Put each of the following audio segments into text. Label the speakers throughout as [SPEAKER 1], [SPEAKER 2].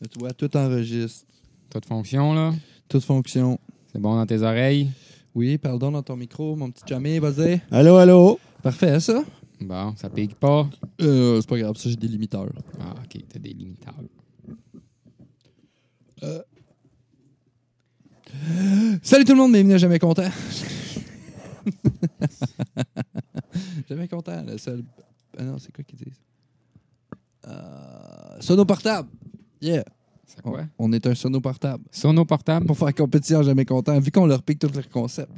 [SPEAKER 1] Là, tu vois, tout enregistre.
[SPEAKER 2] Toute fonction, là.
[SPEAKER 1] Toute fonction.
[SPEAKER 2] C'est bon dans tes oreilles.
[SPEAKER 1] Oui, pardon dans ton micro, mon petit Jamie, vas-y.
[SPEAKER 3] Allô, allô?
[SPEAKER 1] Parfait, hein, ça?
[SPEAKER 2] Bon, ça pique pas.
[SPEAKER 1] Euh, c'est pas grave, ça, j'ai des limiteurs.
[SPEAKER 2] Ah, ok, t'as des limiteurs.
[SPEAKER 1] Salut tout le monde, bienvenue à Jamais Content. Jamais Content, le seul. Ah non, c'est quoi qu'ils disent? Euh, sono portable. Yeah.
[SPEAKER 2] C'est
[SPEAKER 1] On,
[SPEAKER 2] quoi?
[SPEAKER 1] on est un sono portable.
[SPEAKER 2] Sur nos portables.
[SPEAKER 1] Pour faire compétition à Jamais Content, vu qu'on leur pique tous leurs concepts.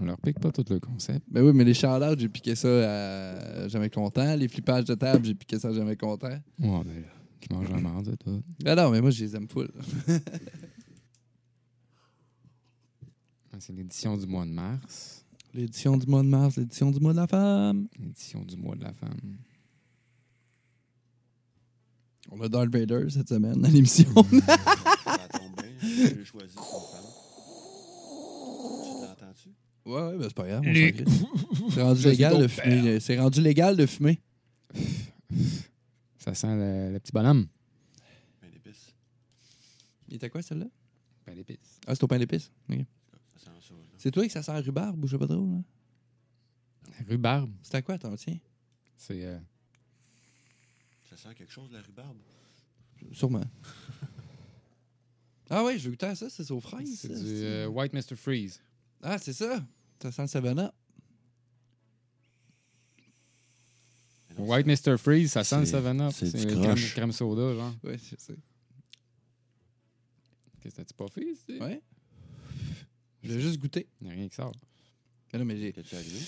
[SPEAKER 2] On leur pique pas tout le concept.
[SPEAKER 1] Ben oui, mais les shout-outs, j'ai piqué ça à Jamais Content. Les flippages de table, j'ai piqué ça à Jamais Content.
[SPEAKER 2] Ouais, ben là. Tu manges la merde, toi.
[SPEAKER 1] Ah non, mais moi, je les aime full.
[SPEAKER 2] Ah, C'est l'édition du mois de mars.
[SPEAKER 1] L'édition du mois de mars, l'édition du mois de la femme.
[SPEAKER 2] L'édition du mois de la femme.
[SPEAKER 1] On a Darth Vader cette semaine à l'émission.
[SPEAKER 4] Ça tombe bien, j'ai choisi une femme. Tu l'entends-tu?
[SPEAKER 1] ouais, ouais, ben c'est pas grave. on
[SPEAKER 2] Les-
[SPEAKER 1] s'en crisse. C'est rendu légal de fumer. C'est rendu légal de fumer.
[SPEAKER 2] Ça sent le, le petit bonhomme.
[SPEAKER 4] Ben, l'épice.
[SPEAKER 1] Il était quoi celle-là?
[SPEAKER 2] Pas
[SPEAKER 4] Ben,
[SPEAKER 2] d'épices.
[SPEAKER 1] Ah, c'est au pain d'épices. Ok.
[SPEAKER 4] Ça sent ça, là.
[SPEAKER 1] C'est toi que ça sent à rhubarbe ou je sais pas trop. là?
[SPEAKER 2] Rhubarbe.
[SPEAKER 1] C'est à quoi ton tien?
[SPEAKER 2] C'est. euh,
[SPEAKER 4] Ça sent quelque chose, la rhubarbe.
[SPEAKER 1] Sûrement. ah ouais, je veux goûter à ça, c'est au frais.
[SPEAKER 2] c'est du euh, White Mr. Freeze.
[SPEAKER 1] Ah, c'est ça. Ça sent le savana.
[SPEAKER 4] Mais non,
[SPEAKER 2] White Mr. Freeze, ça sent le
[SPEAKER 4] C'est-
[SPEAKER 2] 7-Up.
[SPEAKER 4] c'est du
[SPEAKER 2] le crème,
[SPEAKER 4] croche.
[SPEAKER 2] crème soda, genre.
[SPEAKER 1] Ouais, c'est ça.
[SPEAKER 2] Qu'est-ce que t'as-tu pas fait? c'est-
[SPEAKER 1] Ouais. J'ai juste goûté.
[SPEAKER 2] Y a rien qui sort.
[SPEAKER 1] Mais non, mais j'ai.
[SPEAKER 4] c'est- T'as-tu allumé?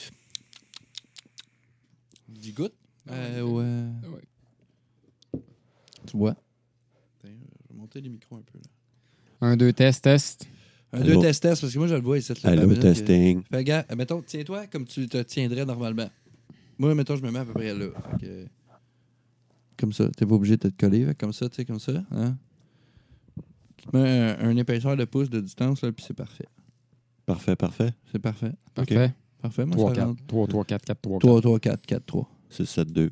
[SPEAKER 1] J'y goûte.
[SPEAKER 2] Ah
[SPEAKER 1] Euh,
[SPEAKER 2] ouais.
[SPEAKER 1] ouais.
[SPEAKER 2] Ah ouais.
[SPEAKER 1] Tu vois. Je vais monter les micros un peu. Là.
[SPEAKER 2] Un, deux, test, test.
[SPEAKER 1] Un,
[SPEAKER 4] Allô?
[SPEAKER 1] deux, test, test, parce que moi, je le vois ici. là, la
[SPEAKER 4] Allô,
[SPEAKER 1] minute que-
[SPEAKER 4] testing.
[SPEAKER 1] Fait, gars, euh, mettons, tiens-toi comme tu te tiendrais normalement. Moi, mettons, je me mets à peu près là. Fait que- Comme ça, t'es pas obligé de te coller. Fait que comme ça, tu sais, comme ça. Hein? Tu mets un, un épaisseur de pouce de distance, là, puis c'est parfait.
[SPEAKER 4] Parfait, parfait.
[SPEAKER 1] C'est parfait.
[SPEAKER 2] Parfait.
[SPEAKER 1] Parfait, moi,
[SPEAKER 2] 3,
[SPEAKER 1] ça rentre.
[SPEAKER 2] 4, 3, 3, 4, 4, 3, 4.
[SPEAKER 1] 3, 3, 4, 4, 3,
[SPEAKER 4] 6, 7, 2,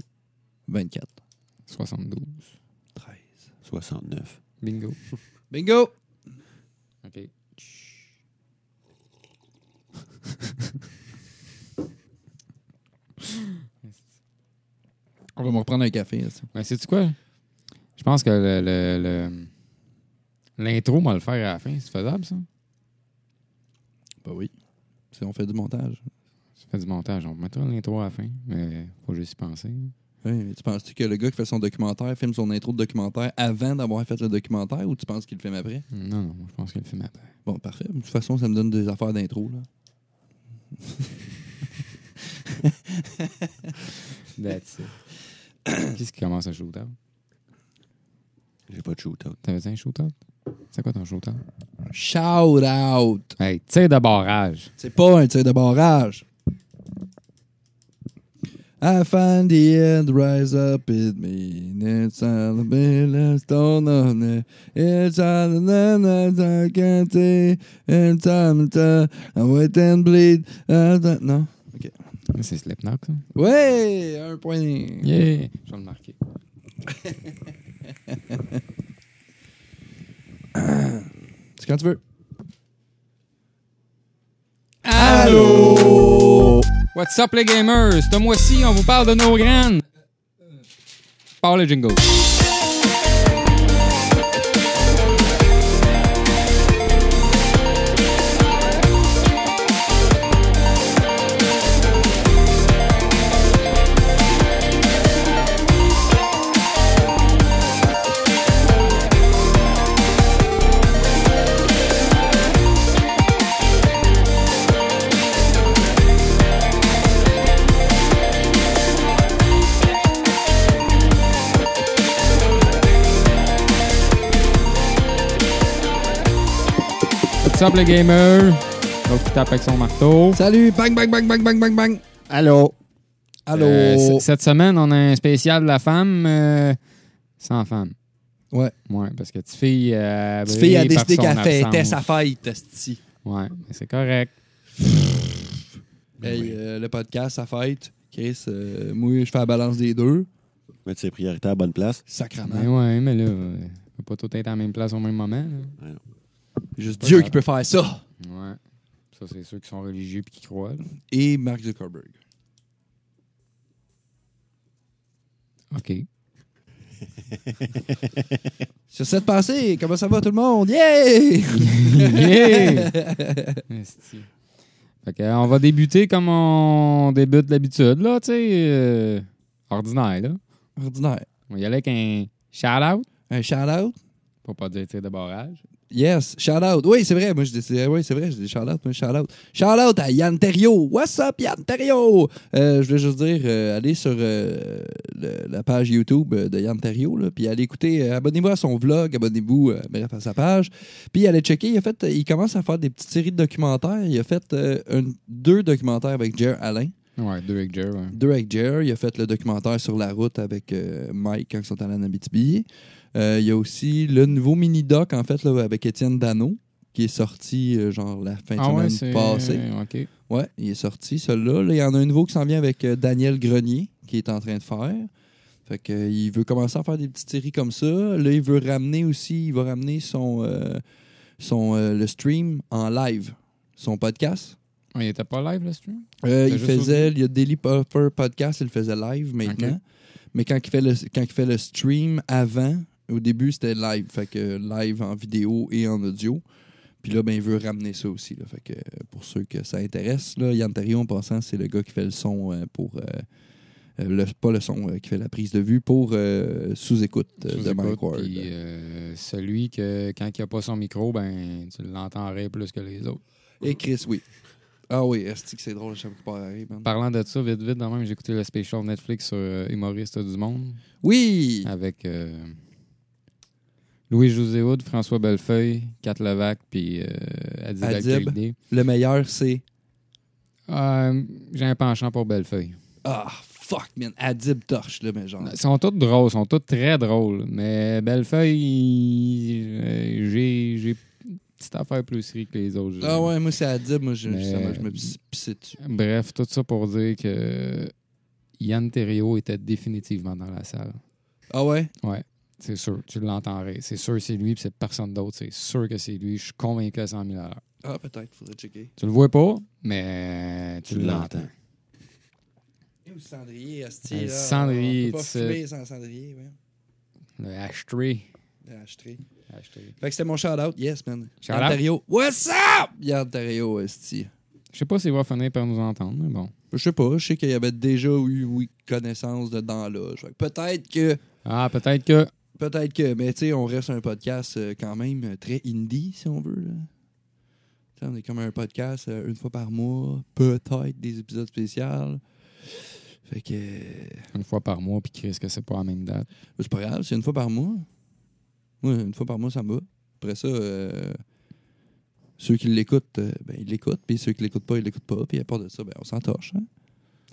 [SPEAKER 1] 24,
[SPEAKER 2] 72.
[SPEAKER 1] 13.
[SPEAKER 4] 69.
[SPEAKER 2] Bingo.
[SPEAKER 1] Bingo!
[SPEAKER 2] OK.
[SPEAKER 1] On va me reprendre un café. là, ça.
[SPEAKER 2] Mais sais-tu quoi? Je pense que le- le- le- l'intro, on va le faire à la fin. C'est faisable, ça?
[SPEAKER 1] Bah oui. Si on fait du montage.
[SPEAKER 2] Ça fait du montage. On mettra l'intro à la fin. Mais faut juste y penser.
[SPEAKER 1] Oui, mais tu penses-tu que le gars qui fait son documentaire filme son intro de documentaire avant d'avoir fait le documentaire ou tu penses qu'il le filme après?
[SPEAKER 2] Non, non, moi, je pense que le film après.
[SPEAKER 1] Bon, parfait. De toute façon, ça me donne des affaires d'intro. là.
[SPEAKER 2] That's it. Qu'est-ce qui commence à shootout?
[SPEAKER 4] J'ai pas de shootout.
[SPEAKER 2] T'avais un shootout? C'est quoi ton shootout?
[SPEAKER 1] Shout out!
[SPEAKER 2] Hey, tir de barrage.
[SPEAKER 1] C'est pas un tir de barrage. I find the end, rise up it me. It's all the last stone of me. It's all the land that I can't see. It's all the I wait and bleed. Ah, da- Non? OK.
[SPEAKER 2] Là, C'est Slipknot, ça?
[SPEAKER 1] Ouais! Un point.
[SPEAKER 2] Yeah! Je vais le marquer.
[SPEAKER 1] C'est quand tu veux.
[SPEAKER 2] Allô? What's up les gamers? Ce mois-ci, on vous parle de nos grandes. Par le jingle. What's up les gamers? L'autre qui tape avec son marteau.
[SPEAKER 1] Salut! Bang, bang, bang, bang, bang, bang, bang!
[SPEAKER 3] Allô?
[SPEAKER 1] Allô?
[SPEAKER 2] Euh, c- cette semaine, on a un spécial de la femme euh, sans femme.
[SPEAKER 1] Ouais.
[SPEAKER 2] Ouais, parce que petite fille. Euh,
[SPEAKER 1] Petite fille a
[SPEAKER 2] brillée par
[SPEAKER 1] décidé
[SPEAKER 2] son
[SPEAKER 1] qu'elle fêtait
[SPEAKER 2] absence.
[SPEAKER 1] sa fête, esti.
[SPEAKER 2] Ouais, mais c'est correct.
[SPEAKER 1] Hey, euh, le podcast, sa fête. Chris, euh, moi, je fais la balance des deux.
[SPEAKER 4] Mettre ses priorités à la bonne place.
[SPEAKER 1] Sacrement.
[SPEAKER 2] Mais ouais, mais là, euh, faut pas tout être à la même place au même moment. là.
[SPEAKER 1] Juste
[SPEAKER 2] Pas
[SPEAKER 1] Dieu
[SPEAKER 2] grave.
[SPEAKER 1] qui peut faire ça.
[SPEAKER 2] Ouais. Ça, c'est ceux qui sont religieux et qui croient. là.
[SPEAKER 1] Et Mark Zuckerberg.
[SPEAKER 2] OK.
[SPEAKER 1] Sur cette pensée, comment ça va tout le monde? Yeah!
[SPEAKER 2] Yeah! Esti. Fait que, euh, on va débuter comme on débute d'habitude, là, tu sais. euh, ordinaire, là.
[SPEAKER 1] Ordinaire.
[SPEAKER 2] On y allait avec un shout-out,
[SPEAKER 1] Un shout-out?
[SPEAKER 2] pour pas dire tir de barrage.
[SPEAKER 1] Yes, shout-out. Oui, c'est vrai, moi je dis, oui, c'est vrai, je dis shout-out, moi shout-out. Shout-out à Yann Terrio. What's up, Yann Terrio? Euh, je voulais juste dire, euh, allez sur euh, le- la page YouTube euh, de Yann Terrio, là, puis allez écouter, euh, abonnez-vous à son vlog, abonnez-vous, euh, bref, à sa page. Puis allez checker, il, a fait, il commence à faire des petites séries de documentaires. Il a fait euh, une- deux documentaires avec Jer Alain.
[SPEAKER 2] Ouais, deux avec hein. Jer, ouais.
[SPEAKER 1] Deux avec Jer. Il a fait le documentaire sur la route avec euh, Mike quand ils sont allés en Abitibi. Euh, il y a aussi le nouveau mini-doc, en fait, là, avec Étienne Dano, qui est sorti, euh, genre, la fin de
[SPEAKER 2] Ah
[SPEAKER 1] semaine passée.
[SPEAKER 2] euh, OK.
[SPEAKER 1] Ouais, il est sorti, celui-là. Là, il y en a un nouveau qui s'en vient avec euh, Daniel Grenier, qui est en train de faire. Fait que, euh, il veut commencer à faire des petites séries comme ça. Là, il veut ramener aussi, il va ramener son, euh, son euh, le stream en live, son podcast.
[SPEAKER 2] Ah, il était pas live, le stream?
[SPEAKER 1] Euh,
[SPEAKER 2] T'as
[SPEAKER 1] il
[SPEAKER 2] juste
[SPEAKER 1] faisait, il y a Daily Popper Podcast, il le faisait live maintenant.
[SPEAKER 2] Ok.
[SPEAKER 1] Mais quand il, fait le, quand il fait le stream avant, au début, c'était live. Fait que live en vidéo et en audio. Puis là, ben, il veut ramener ça aussi. là. Fait que euh, pour ceux que ça intéresse, là, Yann Terrion, en passant, c'est le gars qui fait le son euh, pour. euh, euh, le, pas le son, euh, qui fait la prise de vue pour euh, sous-écoute euh,
[SPEAKER 2] Sous
[SPEAKER 1] de Mike
[SPEAKER 2] écoute,
[SPEAKER 1] Ward.
[SPEAKER 2] puis, euh, celui que, quand il a pas son micro, ben, tu l'entendrais plus que les autres.
[SPEAKER 1] Et Chris, oui. Ah oui, est que c'est drôle, j'aime pas arriver, man.
[SPEAKER 2] Parlant de ça, vite, vite, dans même, j'ai écouté le special Netflix sur euh, Humoriste du Monde.
[SPEAKER 1] Oui!
[SPEAKER 2] avec euh, Louis José Hood, François Bellefeuille, Kat Levac, puis euh, Adib
[SPEAKER 1] Adib.
[SPEAKER 2] Al-Khalidi.
[SPEAKER 1] Le meilleur, c'est.
[SPEAKER 2] Euh, J'ai un penchant pour Bellefeuille.
[SPEAKER 1] Ah, fuck, man. Adib torche, là, mais genre.
[SPEAKER 2] Ils sont tous drôles, ils sont tous très drôles, mais Bellefeuille, il- euh, j'ai j'ai une petite affaire plus série que les autres.
[SPEAKER 1] Ah ouais, moi, c'est Adib. Moi, je,
[SPEAKER 2] Mais-
[SPEAKER 1] justement, je me pis- pissais dessus.
[SPEAKER 2] Bref, tout ça pour dire que Yann Terrio était définitivement dans la salle.
[SPEAKER 1] Ah ouais?
[SPEAKER 2] C'est sûr, tu l'entendrais. C'est sûr, c'est lui, puis c'est personne d'autre. C'est sûr que c'est lui. Je suis convaincu à 100 000 à l'heure.
[SPEAKER 1] Ah, peut-être, faudrait checker.
[SPEAKER 2] Tu le vois pas, mais tu l'entends.
[SPEAKER 1] Et Euh, le cendrier, Asti.
[SPEAKER 2] Le
[SPEAKER 1] là, On
[SPEAKER 2] cendrier,
[SPEAKER 1] peut pas
[SPEAKER 2] tu sais.
[SPEAKER 1] fumer sans cendrier, ouais.
[SPEAKER 2] Le H3.
[SPEAKER 1] Acheter. Fait que c'était mon shout-out. Yes, man.
[SPEAKER 2] Shout-out.
[SPEAKER 1] Ontario. What's up? Yeah, Ontario, Asti.
[SPEAKER 2] Je sais pas s'il va finir par nous entendre, mais bon.
[SPEAKER 1] Je sais pas, je sais qu'il y avait déjà eu oui, connaissance de dans là. Fait que Peut-être que.
[SPEAKER 2] Ah, peut-être que.
[SPEAKER 1] Peut-être que, mais tu sais, on reste un podcast euh, quand même euh, très indie, si on veut. là. Tu sais, On est comme un podcast euh, une fois par mois, peut-être des épisodes spéciaux. Fait que. euh,
[SPEAKER 2] Une fois par mois, puis Chris, que c'est pas à la même date.
[SPEAKER 1] C'est pas grave, c'est une fois par mois. Moi, une fois par mois, ça me va. Après ça, euh, ceux qui l'écoutent, euh, ben, ils l'écoutent, puis ceux qui l'écoutent pas, ils l'écoutent pas, puis à part de ça, ben, on s'entorche. hein.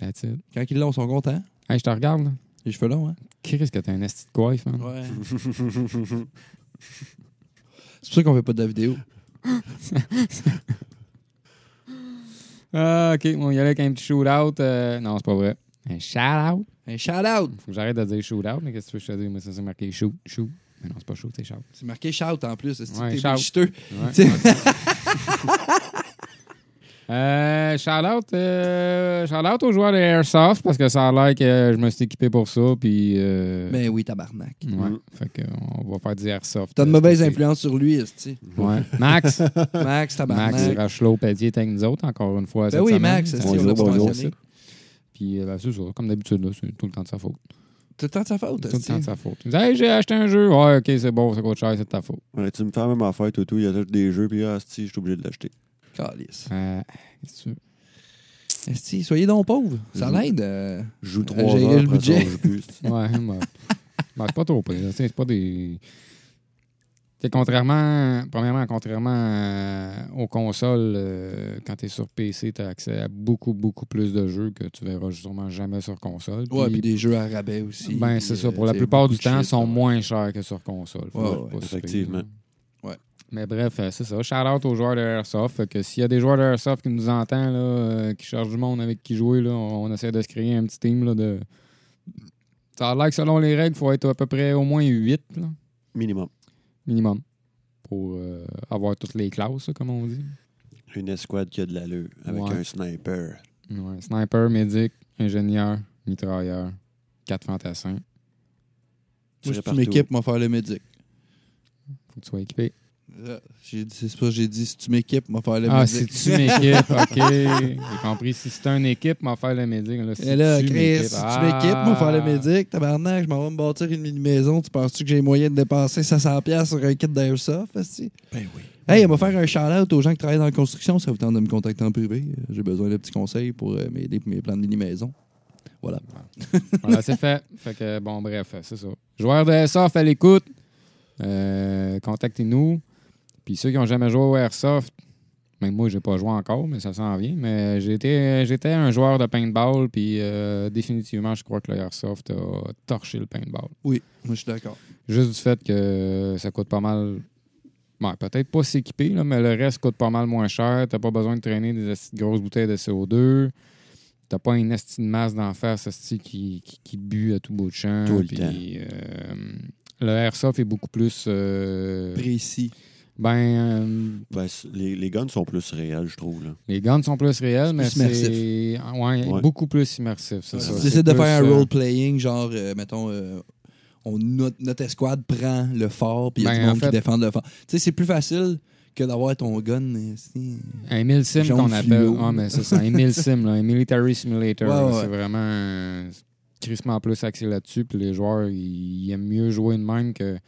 [SPEAKER 2] That's it.
[SPEAKER 1] Quand ils l'ont, ils sont contents.
[SPEAKER 2] Hey, je te regarde, là.
[SPEAKER 1] Les cheveux longs, hein?
[SPEAKER 2] Chris, que t'as un esti de hein? coiffe, man.
[SPEAKER 1] Ouais. c'est pour ça qu'on fait pas de la vidéo.
[SPEAKER 2] Ah, ok. On y allait avec un petit shoot-out. euh, Non, c'est pas vrai. Un shout-out.
[SPEAKER 1] Un shout-out!
[SPEAKER 2] Faut que j'arrête de dire shoot-out, mais qu'est-ce que tu veux que je te dise? Moi, ça, c'est marqué shoot, shoot. Mais non, c'est pas shoot, c'est shout.
[SPEAKER 1] C'est marqué shout en plus. C'est que
[SPEAKER 2] Ouais,
[SPEAKER 1] t'es
[SPEAKER 2] shout.
[SPEAKER 1] bullshiteux?
[SPEAKER 2] Ouais.
[SPEAKER 1] T'sais-
[SPEAKER 2] Euh, shout-out, euh, shout-out aux joueurs de Airsoft parce que ça a l'air que je me suis équipé pour ça. Puis, euh,
[SPEAKER 1] Mais Ben oui, tabarnak.
[SPEAKER 2] Ouais.
[SPEAKER 4] Mm.
[SPEAKER 2] Fait que, on va faire du airsoft.
[SPEAKER 1] T'as une
[SPEAKER 2] Euh,
[SPEAKER 1] mauvaise
[SPEAKER 2] cet été.
[SPEAKER 1] influence sur lui, esti.
[SPEAKER 2] Ouais. Max,
[SPEAKER 1] Max, tabarnak.
[SPEAKER 2] Max Rachelot Pelletier était avec nous autres encore une fois.
[SPEAKER 1] ben
[SPEAKER 2] cette
[SPEAKER 1] oui,
[SPEAKER 2] semaine.
[SPEAKER 1] Max, esti,
[SPEAKER 2] Bonjour,
[SPEAKER 1] on l'a pas
[SPEAKER 2] bonjour.
[SPEAKER 1] mentionné.
[SPEAKER 2] Puis, euh, ben, c'est ça, comme d'habitude, là, c'est tout le temps de sa faute.
[SPEAKER 1] Tout le temps de sa faute,
[SPEAKER 2] Tout le
[SPEAKER 1] esti.
[SPEAKER 2] temps de sa faute. Il dit, hey, j'ai acheté un jeu. Ouais, ok, c'est bon, ça coûte cher, c'est de ta faute.
[SPEAKER 4] Ouais, tu me fais la même affaire, Toutou. Il y a des jeux, puis ah, si, je suis obligé de l'acheter.
[SPEAKER 1] Calice.
[SPEAKER 2] Euh, qu'est-ce que tu veux?
[SPEAKER 1] Esti, soyez donc pauvres. Ça
[SPEAKER 2] Mm-hmm.
[SPEAKER 4] Mhm.
[SPEAKER 1] l'aide. euh,
[SPEAKER 4] Je joue trois
[SPEAKER 1] gérer
[SPEAKER 4] heures,
[SPEAKER 1] le
[SPEAKER 4] après ça,
[SPEAKER 1] budget.
[SPEAKER 4] on joue plus.
[SPEAKER 2] Ouais, ben, ben, c'est pas trop pire. là. Tu sais, C'est pas des. Tu sais, contrairement, premièrement, contrairement euh, aux consoles, euh, quand tu es sur PC, tu as accès à beaucoup, beaucoup plus de jeux que tu verras sûrement jamais sur console.
[SPEAKER 1] Ouais,
[SPEAKER 2] Puis,
[SPEAKER 1] puis des jeux à rabais aussi.
[SPEAKER 2] ben,
[SPEAKER 1] puis,
[SPEAKER 2] c'est
[SPEAKER 1] euh,
[SPEAKER 2] ça. Pour la
[SPEAKER 1] t'sais,
[SPEAKER 2] plupart
[SPEAKER 1] beaucoup
[SPEAKER 2] du
[SPEAKER 1] de
[SPEAKER 2] temps,
[SPEAKER 1] shit,
[SPEAKER 2] sont
[SPEAKER 1] là.
[SPEAKER 2] moins chers que sur console. Faut
[SPEAKER 1] Ouais,
[SPEAKER 2] pas
[SPEAKER 1] ouais,
[SPEAKER 2] se payer,
[SPEAKER 4] effectivement.
[SPEAKER 2] là.
[SPEAKER 1] Ouais.
[SPEAKER 2] Mais bref, euh, c'est ça. Shout out aux joueurs de Airsoft. Fait que s'il y a des joueurs de Airsoft qui nous entendent, là, euh, qui cherchent du monde avec qui jouer, là, on, on essaie de se créer un petit team là, de. Ça a l'air que selon les règles, il faut être à peu près au moins 8.
[SPEAKER 4] Minimum.
[SPEAKER 2] minimum, pour euh, avoir toutes les classes, là, comme on dit.
[SPEAKER 4] Une escouade qui a de l'allure, avec
[SPEAKER 2] Ouais.
[SPEAKER 4] un sniper.
[SPEAKER 2] Ouais, Sniper, médic, ingénieur, mitrailleur, quatre fantassins.
[SPEAKER 4] Tirer
[SPEAKER 1] si tu
[SPEAKER 4] partout.
[SPEAKER 1] m'équipes, m'a faire le médic.
[SPEAKER 2] Faut que tu sois équipé.
[SPEAKER 1] Là, j'ai dit- C'est ça, j'ai dit si tu m'équipes, m'a faire le
[SPEAKER 2] Ah, si
[SPEAKER 1] médic.
[SPEAKER 2] tu m'équipes, OK. J'ai compris. Si c'était une équipe, m'en faire le médic. Là, si
[SPEAKER 1] Et Eh là,
[SPEAKER 2] tu
[SPEAKER 1] Chris,
[SPEAKER 2] m'équipes,
[SPEAKER 1] si tu m'équipes, moi, faire le
[SPEAKER 2] ah.
[SPEAKER 1] médic, tabarnak, je m'en vais me bâtir une mini-maison. Tu penses-tu que j'ai moyen de dépenser 500$ piastres sur un kit d'airsoft? esti?
[SPEAKER 4] Ben oui.
[SPEAKER 1] Hey, on va faire un shout-out aux gens qui travaillent dans la construction. Ça vous tente de me contacter en privé. Euh, J'ai besoin de petits conseils pour euh, m'aider pour mes plans de mini-maison. Voilà.
[SPEAKER 2] Voilà, c'est fait. Fait que, bon, bref, c'est ça. Joueurs de Airsoft à l'écoute, euh, contactez-nous. Puis ceux qui n'ont jamais joué au Airsoft, même moi, j'ai pas joué encore, mais ça s'en vient. Mais j'étais j'étais un joueur de paintball, puis euh, définitivement, je crois que le Airsoft a torché le paintball.
[SPEAKER 1] Oui, moi, je suis d'accord.
[SPEAKER 2] Juste du fait que ça coûte pas mal. Ouais, peut-être pas s'équiper, là, mais le reste coûte pas mal moins cher. T'as pas besoin de traîner des esti de grosses bouteilles de CO2. T'as pas une esti de masse d'en faire, ce style qui, qui, qui bue à tout bout de champ.
[SPEAKER 4] Tout le
[SPEAKER 2] Puis,
[SPEAKER 4] temps.
[SPEAKER 2] euh, le airsoft est beaucoup plus. euh,
[SPEAKER 1] Précis.
[SPEAKER 2] ben, euh,
[SPEAKER 4] Ben, c- les, les guns sont plus réels, je trouve. là.
[SPEAKER 2] les guns sont plus réels, mais
[SPEAKER 1] plus immersif.
[SPEAKER 2] c'est ah, ouais,
[SPEAKER 4] Ouais.
[SPEAKER 2] beaucoup plus immersif. C'est
[SPEAKER 1] Ouais, si
[SPEAKER 2] ça.
[SPEAKER 4] c'est
[SPEAKER 1] tu décides de
[SPEAKER 2] plus,
[SPEAKER 1] faire un
[SPEAKER 2] euh,
[SPEAKER 1] role-playing, genre, euh, mettons, euh, on, notre, notre escouade prend le fort, puis il y a
[SPEAKER 2] Ben,
[SPEAKER 1] du
[SPEAKER 2] en
[SPEAKER 1] monde
[SPEAKER 2] fait-
[SPEAKER 1] qui défend le fort. Tu sais, c'est plus facile que d'avoir ton gun. esti.
[SPEAKER 2] Un mille sim
[SPEAKER 1] Jaune
[SPEAKER 2] qu'on appelle.
[SPEAKER 1] fluo.
[SPEAKER 2] Ah, mais c'est ça. Un mille sim, là, un military simulator.
[SPEAKER 1] Ouais,
[SPEAKER 2] là,
[SPEAKER 1] ouais,
[SPEAKER 2] C'est
[SPEAKER 1] ouais.
[SPEAKER 2] vraiment euh, crissement plus axé là-dessus. Puis les joueurs, ils, ils aiment mieux jouer de même que.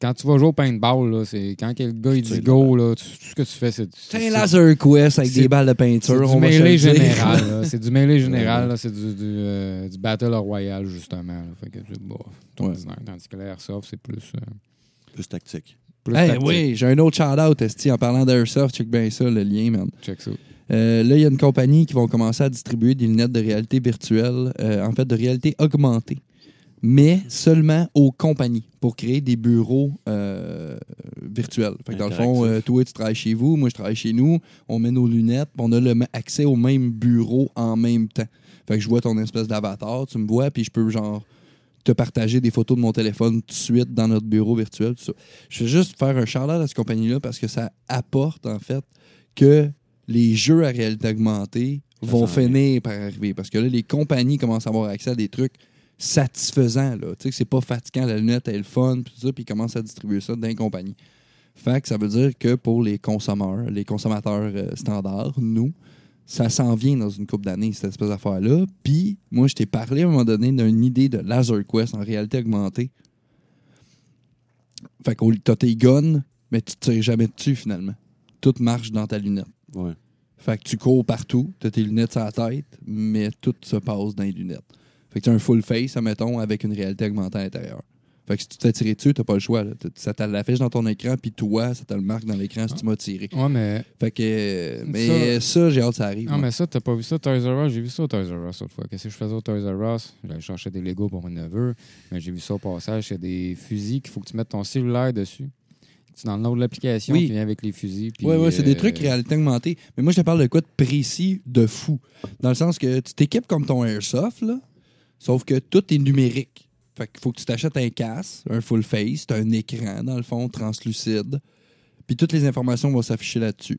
[SPEAKER 2] Quand tu vas jouer au paintball, là, c'est quand que le gars il
[SPEAKER 4] Tu
[SPEAKER 2] dit
[SPEAKER 4] sais,
[SPEAKER 2] go,
[SPEAKER 1] ben.
[SPEAKER 2] là, tu- tout ce que tu fais, c'est.
[SPEAKER 1] C'est
[SPEAKER 2] c'est-
[SPEAKER 1] un laser quest avec
[SPEAKER 2] c'est-
[SPEAKER 1] des balles de
[SPEAKER 2] c'est
[SPEAKER 1] peinture.
[SPEAKER 2] du
[SPEAKER 1] on va se le
[SPEAKER 2] mêlée
[SPEAKER 1] dire.
[SPEAKER 2] général. là. C'est du mêlée général. là. C'est du, du, euh, du Battle Royale, justement. là. Fait que, bah, tout
[SPEAKER 1] Ouais.
[SPEAKER 2] ordinaire. Tandis que l'airsoft, c'est plus. euh,
[SPEAKER 4] Plus tactique.
[SPEAKER 2] plus
[SPEAKER 1] Hey,
[SPEAKER 2] tactique.
[SPEAKER 1] oui, j'ai un autre shout-out, Esti, en parlant d'Airsoft. Check bien ça, le lien, man.
[SPEAKER 2] Check ça.
[SPEAKER 1] Euh, là, il y a une compagnie qui vont commencer à distribuer des lunettes de réalité virtuelle, euh, en fait, de réalité augmentée, mais seulement aux compagnies pour créer des bureaux euh, virtuels. Fait que dans le fond,
[SPEAKER 4] Interactif.
[SPEAKER 1] euh, toi, tu travailles chez vous, moi, je travaille chez nous, on met nos lunettes, puis on a le m- accès au même bureau en même temps. Fait que je vois ton espèce d'avatar, tu me vois, puis je peux, genre, te partager des photos de mon téléphone tout de suite dans notre bureau virtuel, tout ça. Je veux juste faire un shout à cette compagnie-là parce que ça apporte, en fait, que les jeux à réalité augmentée
[SPEAKER 4] Ça
[SPEAKER 1] vont
[SPEAKER 4] s'en vient.
[SPEAKER 1] finir par arriver. Parce que là, les compagnies commencent à avoir accès à des trucs satisfaisants. Là. Tu sais, que c'est pas fatigant, la lunette, elle est le fun, puis tout ça, puis ils commencent à distribuer ça dans les compagnies. Fait que ça veut dire que pour les consommateurs, les consommateurs euh, standards, nous, ça s'en vient dans une coupe d'années, cette espèce d'affaire-là. Puis, moi, je t'ai parlé à un moment donné d'une idée de Laser Quest en réalité augmentée. Fait que t'as tes guns, mais tu tires jamais dessus, finalement. Tout marche dans ta lunette.
[SPEAKER 4] Ouais.
[SPEAKER 1] Fait que tu cours partout, t'as tes lunettes sur la tête, mais tout se passe dans les lunettes. Fait que t'as un full face, admettons, avec une réalité augmentée à l'intérieur. Fait que si tu te fais tirer dessus, t'as pas le choix. là. T'as- Ça te l'affiche dans ton écran, puis toi, ça te le marque dans l'écran si tu m'as tiré.
[SPEAKER 2] Ouais, mais
[SPEAKER 1] Fait que... euh, Mais ça, j'ai hâte que ça arrive.
[SPEAKER 2] Non,
[SPEAKER 1] moi.
[SPEAKER 2] mais ça, t'as pas vu ça, Toys R Us. J'ai vu ça au Toys R Us autrefois. Qu'est-ce que je faisais au Toys R Us? J'allais chercher des Lego pour mon neveu, mais j'ai vu ça au passage. C'est des fusils qu'il faut que tu mettes ton cellulaire dessus. Tu downloads l'application
[SPEAKER 1] Oui.
[SPEAKER 2] qui vient avec les fusils. puis,
[SPEAKER 1] Oui, oui, c'est
[SPEAKER 2] euh,
[SPEAKER 1] des trucs réalité augmentée. Mais moi, je te parle de quoi de précis, de fou. Dans le sens que tu t'équipes comme ton Airsoft, là, sauf que tout est numérique. Fait qu'il faut que tu t'achètes un casque, un full face, t'as un écran, dans le fond, translucide. Puis toutes les informations vont s'afficher là-dessus.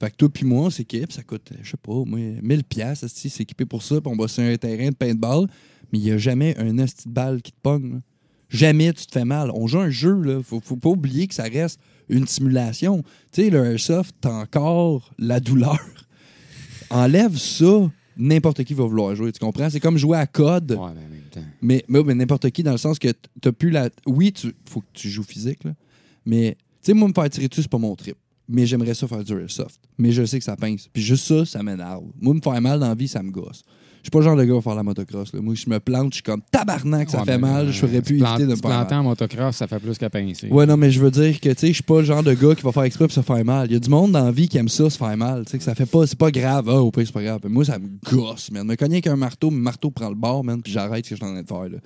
[SPEAKER 1] Fait que toi puis moi, on s'équipe, ça coûte, je sais pas, moi, 1000 pièces s'équiper pour ça, puis on va sur un terrain de paintball, mais il y a jamais un esti de balle qui te pogne. là. Jamais tu te fais mal. On joue à un jeu, là. Faut, faut pas oublier que ça reste une simulation. Tu sais, le airsoft, t'as encore la douleur. Enlève ça, n'importe qui va vouloir jouer, tu comprends? C'est comme jouer à code.
[SPEAKER 2] Ouais, mais en même temps.
[SPEAKER 1] Mais, mais, mais n'importe qui, dans le sens que t- t'as plus la. Oui, tu faut que tu joues physique, là. Mais, tu sais, moi, me faire tirer dessus, c'est pas mon trip. Mais j'aimerais ça faire du airsoft. Mais je sais que ça pince. Puis juste ça, ça m'énerve. Moi, me faire mal dans la vie, ça me gosse. Je suis pas le genre de gars à faire la motocross. là. Moi, je me plante, je suis comme tabarnak, ça
[SPEAKER 2] Ouais,
[SPEAKER 1] fait
[SPEAKER 2] mais,
[SPEAKER 1] mal,
[SPEAKER 2] euh,
[SPEAKER 1] je ferais
[SPEAKER 2] tu
[SPEAKER 1] plus éviter de me
[SPEAKER 2] tu
[SPEAKER 1] faire mal.
[SPEAKER 2] planter en motocross, ça fait plus qu'à pincer.
[SPEAKER 1] Ouais, non, mais je veux dire que, tu sais, je suis pas le genre de gars qui va faire exprès pour se faire mal. Il y a du monde dans la vie qui aime ça, se faire mal. Tu sais, que ça fait pas, c'est pas grave. Ah, au pire, c'est pas grave. Mais moi, ça me gosse, man. Me cogner qu'un marteau, mon marteau prend le bord, man, puis j'arrête ce que je suis en train de faire, là.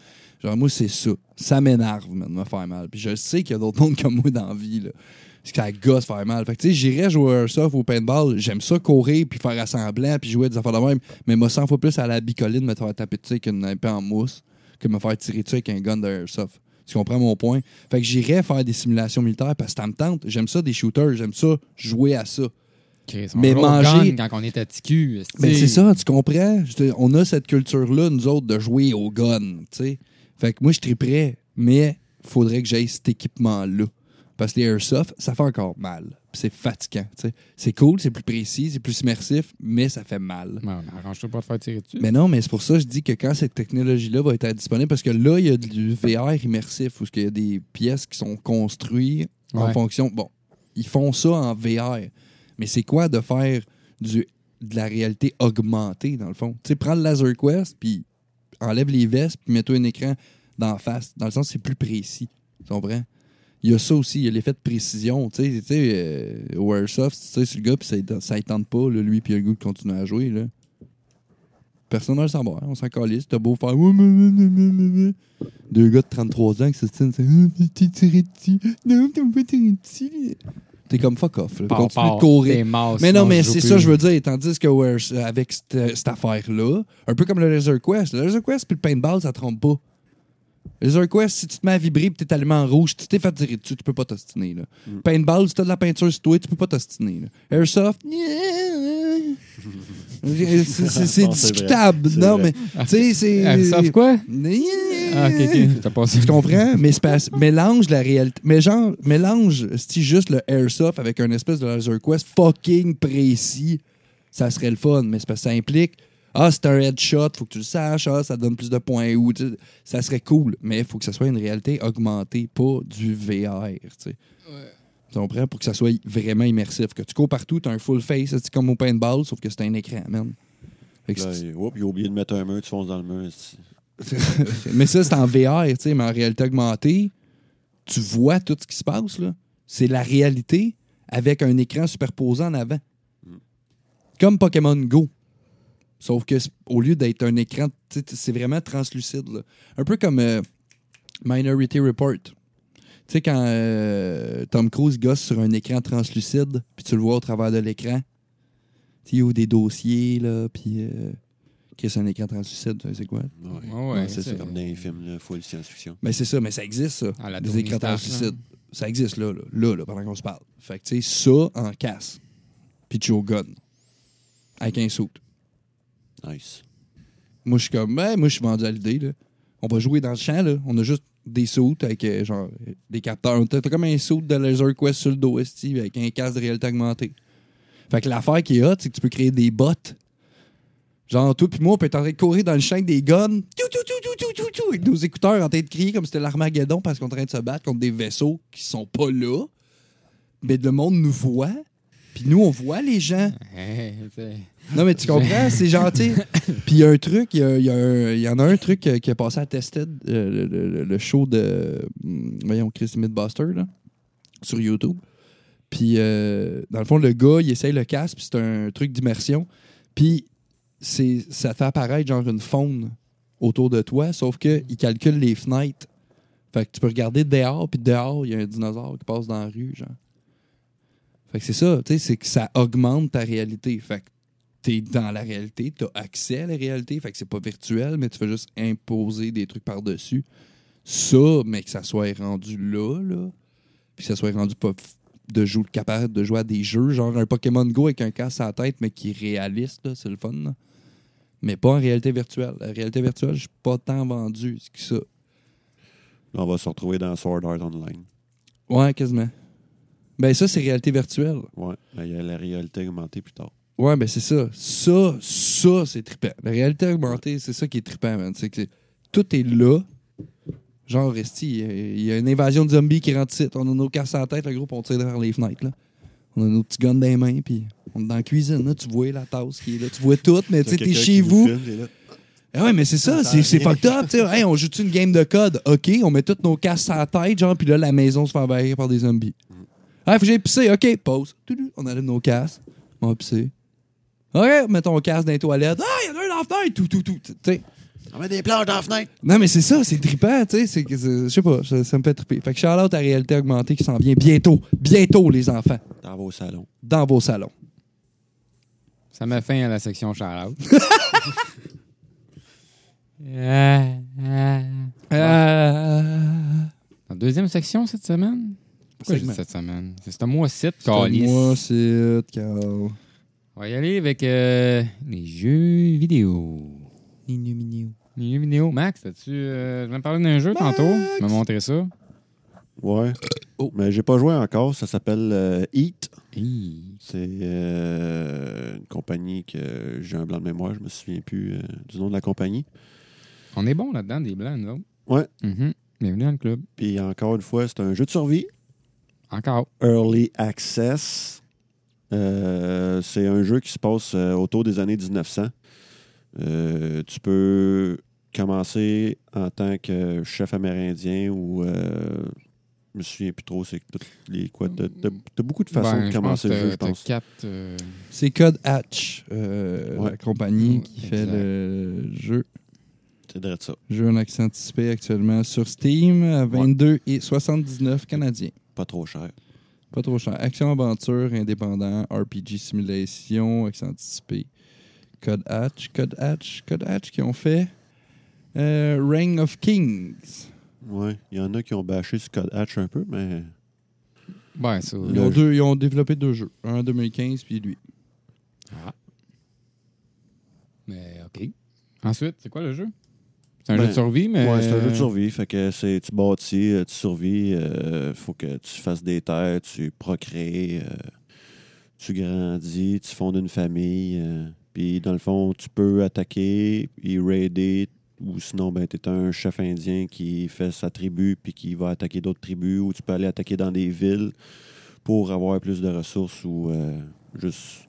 [SPEAKER 1] Genre, moi, c'est ça. Ça m'énerve, man, de me faire mal. Puis je sais qu'il y a d'autres mondes comme moi dans la vie, là. C'est que ça gosse faire mal. Fait que, tu sais, j'irais jouer à Airsoft au paintball. J'aime ça courir, puis faire à semblant, puis jouer à des affaires de même. Mais moi, 100 fois plus à la bicoline, me faire taper dessus qu'une épée en mousse, que me faire tirer dessus avec un gun d'Airsoft. Tu comprends mon point? Fait que j'irais faire des simulations militaires parce que ça me tente. J'aime ça, des shooters. J'aime ça, jouer à ça.
[SPEAKER 2] Chris,
[SPEAKER 1] Mais
[SPEAKER 2] mais
[SPEAKER 1] manger-
[SPEAKER 2] manger. Quand on est à TQ. esti.
[SPEAKER 1] Mais Ben, c'est ça, tu comprends? Je te- on a cette culture-là, nous autres, de jouer au gun, tu sais. Fait que moi, je triperais, mais faudrait que j'aille cet équipement-là. Parce que les airsoft, ça fait encore mal. Puis C'est fatigant, tu sais. C'est cool, c'est plus précis, c'est plus immersif, mais ça fait mal.
[SPEAKER 2] Ben, Arrange-toi pas de faire tirer dessus.
[SPEAKER 1] Mais non, mais c'est pour ça que je dis que quand cette technologie-là va être disponible, parce que là, il y a du VR immersif, où il y a des pièces qui sont construites en
[SPEAKER 2] Ouais.
[SPEAKER 1] fonction. Bon, ils font ça en VR, mais c'est quoi de faire du, de la réalité augmentée, dans le fond? Tu sais, prends le Laser Quest, puis enlève les vestes, puis mets-toi un écran d'en face. Dans le sens, c'est plus précis. Tu comprends? Il y a ça aussi, il y a l'effet de précision. Tu sais, tu sais, euh, au Airsoft, tu sais, c'est le gars, puis ça ne tente pas, là, lui, puis il a le goût de continuer à jouer. Là. Personne ne le savoir, on s'en calisse. T'as beau faire. Ouais, mais, mais, mais, mais, mais. Deux gars de 33 ans qui se tiennent, c'est. Ah, T'es tiré dessus. Non, t'as pas tiré dessus. T'es comme fuck off. là.
[SPEAKER 2] Pars,
[SPEAKER 1] Continue
[SPEAKER 2] pars,
[SPEAKER 1] de courir.
[SPEAKER 2] t'es mort,
[SPEAKER 1] Mais
[SPEAKER 2] Oh, sinon
[SPEAKER 1] non, mais
[SPEAKER 2] joue
[SPEAKER 1] c'est
[SPEAKER 2] plus.
[SPEAKER 1] ça, je veux dire. Tandis que ouais, c- avec cette, cette affaire-là, un peu comme le Laser Quest, le Laser Quest puis le paintball, ça trompe pas. Le Laser Quest, si tu te mets à vibrer puis t'es allumé en rouge, tu t'es fait tirer dessus, tu peux pas t'ostiner. Là. Paintball, si t'as de la peinture sur toi, tu peux pas t'ostiner. là. Airsoft, c'est, c'est- c'est
[SPEAKER 4] Non, c'est
[SPEAKER 1] discutable.
[SPEAKER 4] vrai, c'est
[SPEAKER 1] non,
[SPEAKER 4] vrai.
[SPEAKER 1] mais tu sais, c'est.
[SPEAKER 2] Ah, Sauf quoi? Ah, ok, ok. T'as passé.
[SPEAKER 1] Tu comprends? Mais c'est parce- mélange la réalité. Mais genre, mélange, si juste le airsoft avec un espèce de laser quest fucking précis, ça serait le fun. Mais c'est parce que ça implique, ah, c'est un headshot, faut que tu le saches, ah, ça donne plus de points ou, tu sais, ça serait cool. Mais il faut que ça soit une réalité augmentée, pas du VR, tu sais. Tu comprends? Pour que ça soit vraiment immersif. Que tu cours partout, t'as un full face, c'est comme au paintball, sauf que c'est un écran, man. Fait que
[SPEAKER 4] Là,
[SPEAKER 1] si tu-
[SPEAKER 4] il- oups, il a oublié de mettre un mur, tu fonces dans le mur. c'est-
[SPEAKER 1] mais ça, c'est en VR, tu sais, mais en réalité augmentée, tu vois tout ce qui se passe, là. C'est la réalité avec un écran superposé en avant. Comme Pokémon Go. Sauf que c'est- au lieu d'être un écran, tu sais, c'est vraiment translucide. là. Un peu comme euh, Minority Report. Tu sais, quand euh, Tom Cruise gosse sur un écran translucide, puis tu le vois au travers de l'écran, tu sais, ou des dossiers, là, puis euh, qu'est-ce un écran translucide, tu sais, c'est quoi?
[SPEAKER 4] Ouais.
[SPEAKER 2] Ouais, ouais,
[SPEAKER 4] c'est
[SPEAKER 2] c'est-
[SPEAKER 4] ça, comme dans les films, là, full science-fiction.
[SPEAKER 1] Mais c'est ça, mais ça existe, ça.
[SPEAKER 2] Ah, la
[SPEAKER 1] des
[SPEAKER 2] Tony
[SPEAKER 1] écrans
[SPEAKER 2] Stark,
[SPEAKER 1] translucides. Ça existe là, là, là, là, pendant qu'on se parle. Fait que, tu sais, ça en casse. Puis tu es au gun. Avec un saut.
[SPEAKER 4] Nice.
[SPEAKER 1] Moi, je suis comme, ben, moi, je suis vendu à l'idée, là. On va jouer dans le champ, là. On a juste des sauts avec, euh, genre, euh, des capteurs. T'as t'as comme un saut de Laser Quest sur le dos, esti, avec un casque de réalité augmentée. Fait que l'affaire qui est hot, c'est que tu peux créer des bots. Genre, toi puis moi, on peut être en train de courir dans le champ avec des guns. Tout, tout, tout, tout, tout, tout, tout, avec nos écouteurs en train de crier comme si c'était l'Armageddon parce qu'on est en train de se battre contre des vaisseaux qui sont pas là. Mais le monde nous voit. Puis nous, on voit les gens.
[SPEAKER 2] Hey, t'sais.
[SPEAKER 1] Non, mais tu comprends, c'est gentil. Puis il y a un truc, il y, a- il y a un- il y en a un truc euh, qui est passé à Tested, euh, le, le- le show de, hum, voyons, Chris Mythbuster, là, sur YouTube. Puis, euh, dans le fond, le gars, il essaye le casque, puis c'est un truc d'immersion. Puis, c'est, ça te fait apparaître genre une faune autour de toi, sauf qu'il calcule les fenêtres. Fait que tu peux regarder dehors, puis dehors, il y a un dinosaure qui passe dans la rue, genre. Fait que c'est ça, tu sais, c'est que ça augmente ta réalité. Fait que t'es dans la réalité, t'as accès à la réalité, fait que c'est pas virtuel, mais tu fais juste imposer des trucs par-dessus. Ça, mais que ça soit rendu là, là, puis que ça soit rendu pas f- de jouer capable de jouer à des jeux, genre un Pokémon Go avec un casque à la tête, mais qui est réaliste, là, c'est le fun, là. Mais pas en réalité virtuelle. La réalité virtuelle, je suis pas tant vendu que ça.
[SPEAKER 4] Là, on va se retrouver dans Sword Art Online.
[SPEAKER 1] Ouais, quasiment. Ben ça, c'est réalité virtuelle.
[SPEAKER 4] Ouais, mais il y a la réalité augmentée plus tard.
[SPEAKER 1] Ouais, mais c'est ça. Ça, ça, c'est trippant. La réalité augmentée, c'est ça qui est trippant, man. C'est que tout est là. Genre, Resti, il y a- il y, a une invasion de zombies qui rentre ici. On a nos casses à la tête, le groupe, on tire derrière les fenêtres, là. On a nos petits guns dans les mains, puis on est dans la cuisine, là. Tu vois la tasse qui est là. Tu vois tout, mais tu sais,
[SPEAKER 4] T'as
[SPEAKER 1] t'es
[SPEAKER 4] quelqu'un
[SPEAKER 1] chez
[SPEAKER 4] qui nous
[SPEAKER 1] vous.
[SPEAKER 4] filme, t'es là.
[SPEAKER 1] Ah ouais, mais c'est ça,
[SPEAKER 4] Ça
[SPEAKER 1] c'est c'est
[SPEAKER 4] sert à rien.
[SPEAKER 1] fucked up. tu sais. Hey, on joue-tu une game de code? OK, on met toutes nos casses à la tête, genre, puis là, la maison se fait envahir par des zombies. Ah, faut que j'aille pisser. OK, pause. Toudou, On allume nos casses. On va pisser. OK, mets ton casse dans les toilettes. Ah, il y en a un dans la fenêtre! Tout, tout, tout. Tu sais.
[SPEAKER 4] On met des planches dans la fenêtre.
[SPEAKER 1] Non, mais c'est ça, c'est trippant, tu sais. c'est que c'est- Je sais pas, ça, ça me fait tripper. Fait que shout-out à Réalité Augmentée qui s'en vient bientôt. Bientôt, les enfants.
[SPEAKER 4] Dans vos salons.
[SPEAKER 1] Dans vos salons.
[SPEAKER 2] Ça met fin à la section shout-out. Euh, La deuxième section cette semaine? Pourquoi j'ai dit cette semaine? C'est un mois 7, calice.
[SPEAKER 1] Moi, c'est euh, Carl.
[SPEAKER 2] On va y aller avec euh, les jeux vidéo. Les jeux vidéo. Max, as-tu. euh, je vais me parler d'un jeu tantôt. Tu m'as montré ça.
[SPEAKER 4] Ouais. Mais j'ai pas joué encore. Ça s'appelle euh, Eat.
[SPEAKER 2] Hi.
[SPEAKER 4] C'est euh, une compagnie que j'ai un blanc de mémoire. Je me souviens plus euh, du nom de la compagnie.
[SPEAKER 2] On est bon là-dedans, des blancs, nous autres.
[SPEAKER 4] Ouais.
[SPEAKER 2] Mhm. Bienvenue dans le club.
[SPEAKER 4] Puis encore une fois, c'est un jeu de survie.
[SPEAKER 2] Encore.
[SPEAKER 4] Early Access. Euh, c'est un jeu qui se passe euh, autour des années 1900. Euh, tu peux commencer en tant que chef amérindien ou. euh, je me souviens plus trop, c'est toutes les quoi. T'as t'as- t'as beaucoup de façons
[SPEAKER 2] Ben,
[SPEAKER 4] de
[SPEAKER 2] je
[SPEAKER 4] commencer
[SPEAKER 2] pense
[SPEAKER 4] le
[SPEAKER 2] que
[SPEAKER 4] jeu, je
[SPEAKER 2] t'as-
[SPEAKER 4] pense.
[SPEAKER 2] t'as quatre, euh,
[SPEAKER 1] C'est Code Hatch, euh,
[SPEAKER 4] Ouais.
[SPEAKER 1] la compagnie qui
[SPEAKER 2] Exact.
[SPEAKER 1] fait le jeu.
[SPEAKER 4] C'est vrai de ça.
[SPEAKER 1] Jeu en accès anticipé actuellement sur Steam à 22 et 79 canadiens.
[SPEAKER 4] Pas trop cher.
[SPEAKER 1] Pas trop cher. Action aventure indépendant, RPG simulation, accent anticipé. Code Hatch, Code Hatch, Code Hatch qui ont fait euh, Reign of Kings.
[SPEAKER 4] Ouais. Il y en a qui ont bâché ce code Hatch un peu, mais.
[SPEAKER 2] ben, ça.
[SPEAKER 1] Ils
[SPEAKER 4] Le-
[SPEAKER 1] ont, deux- ils ont développé deux jeux, un en 2015 puis lui.
[SPEAKER 2] Mais OK. Ensuite, c'est quoi le jeu? C'est un
[SPEAKER 4] Ben,
[SPEAKER 2] jeu de survie, mais.
[SPEAKER 4] Ouais, c'est un jeu de survie. Fait que c'est tu bâtis, euh, tu survis, euh, faut que tu fasses des terres, tu procrées, euh, tu grandis, tu fondes une famille. euh, puis dans le fond, tu peux attaquer, puis raider, ou sinon, ben, tu es un chef indien qui fait sa tribu, puis qui va attaquer d'autres tribus, ou tu peux aller attaquer dans des villes pour avoir plus de ressources ou euh, juste.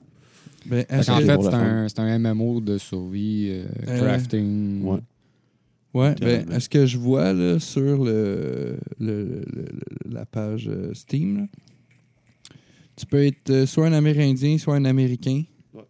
[SPEAKER 1] Ben,
[SPEAKER 2] Fait
[SPEAKER 1] est-ce
[SPEAKER 2] qu'en
[SPEAKER 1] que-
[SPEAKER 2] fait,
[SPEAKER 4] Pour la
[SPEAKER 2] c'est un, c'est un MMO de survie, euh,
[SPEAKER 1] Euh,
[SPEAKER 2] crafting.
[SPEAKER 4] Ouais.
[SPEAKER 1] Ouais, ben,
[SPEAKER 4] Littéralement.
[SPEAKER 1] est-ce que je vois là, sur le, le- le- le- la page euh, Steam, là, tu peux être euh, soit un Amérindien, soit un Américain.
[SPEAKER 4] Ouais.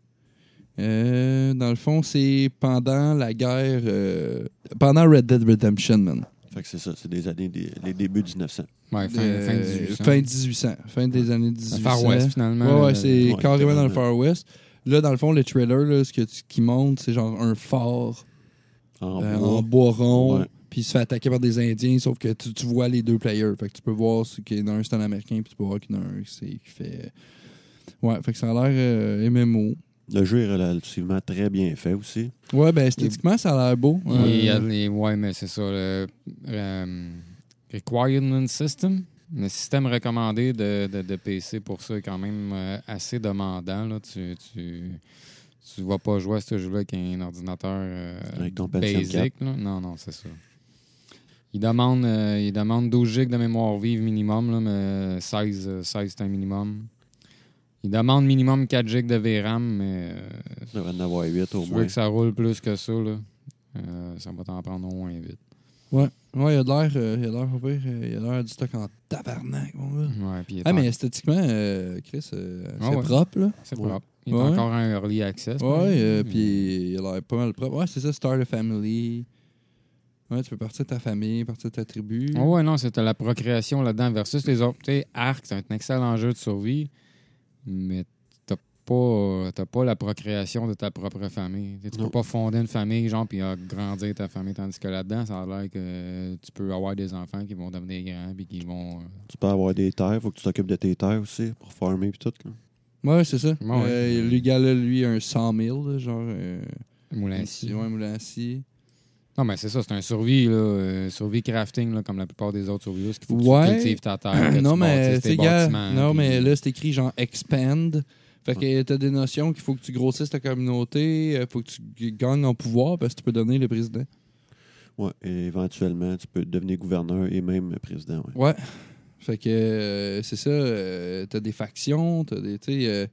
[SPEAKER 1] Euh, dans le fond, c'est pendant la guerre, euh, pendant Red Dead Redemption, man.
[SPEAKER 4] Fait que c'est ça, c'est des années, des- les débuts 1900.
[SPEAKER 2] Ouais, fin,
[SPEAKER 1] Euh,
[SPEAKER 2] fin 1800.
[SPEAKER 1] fin 1800, fin des années
[SPEAKER 2] Le
[SPEAKER 1] 1800.
[SPEAKER 2] Far West,
[SPEAKER 1] Ouais,
[SPEAKER 2] finalement. euh,
[SPEAKER 1] ouais,
[SPEAKER 2] le-
[SPEAKER 1] c'est
[SPEAKER 4] ouais,
[SPEAKER 1] carrément dans le
[SPEAKER 4] totalement.
[SPEAKER 1] Far West. Là, dans le fond, le trailer, là, ce que tu- qui montre, c'est genre un fort
[SPEAKER 4] En
[SPEAKER 1] Euh,
[SPEAKER 4] bois.
[SPEAKER 1] en bois rond,
[SPEAKER 4] Ouais.
[SPEAKER 1] puis il se fait attaquer par des Indiens, sauf que tu, tu vois les deux players. Fait que tu peux voir ce qu'il y en a un, c'est un Américain, puis tu peux voir qu'il y en a un, c'est qui fait. Ouais, fait que ça a l'air euh, MMO.
[SPEAKER 4] Le jeu est relativement très bien fait aussi.
[SPEAKER 1] Ouais, ben esthétiquement, ça a l'air beau. Euh,
[SPEAKER 2] Il
[SPEAKER 4] Euh,
[SPEAKER 2] y a les- ouais, mais c'est ça. Le, euh, requirement System, le système recommandé de, de- de PC pour ça est quand même euh, assez demandant. Là. Tu, tu, tu vas pas jouer à ce jeu-là avec un ordinateur euh,
[SPEAKER 4] Avec ton Pentium
[SPEAKER 2] basic. là. Non, non, c'est ça. Il demande, euh, il demande 12 gigs de mémoire vive minimum, là, mais 16, euh, 16 c'est un minimum. Il demande minimum 4 gigs de VRAM, mais euh,
[SPEAKER 4] Il devrait en avoir 8 au
[SPEAKER 2] tu
[SPEAKER 4] moins.
[SPEAKER 2] veux que ça roule plus que ça, là, euh, ça va t'en prendre au moins vite.
[SPEAKER 1] Ouais, ouais, il y a de l'air, euh, il y a de l'air, pas pire, euh, il y a de l'air du stock en tabarnak, mon gars.
[SPEAKER 2] Ouais, puis il est
[SPEAKER 1] Ah,
[SPEAKER 2] en-
[SPEAKER 1] mais esthétiquement, euh, Chris, euh,
[SPEAKER 2] Ah
[SPEAKER 1] c'est
[SPEAKER 2] ouais.
[SPEAKER 1] propre, là.
[SPEAKER 2] c'est
[SPEAKER 4] Ouais.
[SPEAKER 2] propre. Il est
[SPEAKER 1] Ouais.
[SPEAKER 2] encore en early access.
[SPEAKER 1] Ouais,
[SPEAKER 2] mais-
[SPEAKER 1] euh, puis il a l'air pas mal propre. Ouais, c'est ça, Start a Family. Ouais, tu peux partir de ta famille, partir de ta tribu.
[SPEAKER 2] Ah ouais, non, c'était la procréation là-dedans versus les autres. Tu sais, Arc, c'est un excellent jeu de survie, mais t'as pas, t'as pas la procréation de ta propre famille. Tu sais, tu peux
[SPEAKER 4] Non.
[SPEAKER 2] pas fonder une famille, genre, puis agrandir ta famille, tandis que là-dedans, ça a l'air que euh, tu peux avoir des enfants qui vont devenir grands, puis qui vont... euh,
[SPEAKER 4] Tu peux avoir des terres, faut que tu t'occupes de tes terres aussi pour farmer et tout. là.
[SPEAKER 1] Ouais, c'est ça.
[SPEAKER 2] Ouais, ouais.
[SPEAKER 1] Euh, le gars là, lui, a un 100 000, là, genre. Euh,
[SPEAKER 2] moulin à
[SPEAKER 1] un-
[SPEAKER 2] scie.
[SPEAKER 1] ouais, un moulin à scie.
[SPEAKER 2] Non, mais c'est ça, c'est un survie, là, euh, survie crafting, là, comme la plupart des autres survies, qu'il faut que
[SPEAKER 1] Ouais.
[SPEAKER 2] tu cultives ta terre, que
[SPEAKER 1] non,
[SPEAKER 2] Ah, tu
[SPEAKER 1] mais,
[SPEAKER 2] bâtisses
[SPEAKER 1] tu
[SPEAKER 2] tes
[SPEAKER 1] sais, gars,
[SPEAKER 2] bâtiments,
[SPEAKER 1] non,
[SPEAKER 2] puis-
[SPEAKER 1] mais là, c'est écrit genre expand. Fait que t'as des notions qu'il faut que tu grossisses ta communauté, euh, faut que tu g- gagnes en pouvoir parce que tu peux donner le président.
[SPEAKER 4] Ouais, et éventuellement, tu peux devenir gouverneur et même président. ouais.
[SPEAKER 1] Ouais. Fait que euh, c'est ça, euh, t'as des factions, t'as des. Tu sais, euh,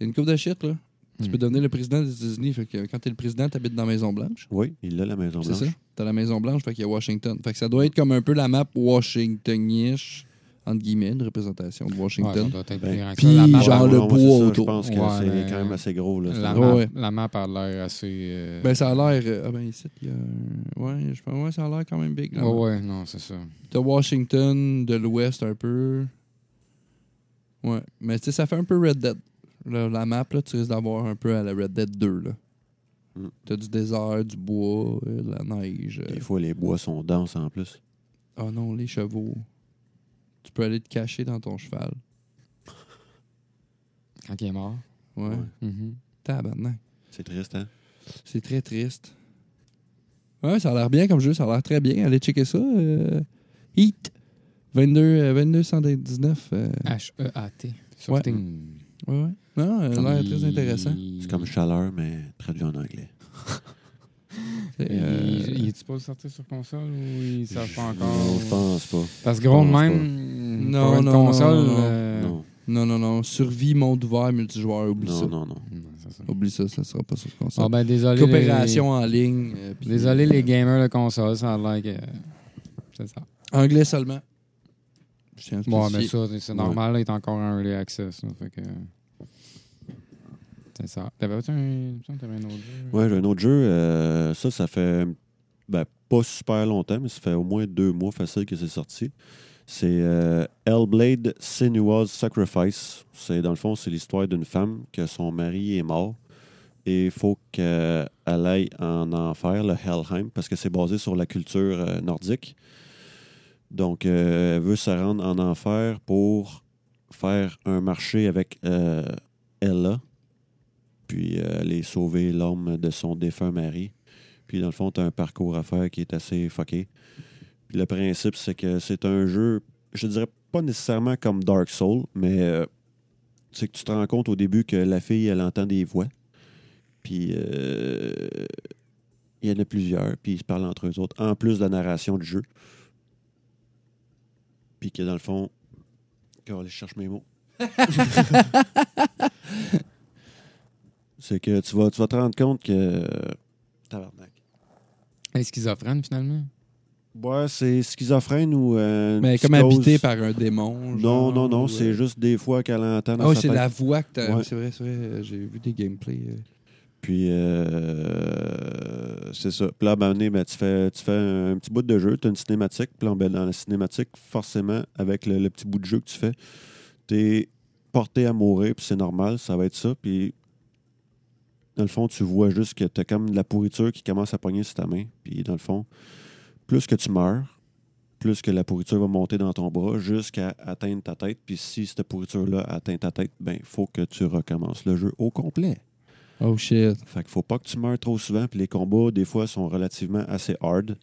[SPEAKER 1] y a une coupe de shit, là. Tu
[SPEAKER 2] Hmm.
[SPEAKER 1] peux donner le président des États-Unis. Fait que quand t'es le président, t'habites dans la Maison-Blanche.
[SPEAKER 4] Oui, il a la Maison
[SPEAKER 1] C'est
[SPEAKER 4] Blanche.
[SPEAKER 1] ça. T'as la Maison Blanche, fait qu'il y a Washington. Fait que ça doit être comme un peu la map Washingtonish, entre guillemets, une représentation de
[SPEAKER 2] Ouais, ça
[SPEAKER 1] Washington.
[SPEAKER 2] doit être pire
[SPEAKER 4] Ben,
[SPEAKER 2] que
[SPEAKER 1] puis
[SPEAKER 2] ça. La map-
[SPEAKER 4] Ouais,
[SPEAKER 1] genre
[SPEAKER 4] ouais,
[SPEAKER 1] le
[SPEAKER 4] ouais,
[SPEAKER 1] bois
[SPEAKER 4] c'est ça, Je
[SPEAKER 1] autour.
[SPEAKER 4] pense que
[SPEAKER 2] Ouais,
[SPEAKER 4] c'est
[SPEAKER 2] mais-
[SPEAKER 4] quand même assez gros. Là,
[SPEAKER 2] La
[SPEAKER 4] c'est-
[SPEAKER 2] map,
[SPEAKER 1] Ouais.
[SPEAKER 2] la map a l'air assez. euh,
[SPEAKER 1] ben, ça a l'air. euh, ah ben, ici, il y a. un- Ouais, je pense, ouais, ça a l'air quand même big.
[SPEAKER 2] ouais,
[SPEAKER 1] là.
[SPEAKER 2] ouais, non, c'est ça.
[SPEAKER 1] T'as Washington de l'ouest un peu. Ouais. Mais tu sais, ça fait un peu Red Dead. Là, la map, là, tu risques d'avoir un peu à la Red Dead 2, là.
[SPEAKER 4] Mm.
[SPEAKER 1] T'as du désert, du bois, euh, de la neige. euh.
[SPEAKER 4] Des fois, les bois sont denses en plus.
[SPEAKER 1] Ah non, les chevaux. Tu peux aller te cacher dans ton cheval.
[SPEAKER 2] Quand il est mort.
[SPEAKER 1] Ouais.
[SPEAKER 4] Ouais.
[SPEAKER 2] Mhm.
[SPEAKER 1] Tabarnak.
[SPEAKER 4] C'est triste, hein?
[SPEAKER 1] C'est très triste. Ouais, ça a l'air bien comme jeu, ça a l'air très bien. Allez checker ça. euh, Heat. 22, euh, 2219. euh,
[SPEAKER 2] H-E-A-T. sur
[SPEAKER 1] Ouais.
[SPEAKER 2] Steam.
[SPEAKER 1] Ouais, ouais. Non, euh, ça a l'air
[SPEAKER 2] Il-
[SPEAKER 1] très intéressant.
[SPEAKER 4] C'est comme chaleur, mais traduit en anglais.
[SPEAKER 1] C'est, euh,
[SPEAKER 2] Il, il est-tu pas sorti sur console ou ils savent pas
[SPEAKER 1] Ah.
[SPEAKER 2] encore?
[SPEAKER 4] Je pense pas.
[SPEAKER 2] Parce que gros de
[SPEAKER 4] pense
[SPEAKER 2] même,
[SPEAKER 1] pas.
[SPEAKER 2] pour
[SPEAKER 1] Non,
[SPEAKER 2] une
[SPEAKER 1] non,
[SPEAKER 2] console...
[SPEAKER 1] non, non, non.
[SPEAKER 2] euh,
[SPEAKER 4] Non,
[SPEAKER 1] Non, non, non. Survie, monde ouvert, multijoueur, oublie ça.
[SPEAKER 4] non, non, non.
[SPEAKER 2] Non, c'est ça.
[SPEAKER 1] Oublie ça, ça sera pas sur console.
[SPEAKER 2] Ah ben désolé.
[SPEAKER 1] Coopération en ligne. euh, puis-
[SPEAKER 2] Les, désolé les gamers de console, ça a l'air que... C'est ça.
[SPEAKER 1] Anglais seulement. Je tiens à
[SPEAKER 2] Bon, mais
[SPEAKER 1] spécifier.
[SPEAKER 2] ça, c'est- c'est
[SPEAKER 4] Ouais.
[SPEAKER 2] normal, là, il est encore en early access. là, fait que... C'est ça. T'avais-tu un... il me semble que t'avais un autre jeu?
[SPEAKER 4] Ouais, j'ai un autre jeu. euh, ça, ça fait ben, pas super longtemps, mais ça fait au moins deux mois facile que c'est sorti. C'est euh, Hellblade Senua's Sacrifice. C'est, dans le fond, c'est l'histoire d'une femme que son mari est mort et il faut qu'elle aille en enfer, le Helheim, parce que c'est basé sur la culture euh, nordique. Donc, euh, elle veut se rendre en enfer pour faire un marché avec euh, Ella, puis euh, aller sauver l'homme de son défunt mari. Puis dans le fond, tu as un parcours à faire qui est assez fucké. Puis le principe, c'est que c'est un jeu, je dirais pas nécessairement comme Dark Souls, mais euh, c'est que tu te rends compte au début que la fille, elle entend des voix. Puis euh, il y en a plusieurs, puis ils se parlent entre eux autres, en plus de la narration du jeu. Puis que dans le fond, quand je cherche mes mots. c'est que tu vas, tu vas te rendre compte que. Tabarnak.
[SPEAKER 2] Un schizophrène, finalement?
[SPEAKER 4] Ouais, c'est schizophrène ou. euh, une
[SPEAKER 1] Mais comme
[SPEAKER 4] psychose.
[SPEAKER 1] habité par un démon.
[SPEAKER 4] Non,
[SPEAKER 1] genre,
[SPEAKER 4] non, non,
[SPEAKER 1] ou,
[SPEAKER 4] c'est
[SPEAKER 1] euh,
[SPEAKER 4] juste des fois qu'elle entend dans
[SPEAKER 1] Ah oui,
[SPEAKER 4] sa
[SPEAKER 1] c'est
[SPEAKER 4] tête.
[SPEAKER 1] la voix que t'as.
[SPEAKER 4] Ouais.
[SPEAKER 1] C'est vrai, c'est vrai. euh, J'ai vu des gameplays. euh.
[SPEAKER 4] Puis, euh, c'est ça. Puis là, à un moment donné, ben, tu, fais, tu fais un petit bout de jeu, tu as une cinématique. Puis là, ben, dans la cinématique, forcément, avec le, le petit bout de jeu que tu fais, tu es porté à mourir, puis c'est normal, ça va être ça. Puis, dans le fond, tu vois juste que tu as comme de la pourriture qui commence à pogner sur ta main. Puis, dans le fond, plus que tu meurs, plus que la pourriture va monter dans ton bras jusqu'à atteindre ta tête. Puis, si cette pourriture-là atteint ta tête, ben faut que tu recommences le jeu au complet.
[SPEAKER 1] Oh shit.
[SPEAKER 4] Fait qu'il faut pas que tu meurs trop souvent. Puis les combats, des fois, sont relativement assez hard.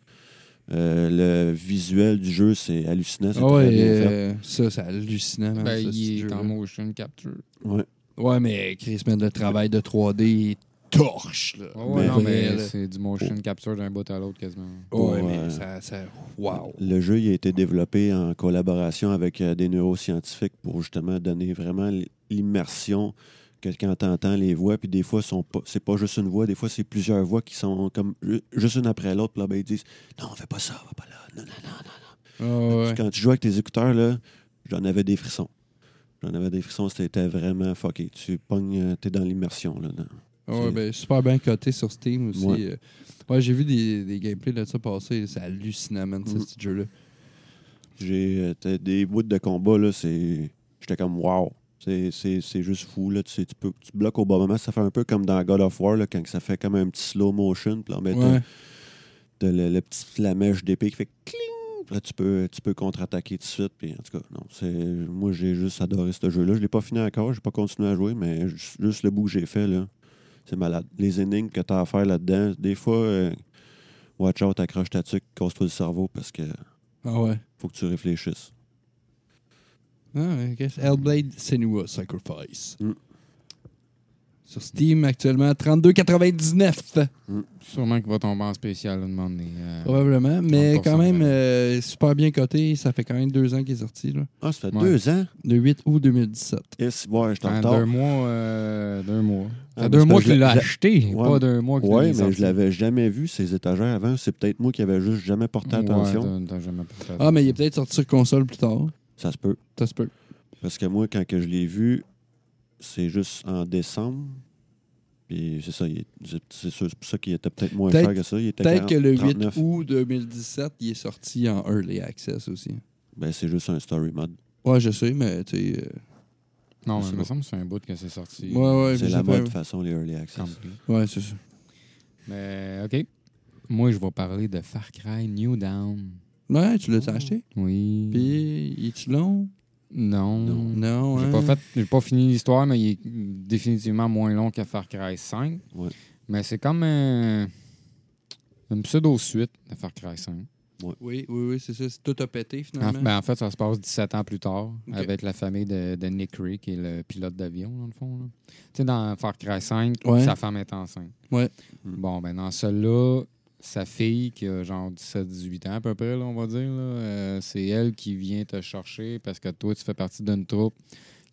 [SPEAKER 4] Euh, le visuel du jeu, c'est hallucinant. C'est
[SPEAKER 1] Ah
[SPEAKER 4] très
[SPEAKER 1] ouais,
[SPEAKER 4] bien fait.
[SPEAKER 1] euh, ça, c'est hallucinant. man,
[SPEAKER 2] Ben,
[SPEAKER 1] ça, ce
[SPEAKER 2] il est
[SPEAKER 4] hein.
[SPEAKER 1] jeu-là.
[SPEAKER 2] en motion capture.
[SPEAKER 4] Ouais.
[SPEAKER 1] Ouais, mais Chris, man, le travail de 3D il torche, là.
[SPEAKER 2] Ouais, ouais,
[SPEAKER 4] Ah
[SPEAKER 1] Vrai,
[SPEAKER 2] non,
[SPEAKER 4] Mais- oh.
[SPEAKER 2] mais
[SPEAKER 1] là.
[SPEAKER 2] Ben, c'est du motion capture d'un bout à l'autre quasiment.
[SPEAKER 1] Ouais,
[SPEAKER 4] Ouais.
[SPEAKER 1] mais ça, ça... Wow.
[SPEAKER 4] Le jeu il a été développé en collaboration avec euh, des neuroscientifiques pour justement donner vraiment l- l'immersion que quand t'entends les voix, puis des fois, sont pas- c'est pas juste une voix, des fois, c'est plusieurs voix qui sont comme ju- juste une après l'autre, puis là, ben, ils disent « Non, fais pas ça, va pas là, non, non, non.
[SPEAKER 1] Ah ouais.
[SPEAKER 4] Quand tu joues avec tes écouteurs, là, j'en avais des frissons. J'en avais des frissons, c'était vraiment fucké. Tu pognes, euh, t'es dans l'immersion. Là, dans-
[SPEAKER 1] Ouais,
[SPEAKER 4] C'est-
[SPEAKER 1] ben, super bien coté sur Steam aussi. Euh,
[SPEAKER 4] Ouais.
[SPEAKER 1] Ouais, j'ai vu des, des gameplays de ça passer. C'est hallucinant, man, ça,
[SPEAKER 4] Mm.
[SPEAKER 1] ce jeu-là.
[SPEAKER 4] J'ai euh, t'as des bouts de combat, là, c'est. J'étais comme wow. C'est, c'est, c'est juste fou. Là. Tu, sais, tu, peux, tu bloques au bon moment. Ça fait un peu comme dans God of War, là, quand ça fait comme un petit slow motion. Puis là, ben, t'as-
[SPEAKER 1] Ouais.
[SPEAKER 4] t'as le, le petit flamèche d'épée qui fait cling. Puis Là, tu peux, tu peux contre-attaquer tout de suite. Puis, en tout cas, non, c'est, moi, j'ai juste adoré ce jeu-là. Je l'ai pas fini encore. j'ai pas continué à jouer, mais ju- juste le bout que j'ai fait, là, c'est malade. Les énigmes que tu as à faire là-dedans, des fois, euh, watch out, accroche ta tuque, cause-toi le cerveau parce que
[SPEAKER 1] Ah ouais.
[SPEAKER 4] faut que tu réfléchisses.
[SPEAKER 1] Ah ouais, ok. C'est Hellblade Senua Sacrifice.
[SPEAKER 4] Mm.
[SPEAKER 1] Sur Steam, actuellement, 32,99.
[SPEAKER 2] Sûrement qu'il va tomber en spécial à un moment donné. euh,
[SPEAKER 1] Probablement, mais
[SPEAKER 2] 30%
[SPEAKER 1] quand même,
[SPEAKER 2] de
[SPEAKER 1] euh, super bien coté. Ça fait quand même deux ans qu'il est sorti, là.
[SPEAKER 4] Ah, ça fait
[SPEAKER 2] Ouais.
[SPEAKER 4] deux ans?
[SPEAKER 1] Le 8 août 2017.
[SPEAKER 4] Et si, ouais, je t'en
[SPEAKER 2] en
[SPEAKER 4] retard.
[SPEAKER 2] deux mois. euh, deux mois. Ça fait
[SPEAKER 4] Ah,
[SPEAKER 2] deux
[SPEAKER 4] parce
[SPEAKER 2] mois
[SPEAKER 4] que je
[SPEAKER 2] qu'il l'a
[SPEAKER 4] l'ai-
[SPEAKER 2] acheté,
[SPEAKER 4] Ouais,
[SPEAKER 2] pas deux mois qu'il
[SPEAKER 4] Ouais,
[SPEAKER 2] l'a
[SPEAKER 4] mais
[SPEAKER 2] sorti.
[SPEAKER 4] je l'avais jamais vu, ces étagères avant. C'est peut-être moi qui avais juste jamais porté attention.
[SPEAKER 2] Ouais, t'as- t'as jamais porté
[SPEAKER 1] Ah, mais il est
[SPEAKER 2] attention.
[SPEAKER 1] peut-être sorti sur console plus tard.
[SPEAKER 4] ça se peut.
[SPEAKER 1] Ça se peut.
[SPEAKER 4] Parce que moi, quand que je l'ai vu, c'est juste en décembre. Puis c'est ça, il est- c'est c'est sûr, c'est pour ça qu'il était peut-être moins
[SPEAKER 1] Peut-être-
[SPEAKER 4] cher que ça. Il était
[SPEAKER 1] Peut-être
[SPEAKER 4] 40,
[SPEAKER 1] que le 8
[SPEAKER 4] 39.
[SPEAKER 1] août 2017, il est sorti en Early Access aussi.
[SPEAKER 4] Ben, c'est juste un story mode.
[SPEAKER 1] Ouais, je sais, mais tu sais. euh,
[SPEAKER 2] Non, mais
[SPEAKER 4] je sais
[SPEAKER 2] il me
[SPEAKER 4] pas.
[SPEAKER 2] semble que c'est un bout que c'est sorti.
[SPEAKER 1] Ouais, ouais,
[SPEAKER 4] c'est
[SPEAKER 1] je
[SPEAKER 4] la
[SPEAKER 1] sais
[SPEAKER 4] mode, de
[SPEAKER 1] pas.
[SPEAKER 4] toute façon, les early access.
[SPEAKER 2] Compris.
[SPEAKER 1] Ouais, c'est ça.
[SPEAKER 2] Mais, OK. Moi, je vais parler de Far Cry New Down.
[SPEAKER 1] Ouais, tu l'as acheté?
[SPEAKER 2] Oui.
[SPEAKER 1] Puis, il est long?
[SPEAKER 2] Non.
[SPEAKER 1] Non,
[SPEAKER 2] J'ai
[SPEAKER 1] hein?
[SPEAKER 2] pas, fait, j'ai pas fini l'histoire, mais il est définitivement moins long que Far Cry 5.
[SPEAKER 4] Ouais.
[SPEAKER 2] Mais c'est comme un, une pseudo-suite de Far Cry 5.
[SPEAKER 1] Oui, oui, oui, c'est ça. c'est- Tout a pété,
[SPEAKER 2] En,
[SPEAKER 1] finalement.
[SPEAKER 2] ben, en fait, ça se passe 17 ans plus tard
[SPEAKER 1] Ok.
[SPEAKER 2] avec la famille de, de Nick Ray, qui est le pilote d'avion, dans le fond. là. Tu sais, dans Far Cry 5,
[SPEAKER 1] Ouais.
[SPEAKER 2] sa femme est enceinte.
[SPEAKER 1] Ouais.
[SPEAKER 4] Mm.
[SPEAKER 2] Bon, ben dans celui-là, sa fille, qui a genre 17-18 ans à peu près, là, on va dire, là, euh, c'est elle qui vient te chercher parce que toi, tu fais partie d'une troupe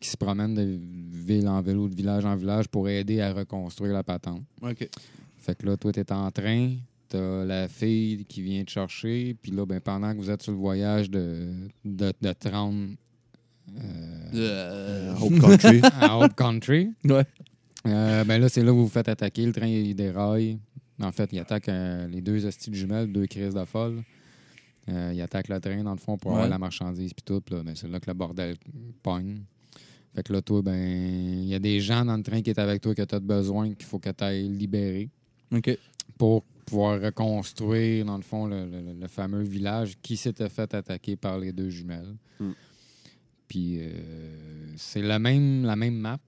[SPEAKER 2] qui se promène de ville en ville ou de village en village pour aider à reconstruire la patente.
[SPEAKER 1] OK.
[SPEAKER 2] Fait que là, toi, t'es en train, t'as la fille qui vient te chercher, puis là, ben, pendant que vous êtes sur le voyage de, de, de te rendre euh, oh.
[SPEAKER 1] Euh,
[SPEAKER 4] Hope Country.
[SPEAKER 2] à Hope Country,
[SPEAKER 1] Ouais.
[SPEAKER 2] euh, ben là, c'est là où vous vous faites attaquer, le train, il déraille. En fait, il attaque euh, les deux hosties de jumelles, deux crises de folle. Euh, il attaque le train, dans le fond, pour avoir
[SPEAKER 1] Ouais.
[SPEAKER 2] la marchandise, puis tout. Puis là, ben, c'est là que le bordel pogne. Fait que là, toi, ben, il y a des gens dans le train qui est avec toi que t'as de besoin, qu'il faut que t'ailles libérer
[SPEAKER 1] OK.
[SPEAKER 2] pour pouvoir reconstruire, dans le fond, le, le- le fameux village qui s'était fait attaquer par les deux jumelles.
[SPEAKER 4] Mm.
[SPEAKER 2] Puis euh, c'est la même, la même map,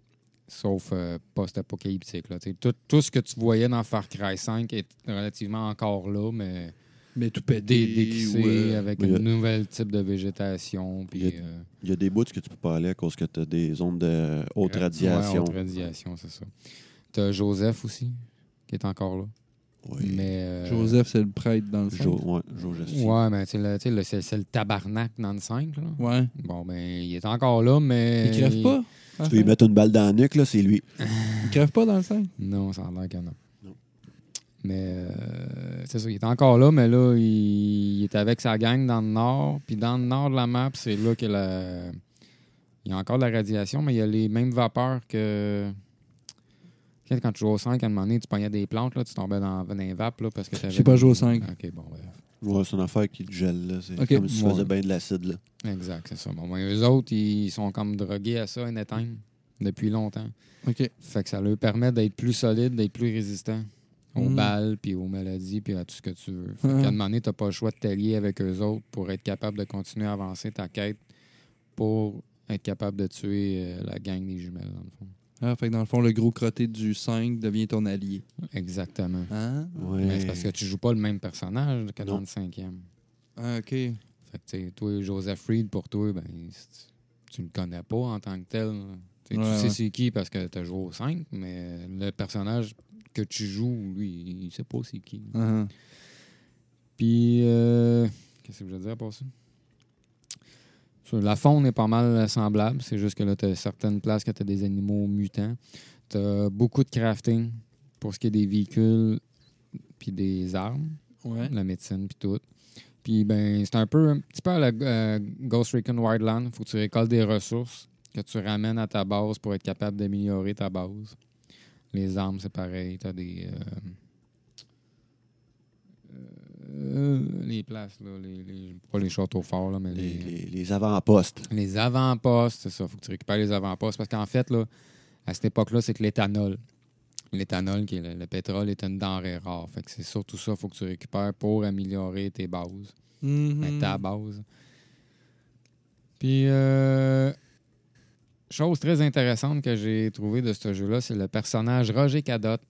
[SPEAKER 2] sauf euh, post-apocalyptique. là. Tu sais, Tout, tout ce que tu voyais dans Far Cry 5 est relativement encore là, mais
[SPEAKER 1] Mais tout pété.
[SPEAKER 2] dé- déguisé
[SPEAKER 1] ouais.
[SPEAKER 2] avec
[SPEAKER 4] Oui,
[SPEAKER 2] un
[SPEAKER 4] euh.
[SPEAKER 2] nouvel type de végétation. Puis,
[SPEAKER 4] Il y
[SPEAKER 2] euh,
[SPEAKER 4] Il y a des bouts que tu peux pas aller à cause que tu as des zones de haute
[SPEAKER 2] ouais,
[SPEAKER 4] radiation.
[SPEAKER 2] haute radiation, c'est ça. Tu as Joseph aussi, qui est encore là.
[SPEAKER 4] Oui.
[SPEAKER 2] Mais, euh,
[SPEAKER 1] Joseph, c'est le prêtre dans le fond.
[SPEAKER 4] Jo, ouais, Jo Jessie.
[SPEAKER 2] Ouais, mais tu sais, le- tu sais, le- c'est c'est le tabarnak dans le 5. Là.
[SPEAKER 1] Ouais.
[SPEAKER 2] Bon, ben, il est encore là, mais.
[SPEAKER 1] Il crève pas?
[SPEAKER 4] Tu veux lui mettre une balle dans le nuque, là, c'est lui.
[SPEAKER 1] Il crève pas dans le sein?
[SPEAKER 2] Non, ça a l'air que non.
[SPEAKER 4] Non.
[SPEAKER 2] Mais euh, c'est ça, il est encore là, mais là, il, il est avec sa gang dans le nord. Puis dans le nord de la map, c'est là que la. Il y a encore de la radiation, mais il y a les mêmes vapeurs que. Tu sais, Quand tu jouais au 5, à un moment donné, tu pognais des plantes, là, tu tombais dans, dans les vapes, là, parce que t'avais-
[SPEAKER 1] J'ai pas joué au 5.
[SPEAKER 2] Ok, bon, ben, bref.
[SPEAKER 4] Ouais, c'est une affaire qui te gèle, là. C'est
[SPEAKER 1] Ok.
[SPEAKER 4] comme si tu
[SPEAKER 2] Ouais.
[SPEAKER 4] faisais bien de l'acide, là.
[SPEAKER 2] Exact, c'est ça. Bon, ben, eux autres, ils sont comme drogués à ça, une éteinte, depuis longtemps.
[SPEAKER 1] OK.
[SPEAKER 2] Fait que ça leur permet d'être plus solide, d'être plus résistant aux
[SPEAKER 1] Mhm.
[SPEAKER 2] balles, puis aux maladies, puis à tout ce que tu veux. Fait
[SPEAKER 1] Ouais.
[SPEAKER 2] qu'à un moment donné, t'as pas le choix de t'allier avec eux autres pour être capable de continuer à avancer ta quête pour être capable de tuer euh, la gang des jumelles, dans le fond.
[SPEAKER 1] Ah, fait que dans le fond, le gros crotté du 5 devient ton allié.
[SPEAKER 2] Exactement.
[SPEAKER 1] Hein?
[SPEAKER 4] Ouais.
[SPEAKER 2] Mais c'est parce que tu joues pas le même personnage que dans
[SPEAKER 4] Non.
[SPEAKER 2] le cinquième.
[SPEAKER 1] Ah, OK.
[SPEAKER 2] Fait que, tu sais, toi, Joseph Fried, pour toi, ben, c'est- tu ne le connais pas en tant que tel. Tu sais, tu
[SPEAKER 1] Ouais,
[SPEAKER 2] sais
[SPEAKER 1] ouais.
[SPEAKER 2] c'est qui parce que tu as joué au 5, mais le personnage que tu joues, lui, il sait pas c'est qui.
[SPEAKER 1] Ah,
[SPEAKER 2] Puis, euh, qu'est-ce que je veux dire pour ça? Ça, La faune est pas mal semblable, c'est juste que là, tu as certaines places que tu as des animaux mutants. Tu as beaucoup de crafting pour ce qui est des véhicules puis des armes
[SPEAKER 1] Ouais.
[SPEAKER 2] la médecine puis tout. Puis ben c'est un peu un petit peu à la euh, Ghost Recon Wildland, faut que tu récoltes des ressources que tu ramènes à ta base pour être capable d'améliorer ta base. Les armes c'est pareil, t'as des euh, euh, les places là, les, les- pas les châteaux forts là, mais
[SPEAKER 4] Les,
[SPEAKER 2] les,
[SPEAKER 4] les- les avant-postes.
[SPEAKER 2] les avant-postes, c'est ça. faut que tu récupères les avant-postes. Parce qu'en fait, là, à cette époque-là, c'est que l'éthanol. L'éthanol, qui est le, le pétrole, est une denrée rare. Fait que c'est surtout ça faut que tu récupères pour améliorer tes bases.
[SPEAKER 1] Mhm.
[SPEAKER 2] Ben, ta base. Puis, euh, chose très intéressante que j'ai trouvée de ce jeu-là, c'est le personnage Roger Cadotte.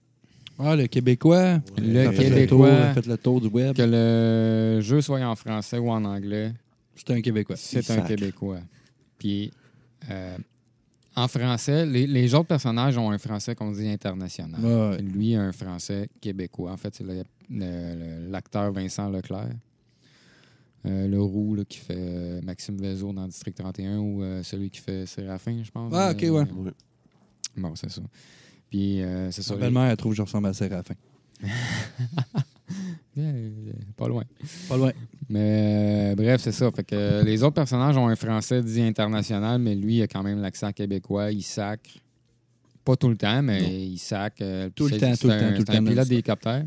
[SPEAKER 1] Ah, le Québécois.
[SPEAKER 2] Le
[SPEAKER 1] Il a fait
[SPEAKER 2] Québécois.
[SPEAKER 1] tour, il a fait le tour du web.
[SPEAKER 2] Que le jeu soit en français ou en anglais,
[SPEAKER 1] C'est un Québécois.
[SPEAKER 2] C'est un
[SPEAKER 4] Sacre.
[SPEAKER 2] Québécois. Puis, euh, en français, les, les autres personnages ont un français qu'on dit international.
[SPEAKER 1] Ouais.
[SPEAKER 2] Lui, un français québécois. En fait, c'est le- le- le- l'acteur Vincent Leclerc. Euh, le roux là, qui fait euh, Maxime Vézo dans District 31 ou euh, celui qui fait Séraphin, je pense.
[SPEAKER 1] Ah, ok,
[SPEAKER 2] Euh,
[SPEAKER 1] ouais.
[SPEAKER 4] Ouais.
[SPEAKER 2] Bon, c'est ça. Puis, euh, c'est ça.
[SPEAKER 1] Sa
[SPEAKER 2] les-
[SPEAKER 1] belle-mère, elle trouve que je ressemble à Séraphin.
[SPEAKER 2] Euh, Pas loin.
[SPEAKER 1] Pas loin.
[SPEAKER 2] Mais euh, bref, c'est ça. Fait que euh, les autres personnages ont un français dit international, mais lui, il a quand même l'accent québécois. Il sacre. Pas tout le temps, mais
[SPEAKER 4] Non.
[SPEAKER 2] il sacre. euh,
[SPEAKER 1] Tout le
[SPEAKER 2] c'est-
[SPEAKER 1] temps,
[SPEAKER 2] c'est
[SPEAKER 1] tout le
[SPEAKER 2] un-
[SPEAKER 1] temps, tout le
[SPEAKER 2] c'est un
[SPEAKER 1] temps,
[SPEAKER 2] pilote
[SPEAKER 1] non-stop.
[SPEAKER 2] d'hélicoptère.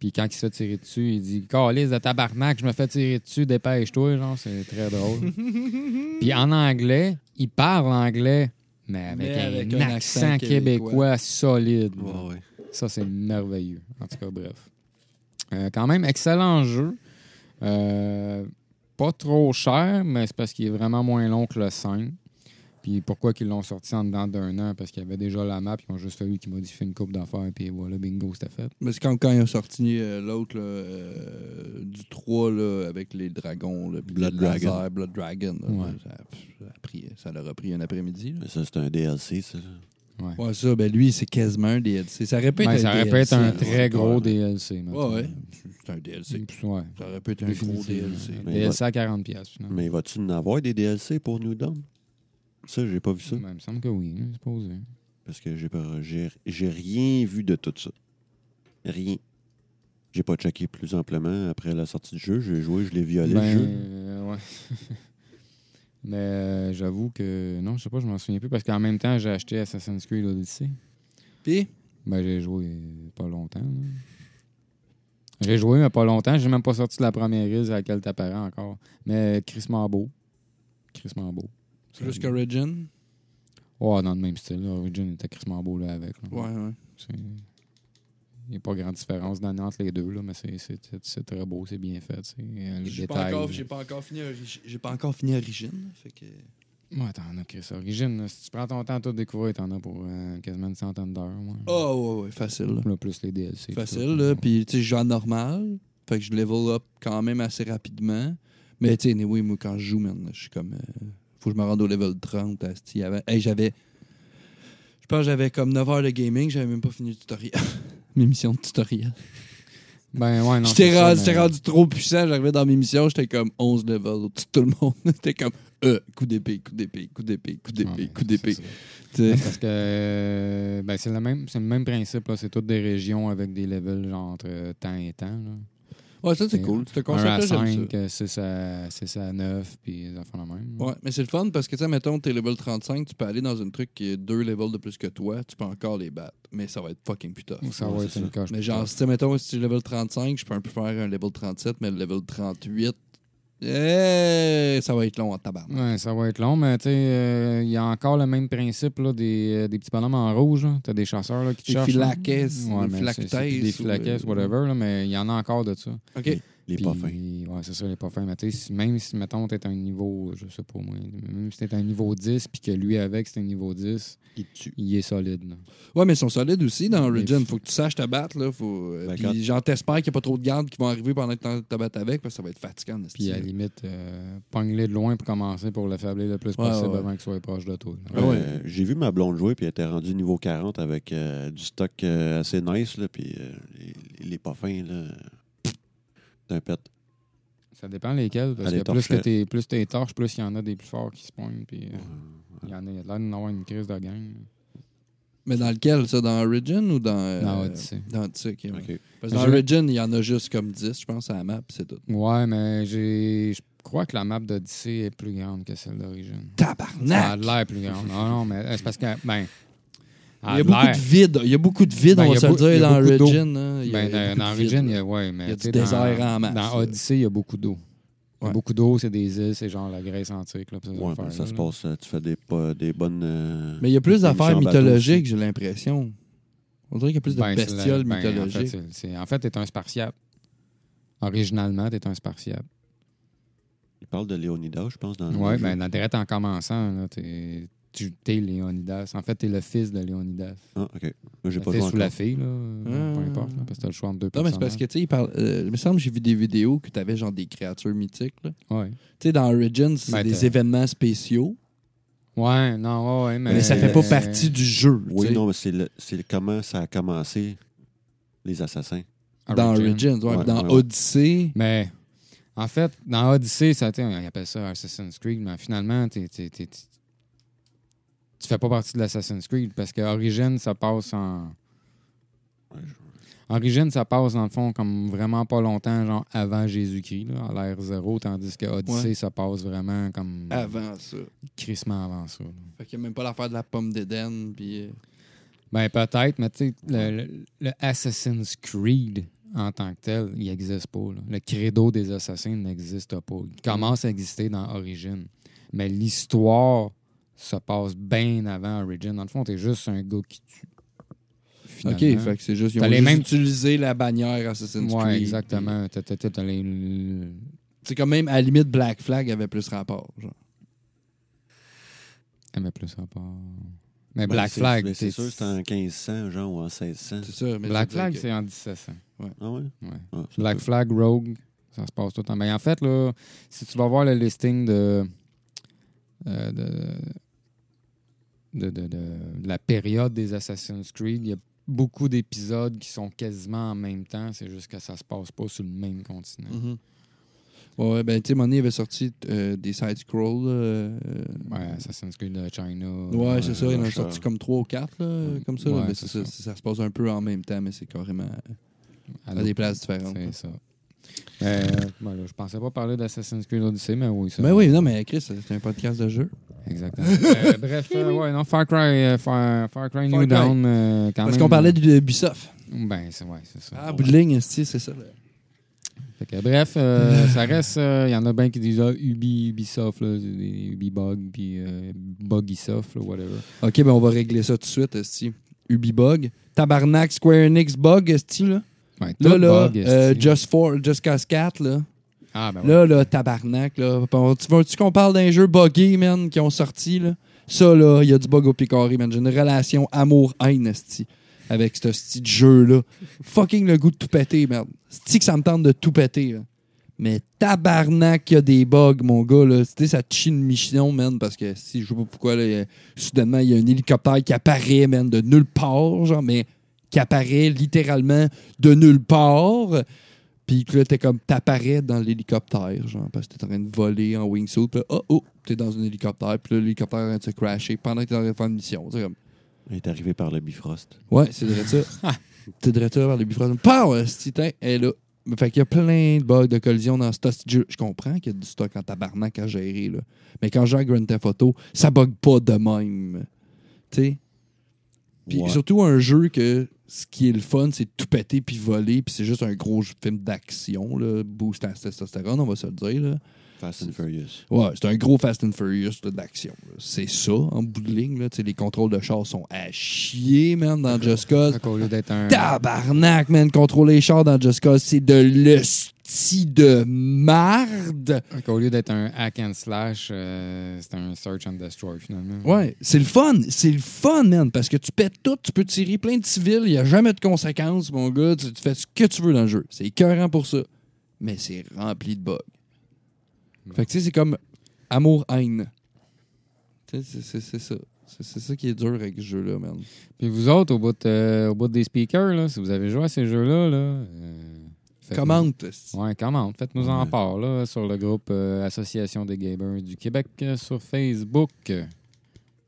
[SPEAKER 2] Puis quand il se fait tirer dessus, il dit Calice de tabarnak, je me fais tirer dessus, dépêche-toi. Genre, c'est très drôle. Puis en anglais, il parle anglais, mais avec,
[SPEAKER 1] Mais
[SPEAKER 2] un,
[SPEAKER 1] avec un
[SPEAKER 2] accent,
[SPEAKER 1] accent
[SPEAKER 2] québécois,
[SPEAKER 1] québécois.
[SPEAKER 2] solide.
[SPEAKER 4] Ouais, ouais.
[SPEAKER 2] Ça, c'est merveilleux. En tout cas, bref. Euh, quand même, excellent jeu. Euh, pas trop cher, mais c'est parce qu'il est vraiment moins long que le 5. Puis pourquoi qu'ils l'ont sorti en dedans d'un an? Parce qu'il y avait déjà la map, ils ont juste fallu qu'ils modifient une coupe d'affaires, puis voilà, bingo, c'était fait.
[SPEAKER 1] Mais c'est quand, quand ils ont sorti euh, l'autre là, euh, du 3 là, avec les dragons, là, puis
[SPEAKER 4] Blood
[SPEAKER 1] le
[SPEAKER 4] Dragon.
[SPEAKER 1] laser, Blood Dragon, là,
[SPEAKER 2] Ouais.
[SPEAKER 1] ça, a- ça a pris, ça leur a pris un après-midi. là.
[SPEAKER 4] Mais ça, c'est un DLC, ça.
[SPEAKER 2] Hmm. Ouais.
[SPEAKER 1] Ouais, ça, ben lui, c'est quasiment un DLC. Ça aurait pu être
[SPEAKER 2] Ben,
[SPEAKER 1] un
[SPEAKER 2] ça aurait pu être
[SPEAKER 1] DLC,
[SPEAKER 2] un
[SPEAKER 1] là.
[SPEAKER 2] très gros
[SPEAKER 4] ouais.
[SPEAKER 2] DLC. mettons.
[SPEAKER 1] Ouais, Mm. ouais. euh, C'est un DLC.
[SPEAKER 2] Ouais.
[SPEAKER 1] Ça aurait pu être un gros DLC.
[SPEAKER 2] Un
[SPEAKER 4] Mais
[SPEAKER 2] DLC à 40$. piastres, finalement.
[SPEAKER 4] Mais vas-tu en avoir des DLC pour New Dawn? Ça, j'ai pas vu ça.
[SPEAKER 2] Ben, il me semble que oui, hein, c'est posé.
[SPEAKER 4] Parce que j'ai pas- j'ai j'ai rien vu de tout ça. Rien. J'ai pas checké plus amplement après la sortie du jeu. J'ai joué, je l'ai violé,
[SPEAKER 2] Ben,
[SPEAKER 4] le jeu.
[SPEAKER 2] euh, ouais. Mais euh, j'avoue que. Non, je sais pas, je m'en souviens plus parce qu'en même temps, j'ai acheté Assassin's Creed Odyssey.
[SPEAKER 1] Puis,
[SPEAKER 2] Ben, j'ai joué euh, pas longtemps. là. J'ai joué, mais pas longtemps. J'ai même pas sorti de la première île à laquelle t'apparais encore. Mais euh, Chris Mambo. Chris Mambo.
[SPEAKER 1] plus qu'Origin.
[SPEAKER 2] Ouais, dans le même style. là. Origin était Chris Mambo là avec. là.
[SPEAKER 1] Ouais, ouais.
[SPEAKER 2] C'est- Il n'y a pas grande différence dans, entre les deux, là, mais c'est- c'est c'est- c'est très beau, c'est bien fait. c'est, euh, les
[SPEAKER 1] J'ai pas,
[SPEAKER 2] détails.
[SPEAKER 1] encore- j'ai pas encore fini Origi- j'ai pas encore fini Origin. Fait que...
[SPEAKER 2] Ouais, t'en as, Chris. Origine, là, si tu prends ton temps à tout découvrir, t'en as pour euh, quasiment une centaine d'heures. moi.
[SPEAKER 1] Oh, ouais, ouais, facile. là.
[SPEAKER 2] Là, plus les DLC. tout
[SPEAKER 1] Facile,
[SPEAKER 2] ça.
[SPEAKER 1] là. Puis, tu sais, je joue en normal. Fait que je level up quand même assez rapidement. Mais, tu sais, anyway, moi, quand je joue, man, je suis comme. euh, faut que je me rende au level 30. asti. Avant- Hey, j'avais. Je pense que j'avais comme 9 heures de gaming, j'avais même pas fini le tutoriel. mes missions de tutoriel.
[SPEAKER 2] Ben ouais, non. c'est
[SPEAKER 1] J'étais
[SPEAKER 2] ça,
[SPEAKER 1] rendu,
[SPEAKER 2] mais-
[SPEAKER 1] j'étais rendu trop puissant, j'arrivais dans mes missions, j'étais comme 11 levels au-dessus de tout le monde. J'étais comme euh, coup d'épée, coup d'épée, coup d'épée, coup
[SPEAKER 2] Ouais,
[SPEAKER 1] d'épée,
[SPEAKER 2] mais
[SPEAKER 1] coup
[SPEAKER 2] c'est
[SPEAKER 1] d'épée.
[SPEAKER 2] ça.
[SPEAKER 1] Tu sais.
[SPEAKER 2] Parce que euh, ben, c'est le même c'est le même principe, là. c'est toutes des régions avec des levels genre entre euh, temps et temps. Là.
[SPEAKER 1] Ouais, ça, c'est
[SPEAKER 2] Et
[SPEAKER 1] cool. Ce
[SPEAKER 2] Un à
[SPEAKER 1] concept-là, j'aime ça.
[SPEAKER 2] 5, euh, 6 à, 6 à 9, puis les enfants la même.
[SPEAKER 1] Ouais, mais c'est le fun parce que, tu sais, mettons, t'es level 35, tu peux aller dans un truc qui est deux levels de plus que toi, tu peux encore les battre, mais ça va être fucking plus tough.
[SPEAKER 2] Ou Ça va
[SPEAKER 4] Ouais,
[SPEAKER 2] être
[SPEAKER 4] c'est
[SPEAKER 2] une
[SPEAKER 4] ça.
[SPEAKER 2] coche.
[SPEAKER 1] Mais
[SPEAKER 2] plus
[SPEAKER 1] genre,
[SPEAKER 2] tard.
[SPEAKER 1] si tu mettons, si tu es level 35, je peux un peu faire un level 37, mais le level 38, eh, ça va être long en tabarnak.
[SPEAKER 2] Ouais, ça va être long, mais tu sais, euh, il y a encore le même principe là, des, euh, des petits bonhommes en rouge. là. T'as des chasseurs là, qui te
[SPEAKER 1] Des
[SPEAKER 2] cherchent. là.
[SPEAKER 1] filaques, des
[SPEAKER 2] mais c'est- c'est
[SPEAKER 1] filacaisses,
[SPEAKER 2] Des
[SPEAKER 1] ou, euh,
[SPEAKER 2] filaques, whatever, là, mais il y en a encore de ça.
[SPEAKER 1] OK.
[SPEAKER 4] Les
[SPEAKER 2] Puis,
[SPEAKER 4] pas fins.
[SPEAKER 2] Ouais, c'est ça, les pas fins. Mais tu sais, si- même si, mettons, t'es un niveau, je sais pas moi, même si t'es un niveau 10, puis que lui avec, c'est un niveau 10,
[SPEAKER 4] Ils te tuent.
[SPEAKER 2] il est solide. là.
[SPEAKER 1] Ouais, mais ils sont solides aussi dans
[SPEAKER 2] Mais
[SPEAKER 1] Origin.
[SPEAKER 2] fou.
[SPEAKER 1] Faut que tu saches te battre, là. Faut... euh,
[SPEAKER 4] Ben,
[SPEAKER 1] Puis
[SPEAKER 4] quand-
[SPEAKER 1] genre, t'espères qu'il n'y a pas trop de gardes qui vont arriver pendant que t'en- te battes avec, parce que ça va être fatigant.
[SPEAKER 2] Puis à la limite, euh, pogne-les de loin pour commencer pour l'affaiblir le plus
[SPEAKER 1] Ouais,
[SPEAKER 2] possible
[SPEAKER 1] ouais.
[SPEAKER 2] avant qu'il soit proche de toi. là.
[SPEAKER 1] Ah ouais.
[SPEAKER 4] Euh, j'ai vu ma blonde jouer, puis elle était rendue niveau 40 avec euh, du stock euh, assez nice, là, puis euh, les, les pas fins, là. C'est un pet.
[SPEAKER 2] Ça dépend lesquels, parce
[SPEAKER 4] Elle
[SPEAKER 2] que
[SPEAKER 4] est
[SPEAKER 2] plus que
[SPEAKER 4] torchée.
[SPEAKER 2] t'es plus t'es torche, plus il y en a des plus forts qui se poignent. Puis euh, il y en a, il y a l'air d'en avoir une crise de gang.
[SPEAKER 1] Mais dans lequel, ça? Dans Origin ou dans. euh,
[SPEAKER 2] Dans Odyssey.
[SPEAKER 1] Dans Odyssey, ok, ouais.
[SPEAKER 4] OK.
[SPEAKER 1] Parce que dans
[SPEAKER 2] Je-
[SPEAKER 1] Origin, il y en a juste comme 10, je pense, à la map, c'est tout.
[SPEAKER 2] Ouais, mais j'ai. Je crois que la map d'Odyssey est plus grande que celle d'origine. Ça a
[SPEAKER 1] Tabarnak!
[SPEAKER 2] de l'air plus grande. Non, non, mais euh, c'est parce que. Ben.
[SPEAKER 1] Il y a beaucoup de vide. Il y a beaucoup de vide,
[SPEAKER 2] ah, Ben,
[SPEAKER 1] on va
[SPEAKER 2] il y a
[SPEAKER 1] se le
[SPEAKER 2] beau- il y
[SPEAKER 1] dire,
[SPEAKER 2] a
[SPEAKER 1] dans
[SPEAKER 2] beaucoup d'eau.
[SPEAKER 1] Origin. là. Il y a-
[SPEAKER 2] Ben,
[SPEAKER 1] il y a
[SPEAKER 2] dans,
[SPEAKER 1] beaucoup
[SPEAKER 2] dans
[SPEAKER 1] de vide,
[SPEAKER 2] Origin, il y
[SPEAKER 1] là.
[SPEAKER 2] a, ouais, mais
[SPEAKER 1] Il y a
[SPEAKER 2] tu
[SPEAKER 1] du
[SPEAKER 2] sais, dans-
[SPEAKER 1] désert en masse,
[SPEAKER 2] Dans
[SPEAKER 1] là.
[SPEAKER 2] Odyssey, il y a beaucoup d'eau. Il y
[SPEAKER 1] Ouais. ben,
[SPEAKER 2] a beaucoup d'eau, c'est des îles, c'est genre la Grèce antique. Là, puis ces
[SPEAKER 4] Ouais, mais
[SPEAKER 2] affaires-là,
[SPEAKER 4] ça se
[SPEAKER 2] là.
[SPEAKER 4] passe. euh, Tu fais des, pas- des bonnes. euh,
[SPEAKER 1] Mais il y a plus
[SPEAKER 4] des
[SPEAKER 1] d'affaires
[SPEAKER 4] missions en bateau
[SPEAKER 1] mythologiques, j'ai l'impression. On dirait qu'il y a plus de
[SPEAKER 2] Ben, c'est la-
[SPEAKER 1] bestioles
[SPEAKER 2] ben, En fait,
[SPEAKER 1] mythologiques.
[SPEAKER 2] c'est- c'est- en fait, t'es un spartiate. Originalement, t'es un spartiate.
[SPEAKER 4] aussi. Il parle de Léonidas, je pense, dans le
[SPEAKER 2] Oui,
[SPEAKER 4] jeu.
[SPEAKER 2] ben, direct en commençant, là, t'es, tu t'es Léonidas. En fait, t'es le fils de Léonidas.
[SPEAKER 4] Ah, OK. Moi, j'ai
[SPEAKER 1] ben,
[SPEAKER 2] Le
[SPEAKER 4] pas
[SPEAKER 2] fils
[SPEAKER 4] joué
[SPEAKER 2] ou
[SPEAKER 4] encore.
[SPEAKER 2] la fille, là, peu importe, là, parce que t'as le choix entre deux
[SPEAKER 1] Non, mais c'est parce que, tu sais, il parle. euh, il me semble que j'ai vu des vidéos que tu avais genre des créatures mythiques. là.
[SPEAKER 2] Ouais.
[SPEAKER 1] Tu sais, dans Origin, c'est
[SPEAKER 2] Ben,
[SPEAKER 1] des
[SPEAKER 2] t'as-
[SPEAKER 1] événements spéciaux,
[SPEAKER 2] ouais, non, ouais, ouais, mais... euh,
[SPEAKER 1] mais ça fait pas partie du jeu. tu
[SPEAKER 4] Oui,
[SPEAKER 1] sais.
[SPEAKER 4] non, mais c'est le, c'est le- comment ça a commencé, les assassins.
[SPEAKER 2] euh,
[SPEAKER 1] Dans Origin, ouais,
[SPEAKER 4] Ouais,
[SPEAKER 1] puis dans
[SPEAKER 4] ouais, ouais.
[SPEAKER 1] Odyssey.
[SPEAKER 2] Mais en fait, dans Odyssey, ça, t'sais, on appelle ça Assassin's Creed, mais finalement, t'es- t'es- t'es- t'es- tu fais pas partie de l'Assassin's Creed parce que Origin, ça passe en.
[SPEAKER 4] Ouais,
[SPEAKER 2] Origin, ça passe dans le fond comme vraiment pas longtemps, genre avant Jésus-Christ, là, à l'ère zéro, tandis que Odyssey, ça passe vraiment comme
[SPEAKER 1] Avant ça.
[SPEAKER 2] crissement avant ça. là.
[SPEAKER 1] Fait qu'il n'y a même pas l'affaire de la pomme d'Éden. Puis. euh,
[SPEAKER 2] Ben peut-être, mais tu sais, le, le- le Assassin's Creed en tant que tel, il n'existe pas. là. Le credo des assassins n'existe pas. Il commence à exister dans Origin. Mais l'histoire se passe bien avant Origin. Dans le fond, t'es juste un gars qui tue. finalement.
[SPEAKER 1] OK, fait que c'est juste. Ils ont
[SPEAKER 2] T'as les
[SPEAKER 1] juste
[SPEAKER 2] mêmes-
[SPEAKER 1] utilisé la bannière Assassin's
[SPEAKER 2] Ouais,
[SPEAKER 1] Creed.
[SPEAKER 2] exactement. T'as- t'as- t'as- t'as les-
[SPEAKER 1] C'est quand même, à la limite, Black Flag avait plus rapport. Genre.
[SPEAKER 2] Ah, mais plus rapport. Mais
[SPEAKER 4] Ben,
[SPEAKER 2] Black
[SPEAKER 4] c'est-
[SPEAKER 2] Flag,
[SPEAKER 4] mais C'est
[SPEAKER 2] t'es-
[SPEAKER 4] sûr, c'est en 1500, genre, ou en 1600.
[SPEAKER 1] C'est ça. mais
[SPEAKER 2] Black
[SPEAKER 1] je veux
[SPEAKER 2] Flag,
[SPEAKER 1] dire
[SPEAKER 2] c'est en 1700.
[SPEAKER 4] Ah ouais?
[SPEAKER 2] Ouais.
[SPEAKER 4] Ah, c'est
[SPEAKER 2] Black
[SPEAKER 1] Mm-hmm.
[SPEAKER 4] ça.
[SPEAKER 2] Flag, Rogue, ça se passe tout le temps. Mais en fait, là, si tu vas voir le listing de, euh, de, de, de- de- de la période des Assassin's Creed, il y a beaucoup d'épisodes qui sont quasiment en même temps. C'est juste que ça se passe pas sur le même continent.
[SPEAKER 1] Mhm. Ouais, ben, tu sais, Money avait sorti euh, des side-scrolls. euh,
[SPEAKER 2] Ouais, Assassin's Creed de China.
[SPEAKER 1] ouais,
[SPEAKER 2] euh,
[SPEAKER 1] c'est ça. Il en a
[SPEAKER 4] Russia.
[SPEAKER 1] sorti comme trois ou quatre, là, comme ça. là,
[SPEAKER 2] Ouais,
[SPEAKER 1] mais
[SPEAKER 2] c'est
[SPEAKER 1] c'est ça,
[SPEAKER 2] ça.
[SPEAKER 1] c'est- ça se passe un peu en même temps, mais c'est carrément
[SPEAKER 2] à
[SPEAKER 1] à, des places différentes.
[SPEAKER 2] C'est ça. Euh, ben là, je pensais pas parler d'Assassin's Creed Odyssey, mais oui. Ça,
[SPEAKER 1] Mais Ben oui, non, mais Chris, c'est un podcast de jeu.
[SPEAKER 2] Exactement. Euh, bref, euh, ouais, non, Far Cry, euh, Far, Far Cry New
[SPEAKER 1] Far Cry.
[SPEAKER 2] Dawn, euh, quand
[SPEAKER 1] Parce
[SPEAKER 2] même.
[SPEAKER 1] qu'on parlait de Ubisoft.
[SPEAKER 2] Ben, c'est ouais, c'est ça.
[SPEAKER 1] Ah, bout de ligne, esti, c'est ça. là.
[SPEAKER 2] Fait que, bref, euh, ça reste. Il y en a bien qui disent ah, Ubi, Ubisoft, là, des- des Ubibug, puis euh, Bugisoft, là, whatever.
[SPEAKER 1] OK, ben on va régler ça tout de suite, esti. Ubibug. Tabarnak, Square Enix bug, esti, là.
[SPEAKER 2] Ouais, tout
[SPEAKER 1] Là, là,
[SPEAKER 2] bug,
[SPEAKER 1] euh,
[SPEAKER 2] esti.
[SPEAKER 1] Just, for, Just Cause 4, là.
[SPEAKER 2] Ah, ben, ouais.
[SPEAKER 1] Là, là, tabarnak, là. On- Tu veux-tu qu'on parle d'un jeu buggé, man, qui ont sorti, là? Ça, là, il y a du bug au picoré, man. J'ai une relation amour-haine, esti, avec ce style de jeu-là. Fucking le goût de tout péter, merde. Esti que ça me tente de tout péter, là. Mais tabarnak, il y a des bugs, mon gars, là. Tu sais, ça te chie une mission, man, parce que si, je sais pas pourquoi, là, il y a- soudainement, il y a un hélicoptère qui apparaît, man, de nulle part, genre, mais qui apparaît littéralement de nulle part. Puis que là, t'es comme, t'apparais dans l'hélicoptère, genre, parce que t'es en train de voler en wingsuit. Puis là, oh, oh, t'es dans un hélicoptère. Puis là, l'hélicoptère est en train de se crasher pendant que t'es en train de faire une mission. C'est comme,
[SPEAKER 4] Il est arrivé par le Bifrost.
[SPEAKER 1] ouais, c'est vrai ça. t'es de retour vers le bifrost. Pow! Euh, Titan est là. Mais Fait qu'il y a plein de bugs de collision dans ce hostie de jeu. Je comprends qu'il y a du stock en tabarnak à gérer, là. Mais quand j'ai un Grand Theft Auto, ça bug pas de même. Tu sais? Puis
[SPEAKER 4] Ouais.
[SPEAKER 1] surtout un jeu que ce qui est le fun, c'est tout péter puis voler, puis c'est juste un gros jeu- film d'action, là, boost à testostérone, on va se le dire. Là.
[SPEAKER 4] Fast and Furious.
[SPEAKER 1] Ouais, c'est un gros Fast and Furious là, d'action. là. C'est ça, en bout de ligne. Là, Tu sais, les contrôles de char sont à chier, man, dans Just Cause.
[SPEAKER 2] Fait qu'au lieu d'être un.
[SPEAKER 1] Tabarnak, man, contrôler les chars dans Just Cause, c'est de l'hostie de marde.
[SPEAKER 2] fait qu'au lieu d'être un hack and slash, euh, c'est un search and destroy, finalement.
[SPEAKER 1] Ouais, c'est le fun, c'est le fun, man, parce que tu pètes tout, tu peux tirer plein de civils, il n'y a jamais de conséquences, mon gars, tu, tu fais ce que tu veux dans le jeu. C'est écœurant pour ça, mais c'est rempli de bugs. Fait que tu sais, c'est comme amour-haine. Tu sais, c'est- c'est c'est ça. C'est c'est ça qui est dur avec ce jeu-là, man.
[SPEAKER 2] Puis vous autres, au bout, de, euh, au bout des speakers, là, si vous avez joué à ces jeux-là, là, euh, faites-nous-
[SPEAKER 1] Commente.
[SPEAKER 2] Ouais, comment? Faites-nous en
[SPEAKER 4] Ouais.
[SPEAKER 2] part là, sur le groupe euh, Association des Gamers du Québec euh, sur Facebook. Euh,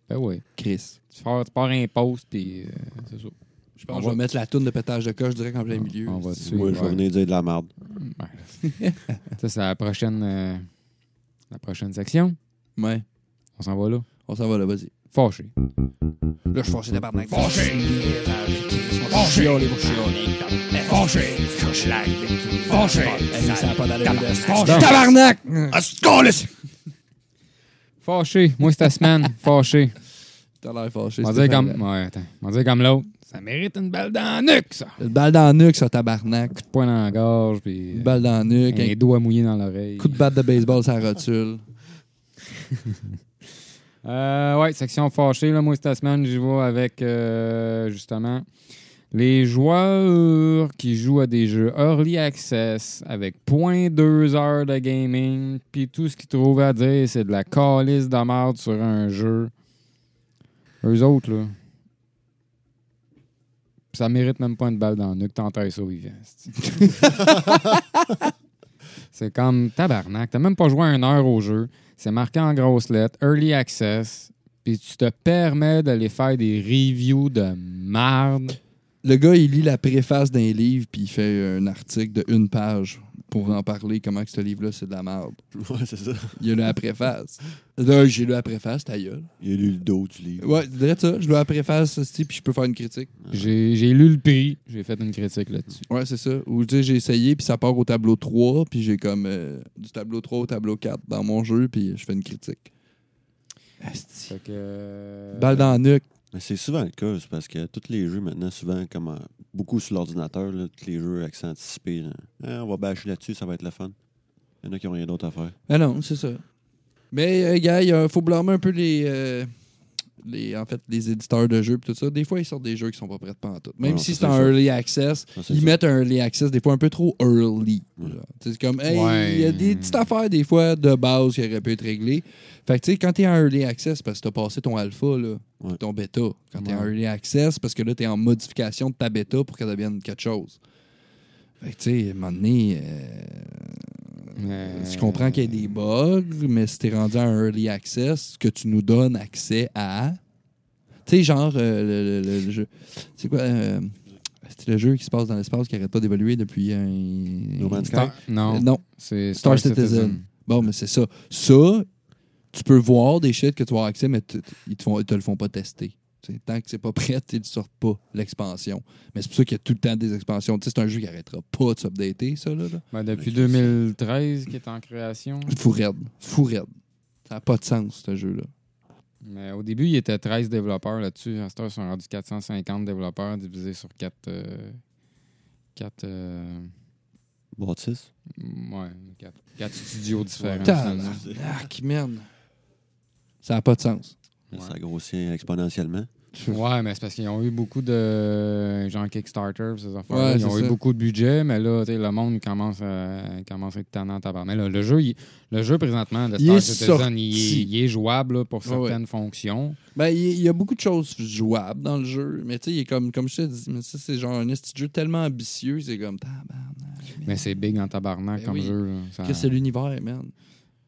[SPEAKER 2] Ben oui.
[SPEAKER 1] Chris.
[SPEAKER 2] Tu pars, tu pars un post, puis euh, c'est ça.
[SPEAKER 1] Je pense
[SPEAKER 2] On
[SPEAKER 1] que je vais Ah,
[SPEAKER 2] va-
[SPEAKER 1] mettre la toune de pétage de coche direct en plein milieu.
[SPEAKER 2] On va te suivre.
[SPEAKER 4] Moi, je vais
[SPEAKER 2] ouais.
[SPEAKER 4] venir dire de la merde.
[SPEAKER 2] Ouais. ça, c'est la prochaine, euh, la prochaine section.
[SPEAKER 1] Ouais,
[SPEAKER 2] On s'en va là.
[SPEAKER 1] on s'en va là, vas-y.
[SPEAKER 2] Fâché.
[SPEAKER 1] Là, je suis fâché tabarnak.
[SPEAKER 3] Fâché. Fâché. Fâché. Fâché.
[SPEAKER 1] Hey, ça a pas d'allure, là.
[SPEAKER 3] Fâché.
[SPEAKER 1] Tabarnak!
[SPEAKER 3] Fâché.
[SPEAKER 2] Fâché. Moi, c'est ta semaine. Fâché.
[SPEAKER 1] T'as l'air fâché.
[SPEAKER 2] On va dire
[SPEAKER 1] Stéphane.
[SPEAKER 2] comme, ouais, attends. On va dire comme l'autre. Ça mérite une balle dans la nuque, ça.
[SPEAKER 1] Une balle dans la nuque, ça, tabarnak.
[SPEAKER 2] Coup de poing dans la gorge, puis
[SPEAKER 1] Une
[SPEAKER 2] euh,
[SPEAKER 1] balle dans la nuque,
[SPEAKER 2] un
[SPEAKER 1] un
[SPEAKER 2] doigt mouillé dans l'oreille.
[SPEAKER 1] coup de batte de baseball, ça rotule.
[SPEAKER 2] Euh, ouais, section fâchée, là, moi, cette semaine, j'y vais avec, euh, justement, les joueurs qui jouent à des jeux early access avec 0.2 heures de gaming, puis tout ce qu'ils trouvent à dire, c'est de la calice de merde sur un jeu. Eux autres, là. Ça mérite même pas une balle dans le nuque, t'entends ça au vivant. c'est-tu. c'est comme tabarnak, t'as même pas joué une heure au jeu. C'est marqué en grosses lettres, Early Access, puis tu te permets d'aller faire des reviews de marde.
[SPEAKER 1] Le gars, il lit la préface d'un livre, puis il fait un article de une page pour en parler, comment que ce livre-là, c'est de la merde.
[SPEAKER 4] Ouais, c'est ça.
[SPEAKER 1] Il a lu la préface. Là, j'ai lu la préface, ta gueule.
[SPEAKER 4] Il a lu le dos du livre.
[SPEAKER 1] Ouais, je dirais ça. Je lu la préface, esti, puis je peux faire une critique.
[SPEAKER 2] J'ai j'ai lu le prix, j'ai fait une critique là-dessus.
[SPEAKER 1] Ouais, c'est ça. Ou tu sais, j'ai essayé, puis ça part au tableau 3, puis j'ai comme euh, du tableau 3 au tableau 4 dans mon jeu, puis je fais une critique. Asti.
[SPEAKER 2] Fait que, euh,
[SPEAKER 1] Balle dans la nuque.
[SPEAKER 4] Mais c'est souvent le cas, c'est parce que tous les jeux maintenant, souvent, comme euh, beaucoup sur l'ordinateur, là, tous les jeux accent anticipé, là. Ah, on va bâcher là-dessus, ça va être le fun. Il y en a qui n'ont rien d'autre à faire.
[SPEAKER 1] Ah non, c'est ça. Mais, euh, gars, il y a- faut blâmer un peu les, euh, les, en fait, les éditeurs de jeux et tout ça. Des fois, ils sortent des jeux qui sont pas prêts de pantoute. Même
[SPEAKER 4] Non,
[SPEAKER 1] si c'est
[SPEAKER 4] ça, c'est
[SPEAKER 1] en
[SPEAKER 4] sûr.
[SPEAKER 1] early access,
[SPEAKER 4] Ça, c'est
[SPEAKER 1] ils
[SPEAKER 4] sûr.
[SPEAKER 1] mettent un early access des fois un peu trop early.
[SPEAKER 4] Ouais.
[SPEAKER 1] genre. C'est comme, hey, il
[SPEAKER 2] Ouais.
[SPEAKER 1] y a des petites affaires des fois de base qui auraient pu être réglées. Fait que, tu sais, quand t'es en early access, parce que t'as passé ton alpha, là,
[SPEAKER 4] Ouais.
[SPEAKER 1] puis ton bêta. Quand t'es en
[SPEAKER 2] Ouais.
[SPEAKER 1] early access, parce que là, t'es en modification de ta bêta pour qu'elle devienne quelque chose. Fait que, tu sais, à un moment donné, euh,
[SPEAKER 2] Euh,
[SPEAKER 1] je comprends qu'il y a des bugs, mais si t'es rendu à un early access, que tu nous donnes accès à. Tu sais, genre, euh, le, le- le- le jeu. C'est quoi euh, C'est le jeu qui se passe dans l'espace qui arrête pas d'évoluer depuis un.
[SPEAKER 4] No Man's
[SPEAKER 2] Star-
[SPEAKER 1] Euh,
[SPEAKER 2] Non,
[SPEAKER 1] non.
[SPEAKER 2] c'est
[SPEAKER 1] Star Citizen. Bon, mais c'est ça. Ça, tu peux voir des shit que tu vas avoir accès, mais tu- tu- ils te, font, ils te le font pas tester. Tu sais, tant que c'est pas prêt, ils ne sortent pas l'expansion. Mais c'est pour ça qu'il y a tout le temps des expansions. Tu sais, c'est un jeu qui arrêtera pas de s'updater, ça, là. là.
[SPEAKER 2] Ben, depuis
[SPEAKER 4] Ok,
[SPEAKER 2] 2013 qui est en création.
[SPEAKER 1] Fou raide. Fou raide. Ça n'a pas de sens, ce jeu-là.
[SPEAKER 2] Mais au début, il y était 13 développeurs là-dessus. À cette heure, ils sont rendus 450 développeurs divisés sur euh, 4. 4
[SPEAKER 4] Bâtisse.
[SPEAKER 2] euh, ouais, 4, studios différents. finalement.
[SPEAKER 1] Tabarnak, man. Ça n'a pas de sens.
[SPEAKER 2] Ouais.
[SPEAKER 4] Ça grossit exponentiellement.
[SPEAKER 2] Ouais, mais c'est parce qu'ils ont eu beaucoup de. Genre Kickstarter, pis ces affaires
[SPEAKER 1] Ouais,
[SPEAKER 2] Ils ont
[SPEAKER 1] c'est
[SPEAKER 2] eu
[SPEAKER 1] ça.
[SPEAKER 2] beaucoup de budget, mais là, tu sais, le monde commence à, commence à être tannant à part. Mais là, le jeu, il- le jeu présentement, de
[SPEAKER 1] Il
[SPEAKER 2] Star
[SPEAKER 1] est
[SPEAKER 2] Citizen,
[SPEAKER 1] sorti.
[SPEAKER 2] il est, il est jouable là, pour
[SPEAKER 1] Ouais, ouais.
[SPEAKER 2] certaines fonctions.
[SPEAKER 1] Ben, il il y, a beaucoup de choses jouables dans le jeu, mais tu sais, il est comme, comme je te dis, mais ça, c'est genre un esti de jeu tellement ambitieux, c'est comme, tabarnak.
[SPEAKER 2] Mais c'est big en tabarnak
[SPEAKER 1] Ben
[SPEAKER 2] comme
[SPEAKER 1] oui.
[SPEAKER 2] jeu. là. Ça-
[SPEAKER 1] Qu'est-ce que c'est l'univers, man?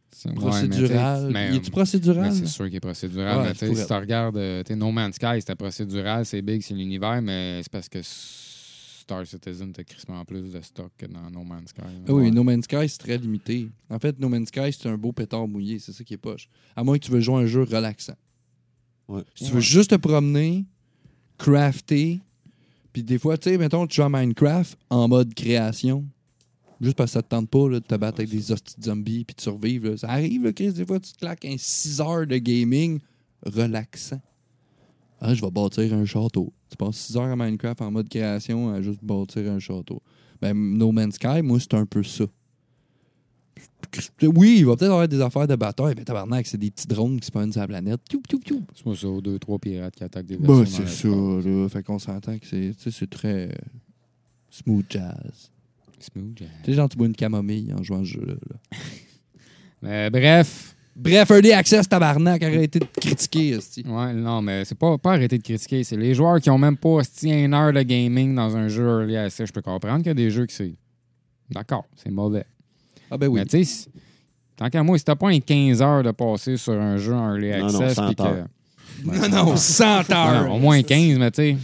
[SPEAKER 2] c'est- ouais,
[SPEAKER 1] Procédural.
[SPEAKER 2] mais, tu sais, mais,
[SPEAKER 1] Il est-tu procédural?
[SPEAKER 2] Mais c'est sûr qu'il est procédural.
[SPEAKER 1] Ouais,
[SPEAKER 2] mais tu sais,
[SPEAKER 1] c'est
[SPEAKER 2] si
[SPEAKER 1] pour
[SPEAKER 2] tu regardes euh, tu sais, No Man's Sky, c'était procédural, c'est big, c'est l'univers, mais c'est parce que Star Citizen, t'as crissement plus de stock que dans No Man's Sky. là.
[SPEAKER 1] Ah oui,
[SPEAKER 2] Ouais.
[SPEAKER 1] No Man's Sky, c'est très limité. En fait, No Man's Sky, c'est un beau pétard mouillé, c'est ça qui est poche. À moins que tu veux jouer à un jeu relaxant.
[SPEAKER 4] Ouais.
[SPEAKER 1] Si tu veux juste te promener, crafter, puis des fois, tu sais, mettons, tu joues à Minecraft en mode création, juste parce que ça te tente pas là, de te battre avec des hosties de zombies puis de survivre. là. Ça arrive, là, Chris, des fois, tu te claques un 6 heures de gaming relaxant. Ah, je vais bâtir un château. Tu passes 6 heures à Minecraft en mode création à juste bâtir un château. Ben, No Man's Sky, moi, c'est un peu ça. Oui, il va peut-être avoir des affaires de bataille, mais tabarnak, c'est des petits drones qui se prennent sur la planète. Piou, piou, piou.
[SPEAKER 2] C'est pas ça, deux, trois pirates qui attaquent des
[SPEAKER 1] Bah,
[SPEAKER 2] dans
[SPEAKER 1] c'est
[SPEAKER 2] la-
[SPEAKER 1] ça, là. Fait qu'on s'entend que c'est, tu sais, c'est très euh, smooth jazz.
[SPEAKER 2] Smooth, yeah.
[SPEAKER 1] Tu sais, genre, tu bois une camomille en jouant à ce jeu-là. là.
[SPEAKER 2] Mais bref,
[SPEAKER 1] Bref, Early Access, tabarnak, arrêtez de critiquer, esti.
[SPEAKER 2] ouais, non, mais c'est pas, pas arrêter de critiquer. C'est les joueurs qui ont même pas hostie, une heure de gaming dans un jeu early access. Je peux comprendre qu'il y a des jeux qui c'est. D'accord, c'est mauvais.
[SPEAKER 1] Ah ben oui.
[SPEAKER 2] Mais tu sais, si- tant qu'à moi, si t'as pas un 15 heures de passer sur un jeu en early
[SPEAKER 4] Non, non,
[SPEAKER 2] access,
[SPEAKER 4] 100
[SPEAKER 2] puis que-
[SPEAKER 4] heures.
[SPEAKER 1] Non, non, 100
[SPEAKER 2] Ouais,
[SPEAKER 1] heures.
[SPEAKER 2] au moins 15, mais tu sais.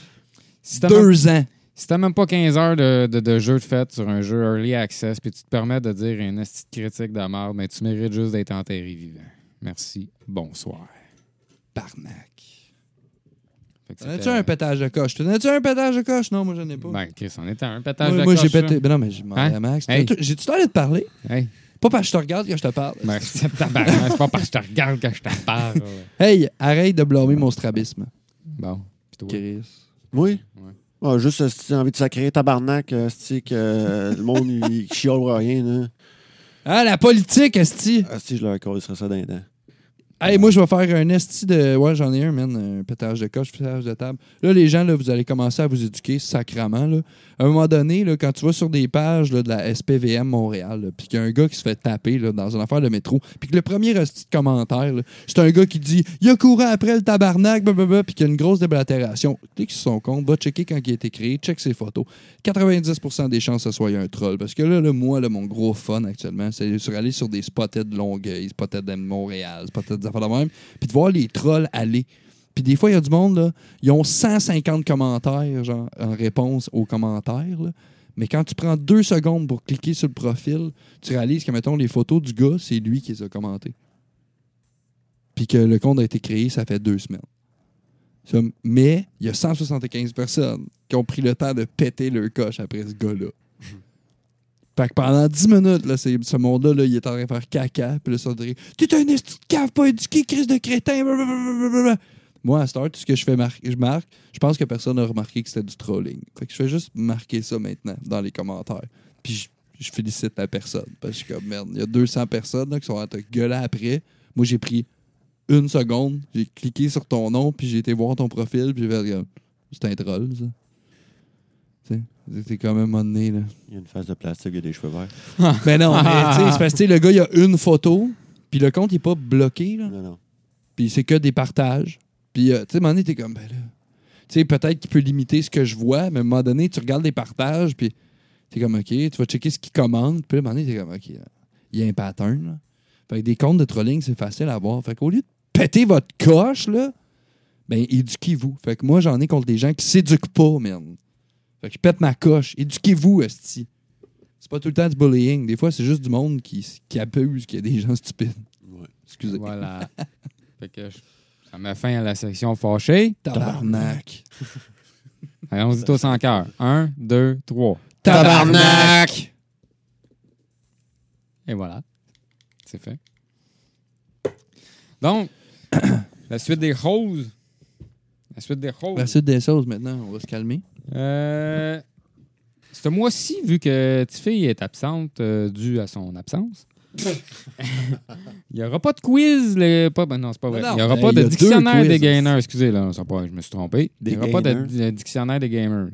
[SPEAKER 2] Si t'as même,
[SPEAKER 1] Deux ans.
[SPEAKER 2] si t'as même pas 15 heures de, de, de jeu de fête sur un jeu early access, puis tu te permets de dire une petite critique de la merde, mais tu mérites juste d'être enterré vivant. Merci. Bonsoir.
[SPEAKER 1] Barnac.
[SPEAKER 2] Fait que
[SPEAKER 1] T'en as-tu
[SPEAKER 2] c'était-
[SPEAKER 1] un pétage de coche? T'en as-tu un pétage de coche? Non, moi, j'en ai pas.
[SPEAKER 2] Ben, Chris, on était à un pétage
[SPEAKER 1] moi,
[SPEAKER 2] de
[SPEAKER 1] moi,
[SPEAKER 2] coche,
[SPEAKER 1] j'ai
[SPEAKER 2] ça.
[SPEAKER 1] pété. Ben non, mais j'ai demandé
[SPEAKER 2] Hein?
[SPEAKER 1] à Max.
[SPEAKER 2] Hey.
[SPEAKER 1] T'as- J'ai-tu l'air de te parler?
[SPEAKER 2] Hey,
[SPEAKER 1] Pas parce que je te regarde que je te parle.
[SPEAKER 2] ben, c'est tabarnak, c'est pas parce que je te regarde que je te parle.
[SPEAKER 1] Hey, arrête de blâmer mon strabisme.
[SPEAKER 2] Bon, pis toi.
[SPEAKER 1] Chris.
[SPEAKER 4] Oui?
[SPEAKER 2] Ouais.
[SPEAKER 4] Ah, juste, euh, si t'as envie de sacrer tabarnak, euh, si que euh, le monde, il il chiale pour rien, là.
[SPEAKER 1] Ah, la politique, esti.
[SPEAKER 4] Ah, si je leur causerais ça dans les dents.
[SPEAKER 1] Hey, moi, je vais faire un esti de. Ouais, j'en ai un, man. Un pétage de coche, pétage de table. Là, les gens, là, vous allez commencer à vous éduquer sacrament. Là. À un moment donné, là, quand tu vas sur des pages là, de la SPVM Montréal, là, puis qu'il y a un gars qui se fait taper là, dans une affaire de métro, puis que le premier esti de commentaire, là, c'est un gars qui dit Il a couru après le tabarnak, blablabla, puis qu'il y a une grosse déblatération. Clique sur son compte, va checker quand il a été créé, check ses photos. 90% des chances que ce soit un troll. Parce que là, là, moi, là, mon gros fun actuellement, c'est sur aller sur des spotted de Longueuil, spotted de Montréal, spotted des affaires de même, puis de voir les trolls aller. Puis des fois, il y a du monde, là, ils ont 150 commentaires genre, en réponse aux commentaires. là. Mais quand tu prends deux secondes pour cliquer sur le profil, tu réalises que, mettons, les photos du gars, c'est lui qui les a commentées. Puis que le compte a été créé, ça fait deux semaines. Ça, Mais il y a 175 personnes qui ont pris le temps de péter leur coche après ce gars-là. Fait que pendant 10 minutes, là, c'est- ce monde-là, là, il est en train de faire caca, puis là, ça dirait T'es un esti de cave pas éduqué, crise de crétin, blablabla. Moi, à Star, tout ce que je fais, mar- je marque, je pense que personne n'a remarqué que c'était du trolling. Fait que je fais juste marquer ça maintenant dans les commentaires. Puis je, je félicite la personne. Parce que je suis comme, merde, il y a 200 personnes là, qui sont à te gueuler après. Moi, j'ai pris une seconde, j'ai cliqué sur ton nom, puis j'ai été voir ton profil, puis j'ai fait, regarde, c'est un troll, ça. Tu sais, t'es quand même un moment donné, là.
[SPEAKER 4] Il y a une face de plastique, il y a des cheveux verts.
[SPEAKER 1] Mais non, mais tu sais, c'est parce que tu sais, le gars, il a une photo, puis le compte, il n'est pas bloqué, là.
[SPEAKER 4] Non, non.
[SPEAKER 1] Puis c'est que des partages. Puis, euh, tu sais, à un moment donné, t'es comme, ben là. Tu sais, peut-être qu'il peut limiter ce que je vois, mais à un moment donné, tu regardes des partages, puis t'es comme, OK, tu vas checker ce qu'il commande. Puis là, à un moment donné, t'es comme, OK, là, il y a un pattern, là. Fait que des comptes de trolling, c'est facile à voir. Fait qu'au lieu de péter votre coche, là, ben, éduquez-vous. Fait que moi, j'en ai contre des gens qui s'éduquent pas, merde. Fait que je pète ma coche. Éduquez-vous, esti. C'est pas tout le temps du bullying. Des fois, c'est juste du monde qui, qui abuse, qu'il y a des gens stupides.
[SPEAKER 4] Ouais.
[SPEAKER 1] Excusez.
[SPEAKER 2] Voilà. fait que je- ça met fin à la section fâchée.
[SPEAKER 1] Tabarnak.
[SPEAKER 2] Allons-y tous en cœur. Un, deux, trois.
[SPEAKER 1] Tabarnak!
[SPEAKER 2] Et voilà. C'est fait. Donc, la suite des roses. La suite des roses.
[SPEAKER 1] La suite des choses, maintenant, on va se calmer.
[SPEAKER 2] Euh, ce mois-ci, vu que Tiffy est absente euh, due à son absence, il n'y aura pas de quiz. le- pas, ben non, c'est pas vrai.
[SPEAKER 1] Non, non.
[SPEAKER 2] Il n'y aura
[SPEAKER 1] Euh,
[SPEAKER 2] pas
[SPEAKER 1] il y
[SPEAKER 2] de
[SPEAKER 1] a deux
[SPEAKER 2] dictionnaire
[SPEAKER 1] quiz.
[SPEAKER 2] des gamers. Excusez, là, c'est pas- je me suis trompé.
[SPEAKER 4] Des
[SPEAKER 2] il n'y aura pas de
[SPEAKER 4] gainers.
[SPEAKER 2] di- euh, dictionnaire des gamers.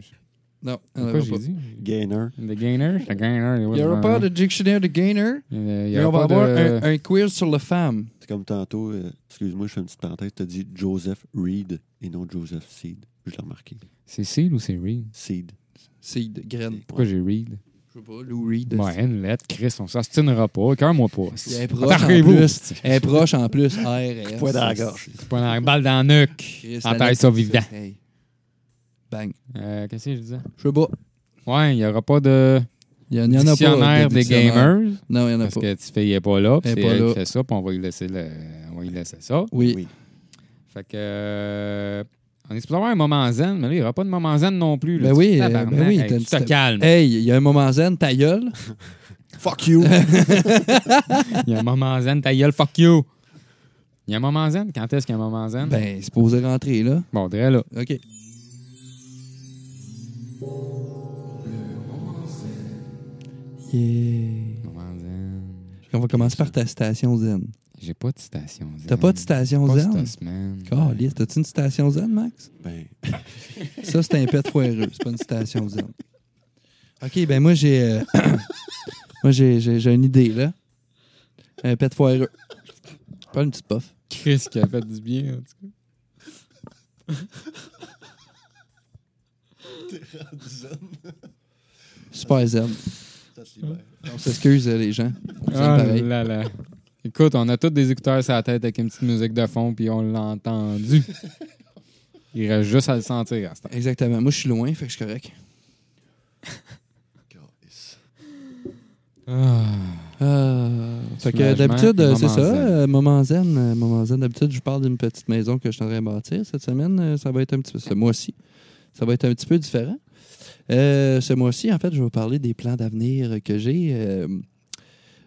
[SPEAKER 1] Non, Ah, il n'y
[SPEAKER 2] Pourquoi j'ai dit?
[SPEAKER 4] Gainer.
[SPEAKER 2] Des gainers? Des gainers.
[SPEAKER 1] Il n'y aura pas de dictionnaire de gainer.
[SPEAKER 2] Il Euh, y
[SPEAKER 1] mais on va
[SPEAKER 2] aura
[SPEAKER 1] avoir
[SPEAKER 2] pas de...
[SPEAKER 1] un, un quiz sur les femmes.
[SPEAKER 4] C'est comme tantôt, euh, excuse-moi, je fais une petite parenthèse, tu as dit Joseph Reed et non Joseph Seed. Je l'ai remarqué.
[SPEAKER 2] C'est Seal ou c'est Reed?
[SPEAKER 4] Seed.
[SPEAKER 1] C'est de graines.
[SPEAKER 2] Pourquoi
[SPEAKER 4] Ouais.
[SPEAKER 2] j'ai Reed?
[SPEAKER 1] Je sais pas, Lou Reed.
[SPEAKER 2] Bon, une lettre, Chris, on s'astinera pas. Cœur-moi pas. Eh,
[SPEAKER 1] Il est proche en
[SPEAKER 2] Attaquez-vous.
[SPEAKER 1] plus. Elle est proche en plus. RS.
[SPEAKER 4] Poids dans la gorge.
[SPEAKER 2] C'est pas une balle dans le
[SPEAKER 1] Chris,
[SPEAKER 2] nuque. En
[SPEAKER 1] la
[SPEAKER 2] taille
[SPEAKER 1] lettre,
[SPEAKER 2] ça vivant.
[SPEAKER 1] Hey. Bang.
[SPEAKER 2] Euh, Qu'est-ce que je disais?
[SPEAKER 1] Je sais pas.
[SPEAKER 2] Ouais, il n'y aura pas de
[SPEAKER 1] Il y en, il y en a pas. de
[SPEAKER 2] dictionnaire des
[SPEAKER 1] dictionnaire.
[SPEAKER 2] gamers.
[SPEAKER 1] Non, il n'y en a
[SPEAKER 2] Parce
[SPEAKER 1] pas.
[SPEAKER 2] que Tiffy n'est pas là. puis
[SPEAKER 1] Elle est
[SPEAKER 2] C'est
[SPEAKER 1] pas
[SPEAKER 2] elle
[SPEAKER 1] là.
[SPEAKER 2] qui fait ça. Puis on va lui laisser, le- on va lui laisser ça.
[SPEAKER 1] Oui.
[SPEAKER 4] Oui.
[SPEAKER 2] Fait que. euh, On est supposé avoir un moment zen, mais là, il n'y aura pas de moment zen non plus. là.
[SPEAKER 1] Ben
[SPEAKER 2] Tu
[SPEAKER 1] oui,
[SPEAKER 2] te
[SPEAKER 1] euh,
[SPEAKER 2] tabarnak.
[SPEAKER 1] ben oui,
[SPEAKER 2] Hey,
[SPEAKER 1] t'as une
[SPEAKER 2] tu te
[SPEAKER 1] petite-
[SPEAKER 2] calmes.
[SPEAKER 1] Hey, il y a un moment zen, ta gueule.
[SPEAKER 4] Fuck you!
[SPEAKER 2] Il y a un moment zen, ta gueule, fuck you. Il y a un moment zen? Quand est-ce qu'il y a un moment zen?
[SPEAKER 1] Ben, c'est posé rentrer, là.
[SPEAKER 2] Bon, on dirait là.
[SPEAKER 1] OK. Yeah.
[SPEAKER 2] Moment zen.
[SPEAKER 1] On va commencer par ta station zen.
[SPEAKER 2] J'ai pas de station zen.
[SPEAKER 1] T'as pas de station
[SPEAKER 2] Pas
[SPEAKER 1] zen?
[SPEAKER 2] cette semaine.
[SPEAKER 1] Caliste, t'as-tu une station zen, Max?
[SPEAKER 4] ben,
[SPEAKER 1] Ça, c'est un pet foireux. C'est pas une station zen. OK, ben moi, j'ai... euh, moi, j'ai, j'ai, j'ai une idée, là. Un pet foireux. Pas une petite puff.
[SPEAKER 2] Chris qui a fait du bien, en tout cas.
[SPEAKER 1] Super zen.
[SPEAKER 4] Hmm.
[SPEAKER 1] On s'excuse, euh, les gens. On s'aime
[SPEAKER 2] Ah
[SPEAKER 1] pareil.
[SPEAKER 2] là là. Écoute, on a tous des écouteurs sur la tête avec une petite musique de fond, puis on l'a entendu. Il reste juste à le sentir à ce temps.
[SPEAKER 1] Exactement. Moi, je suis loin, fait que je suis correct. Ah, fait que
[SPEAKER 2] Soulagement,
[SPEAKER 1] d'habitude,
[SPEAKER 2] puis
[SPEAKER 1] euh, c'est
[SPEAKER 2] moment
[SPEAKER 1] ça.
[SPEAKER 2] zen.
[SPEAKER 1] euh, Moment zen. euh, moment zen. D'habitude, je vous parle d'une petite maison que je suis en train de bâtir. Cette semaine, euh, ça va être un petit peu. Ce mois-ci, ça va être un petit peu différent. Euh, ce mois-ci, en fait, je vais vous parler des plans d'avenir que j'ai. Euh,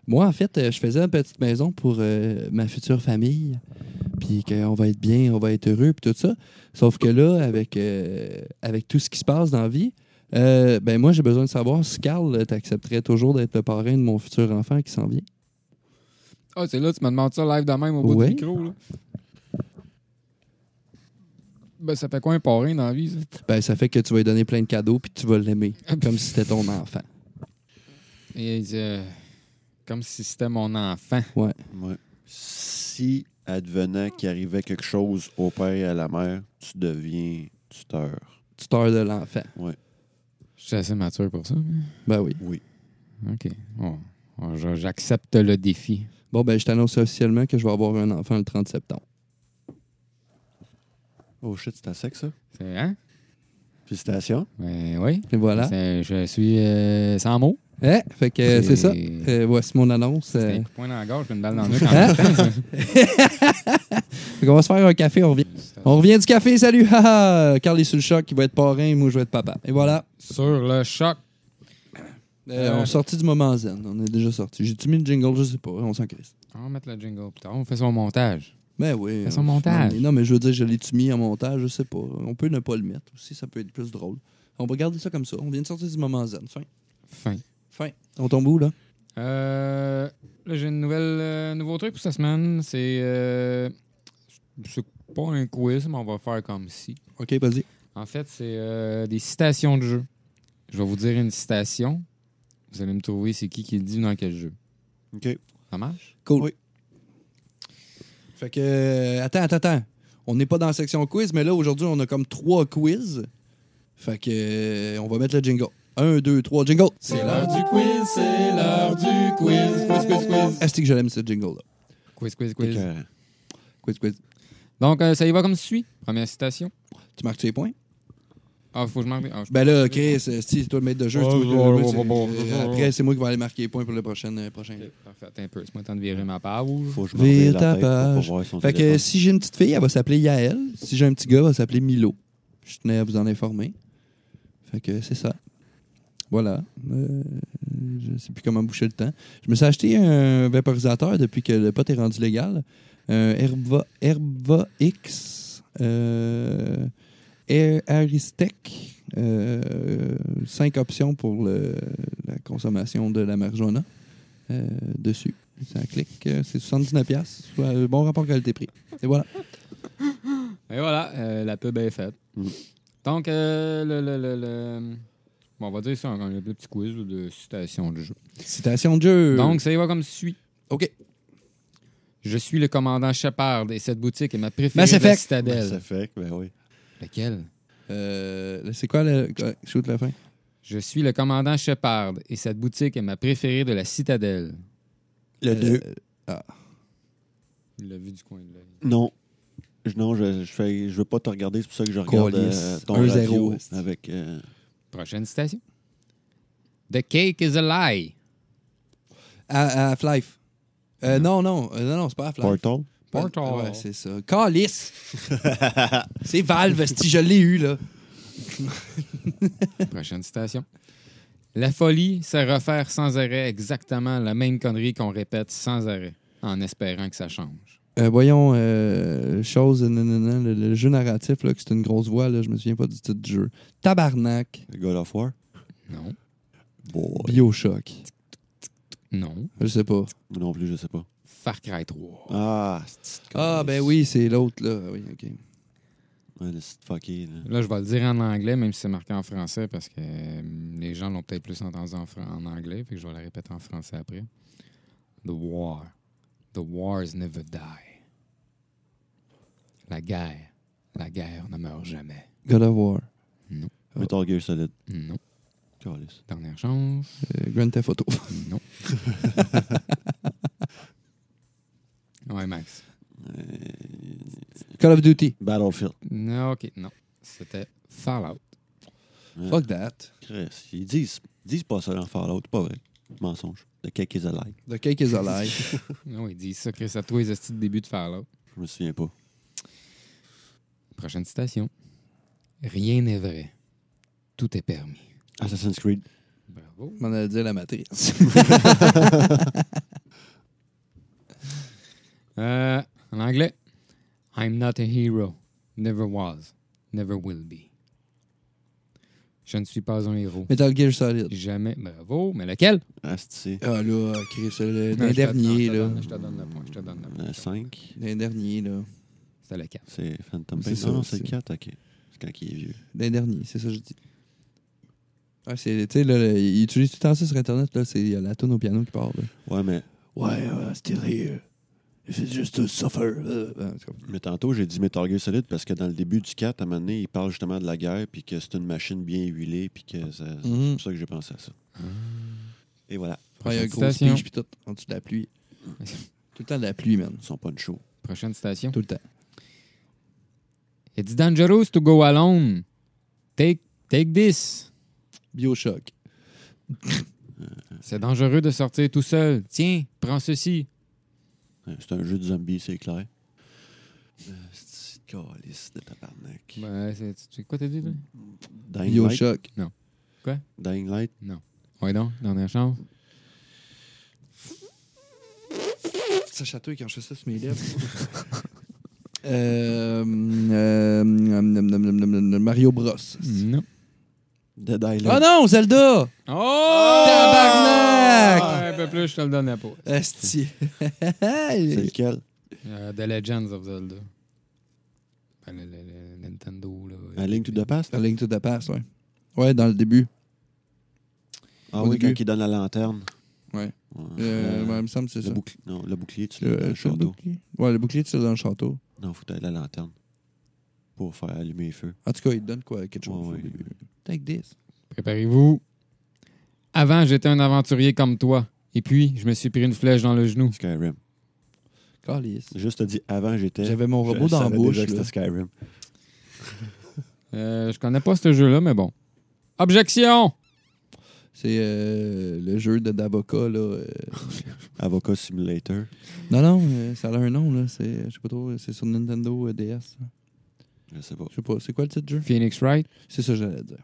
[SPEAKER 1] moi, en fait, euh, je faisais une petite maison pour euh, ma future famille. Puis qu'on va être bien, on va être heureux, puis tout ça. Sauf que là, avec, euh, avec tout ce qui se passe dans la vie, euh, ben moi, j'ai besoin de savoir si Carl, euh, t'accepterais toujours d'être le parrain de mon futur enfant qui s'en vient.
[SPEAKER 2] Ah, c'est là, tu me demandes ça live de même au bout
[SPEAKER 1] Ouais.
[SPEAKER 2] du micro, là. Ben, ça fait quoi un parrain dans la vie, ça?
[SPEAKER 1] Ben, ça fait que tu vas lui donner plein de cadeaux puis tu vas l'aimer, comme si c'était ton enfant.
[SPEAKER 2] Et, il dit, euh, comme si c'était mon enfant.
[SPEAKER 4] ouais. Si, advenant qu'il arrivait quelque chose au père et à la mère, tu deviens tuteur.
[SPEAKER 1] Tuteur de l'enfant.
[SPEAKER 2] Je suis assez mature pour ça. mais-
[SPEAKER 1] Ben oui.
[SPEAKER 2] OK. Oh. Oh, je- J'accepte le défi.
[SPEAKER 1] Bon, ben, je t'annonce officiellement que je vais avoir un enfant le 30 septembre.
[SPEAKER 4] Oh shit, c'est à sec, ça?
[SPEAKER 2] C'est, hein?
[SPEAKER 4] Félicitations.
[SPEAKER 2] Ben oui.
[SPEAKER 1] Et voilà.
[SPEAKER 2] C'est- Je suis euh, sans mots.
[SPEAKER 1] Hein? Fait Ah. que euh, c'est ça.
[SPEAKER 2] Et-
[SPEAKER 1] Euh, voici mon annonce.
[SPEAKER 2] C'était
[SPEAKER 1] Euh,
[SPEAKER 2] un coup de poing dans la gorge, puis une balle dans le nuque. en
[SPEAKER 1] Hein?
[SPEAKER 2] même temps, ça.
[SPEAKER 1] fait qu'on va se faire un café, on revient. On revient du café, salut! haha! Carl est sous le choc, il va être parrain, moi je vais être papa. Et voilà.
[SPEAKER 2] Sur le choc.
[SPEAKER 1] Euh,
[SPEAKER 2] Euh.
[SPEAKER 1] On est sorti du moment zen, on est déjà sorti. J'ai-tu mis le jingle, je sais pas, on s'en crisse.
[SPEAKER 2] On va mettre le jingle plus tard. On fait son montage.
[SPEAKER 1] Mais oui.
[SPEAKER 2] Fais son montage.
[SPEAKER 1] Non, mais- Non, mais je veux dire, je l'ai-tu mis en montage? Je sais pas. On peut ne pas le mettre aussi, ça peut être plus drôle. On va garder ça comme ça. On vient de sortir du moment zen. Fin.
[SPEAKER 2] Fin.
[SPEAKER 1] Fin. On tombe où, là?
[SPEAKER 2] Euh, là, j'ai un nouveau truc pour cette semaine. C'est. euh, c'est pas un quiz, mais on va faire comme si.
[SPEAKER 1] OK, vas-y.
[SPEAKER 2] En fait, c'est euh, des citations de jeu. Je vais vous dire une citation. Vous allez me trouver c'est qui qui le dit dans quel jeu.
[SPEAKER 4] OK.
[SPEAKER 2] Ça marche?
[SPEAKER 1] Cool.
[SPEAKER 4] Oui.
[SPEAKER 1] Fait que... euh, Attends, attends, attends. On n'est pas dans la section quiz, mais là, aujourd'hui, on a comme trois quiz. Fait que... euh, On va mettre le jingle. Un, deux, trois, jingle! C'est l'heure du quiz, c'est l'heure du quiz. Quiz, quiz, quiz. Est-ce que j'aime ce jingle-là?
[SPEAKER 2] Quiz, quiz, quiz.
[SPEAKER 4] Écœurant.
[SPEAKER 1] Quiz, quiz.
[SPEAKER 2] Donc, euh, ça y va comme suit. Première citation.
[SPEAKER 1] Tu marques tes points?
[SPEAKER 2] Ah, faut que je m'en ah, je-
[SPEAKER 1] Ben là, Chris, si c'est toi le maître de jeu, c'est toi le
[SPEAKER 2] Ouais,
[SPEAKER 1] c'est-
[SPEAKER 2] ouais, ouais, ouais,
[SPEAKER 1] euh,
[SPEAKER 2] ouais.
[SPEAKER 1] après c'est moi qui vais aller marquer les points pour le prochain. euh, prochain.
[SPEAKER 2] Ok, Parfait, attends un peu. C'est moi le temps de virer ma page.
[SPEAKER 4] Faut que je
[SPEAKER 1] Vire ta
[SPEAKER 4] me la tête pour
[SPEAKER 1] page.
[SPEAKER 4] pas voir son
[SPEAKER 1] Fait que
[SPEAKER 4] téléphone.
[SPEAKER 1] si j'ai une petite fille, elle va s'appeler Yael. Si j'ai un petit gars, elle va s'appeler Milo. Je tenais à vous en informer. Fait que c'est ça. Voilà. Euh, je sais plus comment boucher le temps. Je me suis acheté un vaporisateur depuis que le pot est rendu légal. Un Herba, Herba X. Euh, Air- Aristec. Euh, cinq options pour le- la consommation de la marijuana euh, dessus. Ça clique, euh, c'est 79$, piastres, soit un bon rapport qualité-prix. Et voilà.
[SPEAKER 2] Et voilà, euh, la pub est faite.
[SPEAKER 4] Mm.
[SPEAKER 2] Donc, euh, le, le, le, le- Bon, on va dire ça, un, un petit quiz de citation du jeu.
[SPEAKER 1] Citation de jeu.
[SPEAKER 2] Donc, ça y va comme suit.
[SPEAKER 1] OK.
[SPEAKER 2] Je suis le commandant Shepard et cette boutique est ma préférée
[SPEAKER 1] Mass
[SPEAKER 2] de la
[SPEAKER 1] Effect.
[SPEAKER 4] Ben, ça
[SPEAKER 2] citadelle.
[SPEAKER 4] fait que, ben oui.
[SPEAKER 2] Laquelle?
[SPEAKER 1] Euh, c'est quoi le. quoi- Shoot la fin.
[SPEAKER 2] Je suis le commandant Shepard et cette boutique est ma préférée de la citadelle.
[SPEAKER 4] Le
[SPEAKER 1] Euh,
[SPEAKER 4] deux.
[SPEAKER 2] Il l'a vu du coin de l'œil.
[SPEAKER 4] Non. Je- Non, je, je, fais, je veux pas te regarder, c'est pour ça que je regarde
[SPEAKER 1] Câlisse.
[SPEAKER 4] euh, ton
[SPEAKER 1] Un zéro,
[SPEAKER 4] radio
[SPEAKER 1] esti.
[SPEAKER 4] avec... euh,
[SPEAKER 2] Prochaine citation. The cake is a lie.
[SPEAKER 1] À, à Half-Life. Euh, non, non, euh, non, non, c'est pas Half-Life.
[SPEAKER 4] Portal?
[SPEAKER 1] Pas-
[SPEAKER 2] Portal.
[SPEAKER 1] Ouais, c'est ça. Calice. c'est Valve, si je l'ai eu, là.
[SPEAKER 2] Prochaine citation. La folie, c'est refaire sans arrêt exactement la même connerie qu'on répète sans arrêt, en espérant que ça change.
[SPEAKER 1] Euh, voyons, euh, chose, non, non, non, le, le jeu narratif, là, que c'est une grosse voix, là, je me souviens pas du titre du jeu. Tabarnak,
[SPEAKER 4] God of War?
[SPEAKER 2] Non.
[SPEAKER 4] Boy.
[SPEAKER 1] Bioshock.
[SPEAKER 2] Non.
[SPEAKER 1] Je sais pas.
[SPEAKER 4] Non plus, je sais pas.
[SPEAKER 2] Far Cry 3.
[SPEAKER 4] Ah, c'est
[SPEAKER 1] Ah, ben oui, c'est l'autre, là. Oui, OK.
[SPEAKER 4] Un esti de fucké, là.
[SPEAKER 2] Là, je vais le dire en anglais, même si c'est marqué en français, parce que euh, les gens l'ont peut-être plus entendu en, fran- en anglais, fait que je vais la répéter en français après. The war. The wars never die. La guerre. La guerre ne meurt jamais.
[SPEAKER 1] God of War. Ah.
[SPEAKER 4] Metal Gear Solid.
[SPEAKER 2] Non.
[SPEAKER 4] Câlisse.
[SPEAKER 2] Dernière chance.
[SPEAKER 1] Euh, Grand Theft Auto.
[SPEAKER 2] Non. ouais, Max.
[SPEAKER 1] Call of Duty.
[SPEAKER 4] Euh, Battlefield.
[SPEAKER 2] Non, OK, non. C'était Fallout.
[SPEAKER 1] Fuck that.
[SPEAKER 4] Chris, ils disent, ils disent pas ça dans Fallout, c'est pas vrai. Mensonge. The cake is a lie.
[SPEAKER 1] The cake is alive.
[SPEAKER 2] Non, ils disent Ah ça, Chris, à tous les hosties de début de Fallout.
[SPEAKER 4] Je me souviens pas.
[SPEAKER 2] Prochaine citation. Rien n'est vrai. Tout est permis.
[SPEAKER 4] Assassin's Creed.
[SPEAKER 2] Bravo.
[SPEAKER 1] On allait dire la matrice.
[SPEAKER 2] Euh, en anglais. I'm not a hero. Never was. Never will be. Je ne suis pas un héros.
[SPEAKER 1] Metal Gear Solid.
[SPEAKER 2] Jamais. Bravo. Mais lequel?
[SPEAKER 4] Asti.
[SPEAKER 1] Ah là, Chris, le l'an
[SPEAKER 2] Non, je te- non,
[SPEAKER 1] dernier,
[SPEAKER 2] je te
[SPEAKER 1] là.
[SPEAKER 2] donne- Je te donne le point. Je te donne le point.
[SPEAKER 4] Le 5.
[SPEAKER 1] L'an dernier, là.
[SPEAKER 2] C'était lequel?
[SPEAKER 4] Euh, C'est Phantom
[SPEAKER 1] C'est
[SPEAKER 4] Pain.
[SPEAKER 1] ça,
[SPEAKER 4] Non, non, c'est
[SPEAKER 1] c'est-
[SPEAKER 4] le 4, ok. C'est quand il est vieux.
[SPEAKER 1] L'an dernier, c'est ça que je dis. Ah, c'est, tu sais, là, le- ils utilisent tout le temps ça sur Internet, là. C'est il y a la tune au piano qui part, là.
[SPEAKER 4] Ouais, mais,
[SPEAKER 1] Ouais, still here. If it's just to suffer. euh. Ah, en tout cas.
[SPEAKER 4] mais tantôt, j'ai dit Metal Gear Solid parce que dans le début du 4, à un moment donné, il parle justement de la guerre puis que c'est une machine bien huilée puis que ça- c'est
[SPEAKER 1] Mhm.
[SPEAKER 4] pour ça que j'ai pensé à ça.
[SPEAKER 1] Mm.
[SPEAKER 4] Et voilà.
[SPEAKER 1] Ah, il y a un
[SPEAKER 2] Prochaine
[SPEAKER 1] gros
[SPEAKER 2] citation.
[SPEAKER 1] speech, puis tout, en dessous de la pluie. Tout le temps de la pluie, man.
[SPEAKER 4] Ils sont pas une show.
[SPEAKER 2] Prochaine citation.
[SPEAKER 1] Tout le temps.
[SPEAKER 2] It's dangerous to go alone. Take, take this.
[SPEAKER 1] Bioshock.
[SPEAKER 2] C'est dangereux de sortir tout seul. Tiens, prends ceci.
[SPEAKER 4] Euh, C'est un jeu de zombies, c'est clair. Euh, C'est calice de tabarnak.
[SPEAKER 2] Ben, c'est c'est quoi t'as dit, là?
[SPEAKER 4] Dying Light.
[SPEAKER 1] Bioshock.
[SPEAKER 4] Dying Light.
[SPEAKER 2] Ouais, donc, dernière chance.
[SPEAKER 1] Ça chatouille quand je fais ça sur mes lèvres. Euh, euh, nom, nom, nom, nom, nom, nom, Mario Bros.
[SPEAKER 2] Non.
[SPEAKER 4] Dead Island.
[SPEAKER 1] Oh non, Zelda!
[SPEAKER 2] Oh!
[SPEAKER 1] Tabarnak!
[SPEAKER 2] Ouais, Un peu plus, je te le donnais pas.
[SPEAKER 1] Esti.
[SPEAKER 4] C'est lequel?
[SPEAKER 2] Euh, the Legends of Zelda. Ben, le, le- le Nintendo, là.
[SPEAKER 4] La ligne tout de passe?
[SPEAKER 1] La ligne to the Past, ouais. Ouais, dans le début.
[SPEAKER 4] Ah
[SPEAKER 1] Au
[SPEAKER 4] oui,
[SPEAKER 1] début.
[SPEAKER 4] quand il donne la lanterne.
[SPEAKER 1] Ouais.
[SPEAKER 4] Ouais.
[SPEAKER 1] Euh,
[SPEAKER 4] Euh,
[SPEAKER 1] ouais, il me semble que c'est
[SPEAKER 4] le
[SPEAKER 1] ça.
[SPEAKER 4] bouclier- Non, le bouclier, tu l'as
[SPEAKER 1] Le, euh,
[SPEAKER 4] dans le
[SPEAKER 1] le
[SPEAKER 4] château.
[SPEAKER 1] bouclier. Ouais, le bouclier, tu l'as dans le château.
[SPEAKER 4] Non, faut que t'aies la lanterne pour faire allumer les feux.
[SPEAKER 1] En tout cas, il te donne quoi, quelque chose
[SPEAKER 4] Ouais,
[SPEAKER 1] au
[SPEAKER 4] ouais.
[SPEAKER 1] début. Take this.
[SPEAKER 2] Préparez-vous. Avant, j'étais un aventurier comme toi. Et puis, je me suis pris une flèche dans le genou.
[SPEAKER 4] Skyrim.
[SPEAKER 1] Calisse.
[SPEAKER 4] Juste te dit, avant j'étais.
[SPEAKER 1] J'avais mon
[SPEAKER 4] je
[SPEAKER 1] robot dans la
[SPEAKER 4] savais
[SPEAKER 1] bouche.
[SPEAKER 4] déjà que
[SPEAKER 1] là.
[SPEAKER 4] C'était Skyrim.
[SPEAKER 2] Euh, je connais pas ce jeu-là, mais bon. Objection!
[SPEAKER 1] C'est euh, le jeu de- d'avocat, là. euh.
[SPEAKER 4] Avocat Simulator.
[SPEAKER 1] Non, non, euh, ça a un nom, là. C'est, je sais pas trop, c'est sur Nintendo euh, DS. ça.
[SPEAKER 4] Je sais pas.
[SPEAKER 1] Je sais pas, c'est quoi le titre du jeu?
[SPEAKER 2] Phoenix Wright.
[SPEAKER 1] C'est ça que j'allais dire.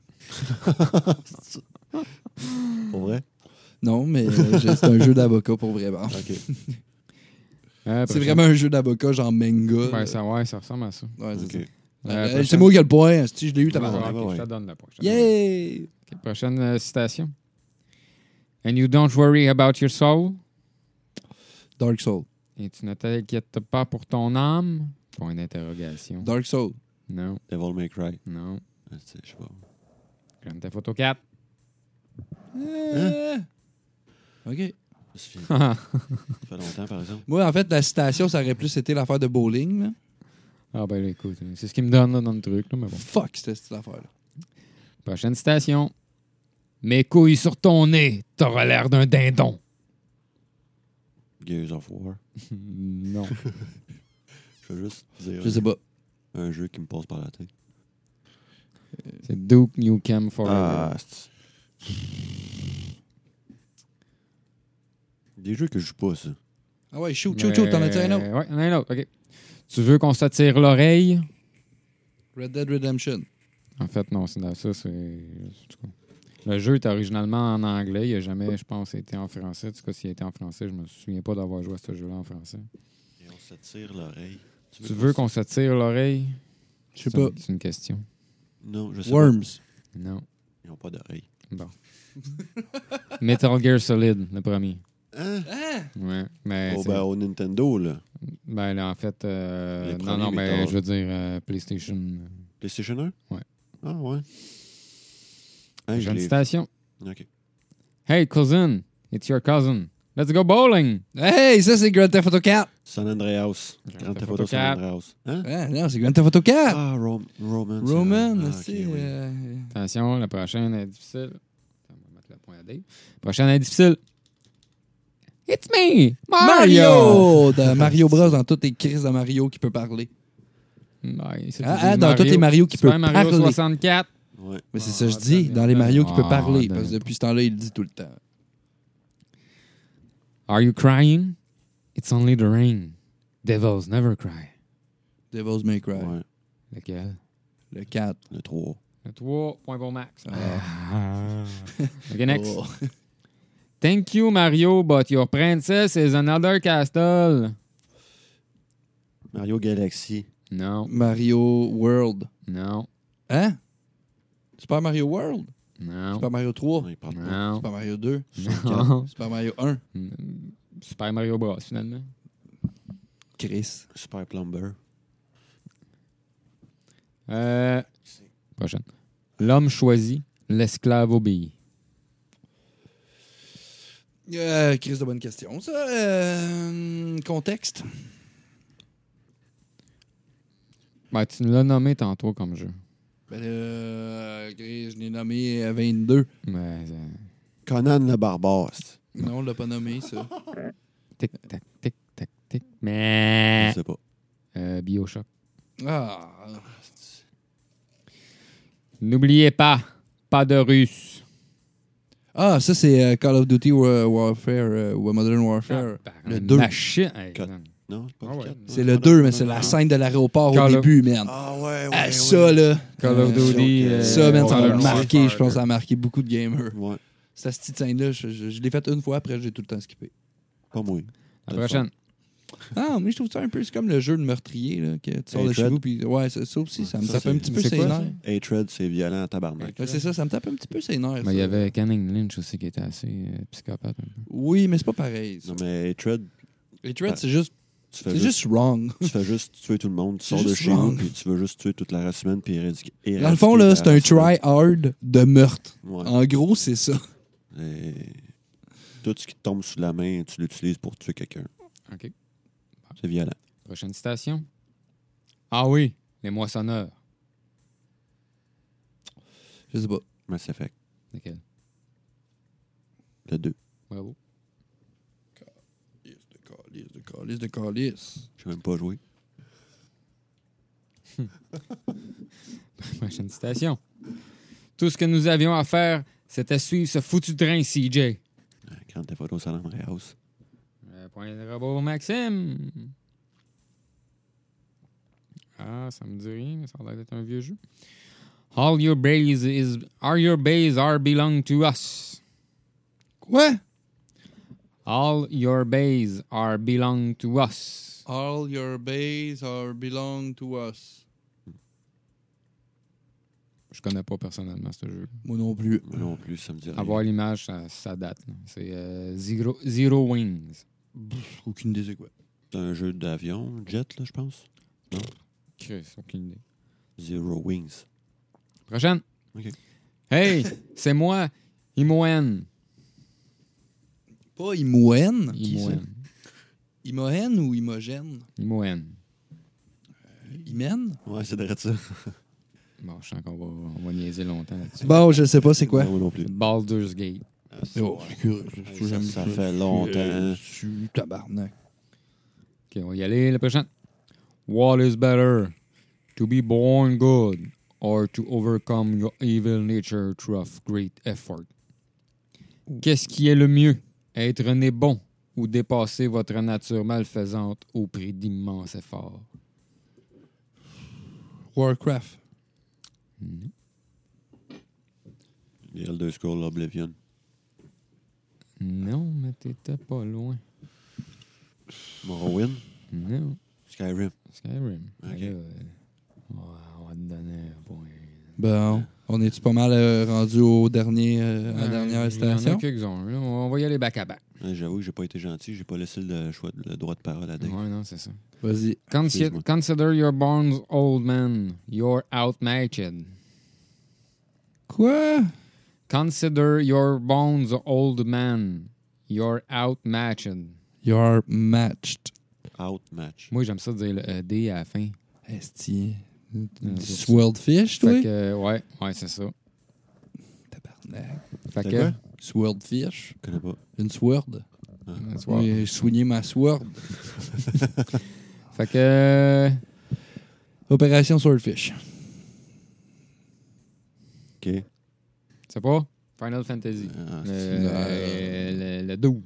[SPEAKER 4] Pour vrai?
[SPEAKER 1] Hmm. Non, mais euh, j'ai- c'est un jeu d'avocat pour vraiment.
[SPEAKER 4] Ok.
[SPEAKER 2] Euh,
[SPEAKER 1] C'est
[SPEAKER 2] prochaine-
[SPEAKER 1] vraiment un jeu d'avocat, genre manga. là.
[SPEAKER 2] Ouais, ça, ouais, ça ressemble à ça.
[SPEAKER 1] Ouais, c'est
[SPEAKER 4] Ok.
[SPEAKER 1] ça.
[SPEAKER 2] Euh,
[SPEAKER 1] Euh,
[SPEAKER 2] prochaine-
[SPEAKER 1] c'est moi qui ai le point, hein, si je l'ai eu,
[SPEAKER 2] Ouais, ouais,
[SPEAKER 1] t'as
[SPEAKER 4] Ah,
[SPEAKER 2] ok,
[SPEAKER 4] ouais.
[SPEAKER 2] Je te donne le point. je te donne le point.
[SPEAKER 1] Yay!
[SPEAKER 2] Ok, prochaine euh, citation. And you don't worry about your soul.
[SPEAKER 1] Dark Soul.
[SPEAKER 2] Et tu ne t'inquiètes pas pour ton âme. Point d'interrogation.
[SPEAKER 1] Dark Soul.
[SPEAKER 2] Non,
[SPEAKER 4] Devil May Cry.
[SPEAKER 2] non.
[SPEAKER 4] Ah, tu sais, Je sais pas.
[SPEAKER 2] Grand Theft Auto 4.
[SPEAKER 1] Euh, OK.
[SPEAKER 4] Je me souviens. Ça fait longtemps, par exemple.
[SPEAKER 1] Moi, en fait, la citation, ça aurait plus été l'affaire de bowling. là.
[SPEAKER 2] Ah ben là, écoute, c'est ce qu'il me donne là, dans le truc, là, mais Ah bon.
[SPEAKER 1] Fuck, c'était cette affaire-là.
[SPEAKER 2] Prochaine citation. Mes couilles sur ton nez, t'auras l'air d'un dindon.
[SPEAKER 4] Gears of War.
[SPEAKER 1] Hmm,
[SPEAKER 2] non.
[SPEAKER 4] Je veux juste dire
[SPEAKER 1] Je sais pas.
[SPEAKER 4] un jeu qui me passe par la tête.
[SPEAKER 2] C'est Duke Nukem Forever.
[SPEAKER 4] Ah, c'est- Des jeux que je joue pas, ça.
[SPEAKER 1] Ah ouais, shoot, shoot, shoot, t'en as-tu un autre?
[SPEAKER 2] Ouais, on a un autre, OK. Tu veux qu'on s'attire l'oreille?
[SPEAKER 1] Red Dead Redemption.
[SPEAKER 2] En fait, non, c'est dans ça, c'est... en tout cas. Le jeu est originalement en anglais. Il n'a jamais, je pense, été en français. En tout cas, s'il a été en français, je me souviens pas d'avoir joué à ce jeu-là en français.
[SPEAKER 4] Et on se tire l'oreille.
[SPEAKER 2] Tu veux qu'on s'attire l'oreille?
[SPEAKER 1] Je sais
[SPEAKER 2] C'est une-
[SPEAKER 1] pas.
[SPEAKER 2] C'est une question.
[SPEAKER 4] Non, je sais
[SPEAKER 1] Worms.
[SPEAKER 2] Non.
[SPEAKER 4] pas. Ils ont pas d'oreille.
[SPEAKER 2] Bon. Metal Gear Solid, le premier.
[SPEAKER 4] Hein?
[SPEAKER 2] Ouais. Mais
[SPEAKER 4] Oh,
[SPEAKER 2] c'est-
[SPEAKER 4] ben, au Nintendo, là.
[SPEAKER 2] ben, là, en fait, euh, non,
[SPEAKER 4] Les premiers
[SPEAKER 2] non, mais
[SPEAKER 4] Metal.
[SPEAKER 2] je veux dire euh, PlayStation.
[SPEAKER 4] PlayStation 1?
[SPEAKER 2] Ouais.
[SPEAKER 4] Ah, ouais. Hein, je
[SPEAKER 2] Jeune
[SPEAKER 4] l'ai.
[SPEAKER 2] station.
[SPEAKER 4] Ok.
[SPEAKER 2] Hey, cousin, it's your cousin. Let's go bowling.
[SPEAKER 1] Hey, ça, c'est Grand Theft Auto 4.
[SPEAKER 4] San Andreas. Grand Theft Auto San
[SPEAKER 2] quatre.
[SPEAKER 4] Andreas. Hein?
[SPEAKER 1] Ah, non, c'est Grand Theft Auto 4.
[SPEAKER 4] Ah, Rom- Roman. c'est
[SPEAKER 1] Roman,
[SPEAKER 4] vrai. Ah, ok,
[SPEAKER 1] c'est...
[SPEAKER 4] oui.
[SPEAKER 1] euh,
[SPEAKER 2] Attention, la prochaine est difficile. Attends, On va mettre le point à Dave. La prochaine est difficile. It's me, Mario.
[SPEAKER 1] Mario! De Mario Bros. dans toutes les crises de Mario qui peut parler.
[SPEAKER 2] Ouais, c'est
[SPEAKER 1] Ah,
[SPEAKER 2] tout
[SPEAKER 1] ah,
[SPEAKER 2] dit,
[SPEAKER 1] dans tous les Mario qui
[SPEAKER 2] Super
[SPEAKER 1] peut
[SPEAKER 2] Mario
[SPEAKER 1] parler.
[SPEAKER 2] 64.
[SPEAKER 4] Ouais.
[SPEAKER 1] Mais c'est
[SPEAKER 2] Ah,
[SPEAKER 1] ça que je dis, dans les
[SPEAKER 2] Daniel.
[SPEAKER 1] Mario qui peut
[SPEAKER 2] Ah,
[SPEAKER 1] parler.
[SPEAKER 2] Daniel.
[SPEAKER 1] Parce que depuis ce temps-là, il le dit tout le temps.
[SPEAKER 2] Are you crying? It's only the rain. Devils never cry.
[SPEAKER 1] Devil's May Cry.
[SPEAKER 4] Ouais.
[SPEAKER 2] Lequel?
[SPEAKER 1] Le 4.
[SPEAKER 4] Le 3.
[SPEAKER 2] Le 3, point bon max.
[SPEAKER 1] Ah.
[SPEAKER 2] OK, next.
[SPEAKER 1] Oh.
[SPEAKER 2] Thank you, Mario, but your princess is another castle.
[SPEAKER 4] Mario Galaxy.
[SPEAKER 2] Non,
[SPEAKER 1] Mario World.
[SPEAKER 2] non,
[SPEAKER 1] Hein? Super Mario World?
[SPEAKER 2] non.
[SPEAKER 1] Super Mario
[SPEAKER 2] Oh.
[SPEAKER 1] 3?
[SPEAKER 4] Non, il parle pas.
[SPEAKER 2] Non.
[SPEAKER 1] Super Mario 2?
[SPEAKER 2] Non.
[SPEAKER 1] Super Mario 1?
[SPEAKER 2] Super Mario Bros, finalement.
[SPEAKER 1] Chris.
[SPEAKER 4] Super Plumber.
[SPEAKER 2] Euh, prochaine. L'homme choisi, l'esclave obéit.
[SPEAKER 1] Euh, Chris, de bonne question. Ça, euh, contexte?
[SPEAKER 2] Ben, tu l'as nommé tantôt comme jeu.
[SPEAKER 1] Ben, euh, Chris, je l'ai nommé euh, à 22.
[SPEAKER 2] Mais, euh,
[SPEAKER 4] Conan le Barbare. c'est-
[SPEAKER 1] Non, on l'a pas nommé, ça.
[SPEAKER 2] tic-tac, tic-tac, tic.
[SPEAKER 4] Je
[SPEAKER 2] Mais.
[SPEAKER 4] sais pas.
[SPEAKER 2] Euh, Bioshock.
[SPEAKER 1] Ah!
[SPEAKER 2] N'oubliez pas, pas de russe.
[SPEAKER 1] Ah, ça, c'est euh, Call of Duty War- Warfare euh, ou Modern Warfare. le 2.
[SPEAKER 2] Ah, Machine. Hey,
[SPEAKER 4] Quatre.
[SPEAKER 2] man.
[SPEAKER 4] Non, c'est pas
[SPEAKER 2] Ah
[SPEAKER 4] le
[SPEAKER 2] ouais.
[SPEAKER 4] quatre.
[SPEAKER 1] C'est le 2, mais c'est la scène de l'aéroport au
[SPEAKER 2] Call of-
[SPEAKER 1] début, man.
[SPEAKER 4] Ah ouais, ouais.
[SPEAKER 1] Ah,
[SPEAKER 4] ouais.
[SPEAKER 1] ça, là.
[SPEAKER 2] Call of
[SPEAKER 1] Euh,
[SPEAKER 2] Duty.
[SPEAKER 4] donc, euh,
[SPEAKER 2] euh,
[SPEAKER 1] Ça, man, ça
[SPEAKER 4] Modern
[SPEAKER 1] a
[SPEAKER 2] Modern
[SPEAKER 1] marqué,
[SPEAKER 2] Warfare.
[SPEAKER 1] je pense, ça a marqué beaucoup de gamers.
[SPEAKER 4] Ouais,
[SPEAKER 1] Cette petite scène-là, je, je- je l'ai faite une fois, après, j'ai tout le temps skippé.
[SPEAKER 4] pas moi.
[SPEAKER 2] La prochaine.
[SPEAKER 1] Ah, mais je trouve ça un peu. C'est comme le jeu de meurtrier, là, que tu sors
[SPEAKER 4] Hey,
[SPEAKER 1] de chez
[SPEAKER 4] Fred.
[SPEAKER 1] vous, puis. Ouais, ça, ça aussi, ça me
[SPEAKER 4] Ça,
[SPEAKER 1] tape
[SPEAKER 4] c'est-
[SPEAKER 1] un petit peu
[SPEAKER 2] c'est
[SPEAKER 1] ses
[SPEAKER 2] quoi,
[SPEAKER 1] nerfs.
[SPEAKER 2] ça?
[SPEAKER 4] Hatred, c'est violent en tabarnak.
[SPEAKER 1] Ouais, c'est ça, ça me tape un petit peu ses nerfs.
[SPEAKER 2] Mais Ben, il y
[SPEAKER 1] ça.
[SPEAKER 2] avait Canning Lynch aussi qui était assez euh, psychopathe. hein.
[SPEAKER 1] Oui, mais c'est pas pareil. ça.
[SPEAKER 4] Non, mais Hatred,
[SPEAKER 1] Les Dreads, c'est juste,
[SPEAKER 4] tu fais
[SPEAKER 1] c'est
[SPEAKER 4] juste,
[SPEAKER 1] juste wrong.
[SPEAKER 4] tu fais juste tuer tout le monde. Tu
[SPEAKER 1] C'est
[SPEAKER 4] sors de
[SPEAKER 1] juste
[SPEAKER 4] chez vous,
[SPEAKER 1] wrong.
[SPEAKER 4] puis tu veux juste tuer toute la race humaine, puis éradiquer.
[SPEAKER 1] Dans le fond, là, c'est un try-hard de meurtre.
[SPEAKER 4] Ouais.
[SPEAKER 1] En gros, c'est ça. Ah.
[SPEAKER 4] Et Tout ce qui te tombe sous la main, tu l'utilises pour tuer quelqu'un.
[SPEAKER 2] OK.
[SPEAKER 4] C'est violent.
[SPEAKER 2] Prochaine citation. Ah oui, les moissonneurs.
[SPEAKER 1] Je sais pas.
[SPEAKER 4] Mass Effect,
[SPEAKER 2] Nickel.
[SPEAKER 4] le 2.
[SPEAKER 2] Bravo.
[SPEAKER 1] Calice de calice de calice de calice.
[SPEAKER 4] J'ai même pas joué.
[SPEAKER 2] Prochaine citation. Tout ce que nous avions à faire, c'était suivre ce foutu train, CJ.
[SPEAKER 4] Grand Theft Auto San Andreas.
[SPEAKER 2] Euh, point de robot Maxime. Ah, ça me dit rien, mais ça a l'air d'être un vieux jeu. All your bays is are your bays are belong to us.
[SPEAKER 1] Quoi?
[SPEAKER 2] All your bays are belong to us.
[SPEAKER 1] All your bays are belong to us.
[SPEAKER 2] Je connais pas personnellement ce jeu.
[SPEAKER 1] Moi non plus.
[SPEAKER 4] Moi
[SPEAKER 2] Ah.
[SPEAKER 4] non plus, ça me dit rien.
[SPEAKER 2] Avoir l'image, ça, ça date. là. C'est euh, Zero, Zero Wings.
[SPEAKER 1] Pff, aucune idée c'est quoi.
[SPEAKER 4] C'est un jeu d'avion, jet, là, je pense.
[SPEAKER 2] Chris, aucune idée.
[SPEAKER 4] Zero Wings.
[SPEAKER 2] Prochaine.
[SPEAKER 4] Ok.
[SPEAKER 2] Hey, c'est moi, Imoen.
[SPEAKER 1] Pas Imoen? Qui, ça?
[SPEAKER 2] Imoen.
[SPEAKER 1] Imoen ou Imogène?
[SPEAKER 2] Imoen.
[SPEAKER 1] Imen?
[SPEAKER 4] Ouais, c'est vrai de ça.
[SPEAKER 2] Bon, je sens qu'on va, on va niaiser longtemps là-dessus.
[SPEAKER 1] Bon, je sais pas c'est quoi.
[SPEAKER 4] Non, Moi non plus. Ah,
[SPEAKER 2] Baldur's Gate.
[SPEAKER 1] Oh, c'est curieux, j'ai
[SPEAKER 4] Ça,
[SPEAKER 1] jamais
[SPEAKER 4] ça
[SPEAKER 1] vu
[SPEAKER 4] fait
[SPEAKER 1] Je
[SPEAKER 4] longtemps.
[SPEAKER 1] suis tabarnak.
[SPEAKER 2] OK, on va y aller. La prochaine. What is better, to be born good or to overcome your evil nature through great effort? Qu'est-ce qui est le mieux, être né bon ou dépasser votre nature malfaisante au prix d'immenses efforts?
[SPEAKER 1] Warcraft.
[SPEAKER 2] Non.
[SPEAKER 4] Les Elder Scrolls Oblivion.
[SPEAKER 2] Non, mais t'étais pas loin.
[SPEAKER 4] Morrowind.
[SPEAKER 2] Non.
[SPEAKER 4] Skyrim.
[SPEAKER 2] Skyrim.
[SPEAKER 4] Ok.
[SPEAKER 2] Allez, euh, on va- on va te donner un point.
[SPEAKER 1] Bon, on est-tu pas mal euh, rendu au dernier, euh, à la
[SPEAKER 2] Euh,
[SPEAKER 1] dernière
[SPEAKER 2] Il y en
[SPEAKER 1] station?
[SPEAKER 2] a quelques-uns. là. On va y aller back à back.
[SPEAKER 4] Ouais, Ah, J'avoue que j'ai pas été gentil. J'ai pas laissé le, choix, le droit de parole à Dave.
[SPEAKER 2] Ouais, non, c'est ça.
[SPEAKER 1] Vas-y.
[SPEAKER 2] Consi-
[SPEAKER 4] Excuse-moi.
[SPEAKER 2] consider your bonds, old man. You're outmatched.
[SPEAKER 1] Quoi?
[SPEAKER 2] Consider your bonds, old man. You're outmatched.
[SPEAKER 1] You're matched.
[SPEAKER 4] Outmatch.
[SPEAKER 2] Moi, j'aime ça dire le euh, D à la fin.
[SPEAKER 1] Esti.
[SPEAKER 2] c'est ça.
[SPEAKER 1] Swirlfish, toi?
[SPEAKER 2] Fait que, euh, ouais, ouais, c'est ça.
[SPEAKER 1] Tabarnak.
[SPEAKER 2] Fait
[SPEAKER 4] C'est
[SPEAKER 2] que,
[SPEAKER 4] quoi?
[SPEAKER 1] Swirlfish?
[SPEAKER 4] Je connais pas.
[SPEAKER 1] Une sword?
[SPEAKER 2] that's what-
[SPEAKER 1] Oui, soigner ma sword.
[SPEAKER 2] fait que, euh,
[SPEAKER 1] Opération Swordfish.
[SPEAKER 4] OK.
[SPEAKER 2] c'est pas Final Fantasy.
[SPEAKER 4] Ah,
[SPEAKER 2] Le,
[SPEAKER 4] c'est-
[SPEAKER 2] euh, le- le 12.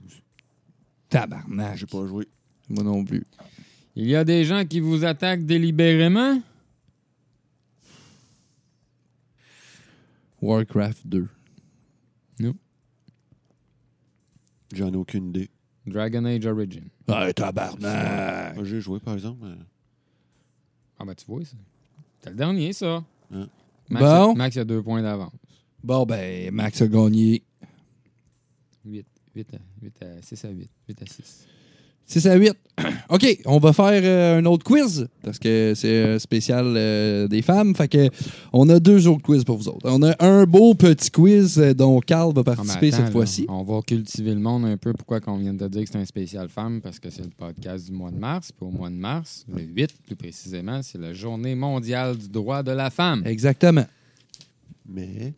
[SPEAKER 1] Tabarnak.
[SPEAKER 4] J'ai pas joué.
[SPEAKER 1] Moi non plus.
[SPEAKER 2] Il y a des gens qui vous attaquent délibérément.
[SPEAKER 1] Warcraft 2.
[SPEAKER 4] J'en ai aucune idée.
[SPEAKER 2] Dragon Age Origin.
[SPEAKER 1] Hey, Ah, tabarnak!
[SPEAKER 4] Moi, Ah, J'ai joué, par exemple. euh,
[SPEAKER 2] Ah ben tu vois ça. C'est le dernier ça.
[SPEAKER 4] Hein.
[SPEAKER 2] Max,
[SPEAKER 1] Bon.
[SPEAKER 2] Max a deux points d'avance.
[SPEAKER 1] Bon, ben, Max a gagné
[SPEAKER 2] 8, 8 à, 8 à 6 à 8, 8 à 6.
[SPEAKER 1] 6 à 8. OK, on va faire euh, un autre quiz parce que c'est euh, spécial euh, des femmes. Fait que on a deux autres quiz pour vous autres. On a un beau petit quiz euh, dont Carl va
[SPEAKER 2] Ah, mais
[SPEAKER 1] participer
[SPEAKER 2] attends, là,
[SPEAKER 1] cette fois-ci.
[SPEAKER 2] On va cultiver le monde un peu. Pourquoi qu'on vient de dire que c'est un spécial femme? Parce que c'est le podcast du mois de mars. Puis au mois de mars, le 8 plus précisément, c'est la journée mondiale du droit de la femme.
[SPEAKER 1] Exactement.
[SPEAKER 4] Mais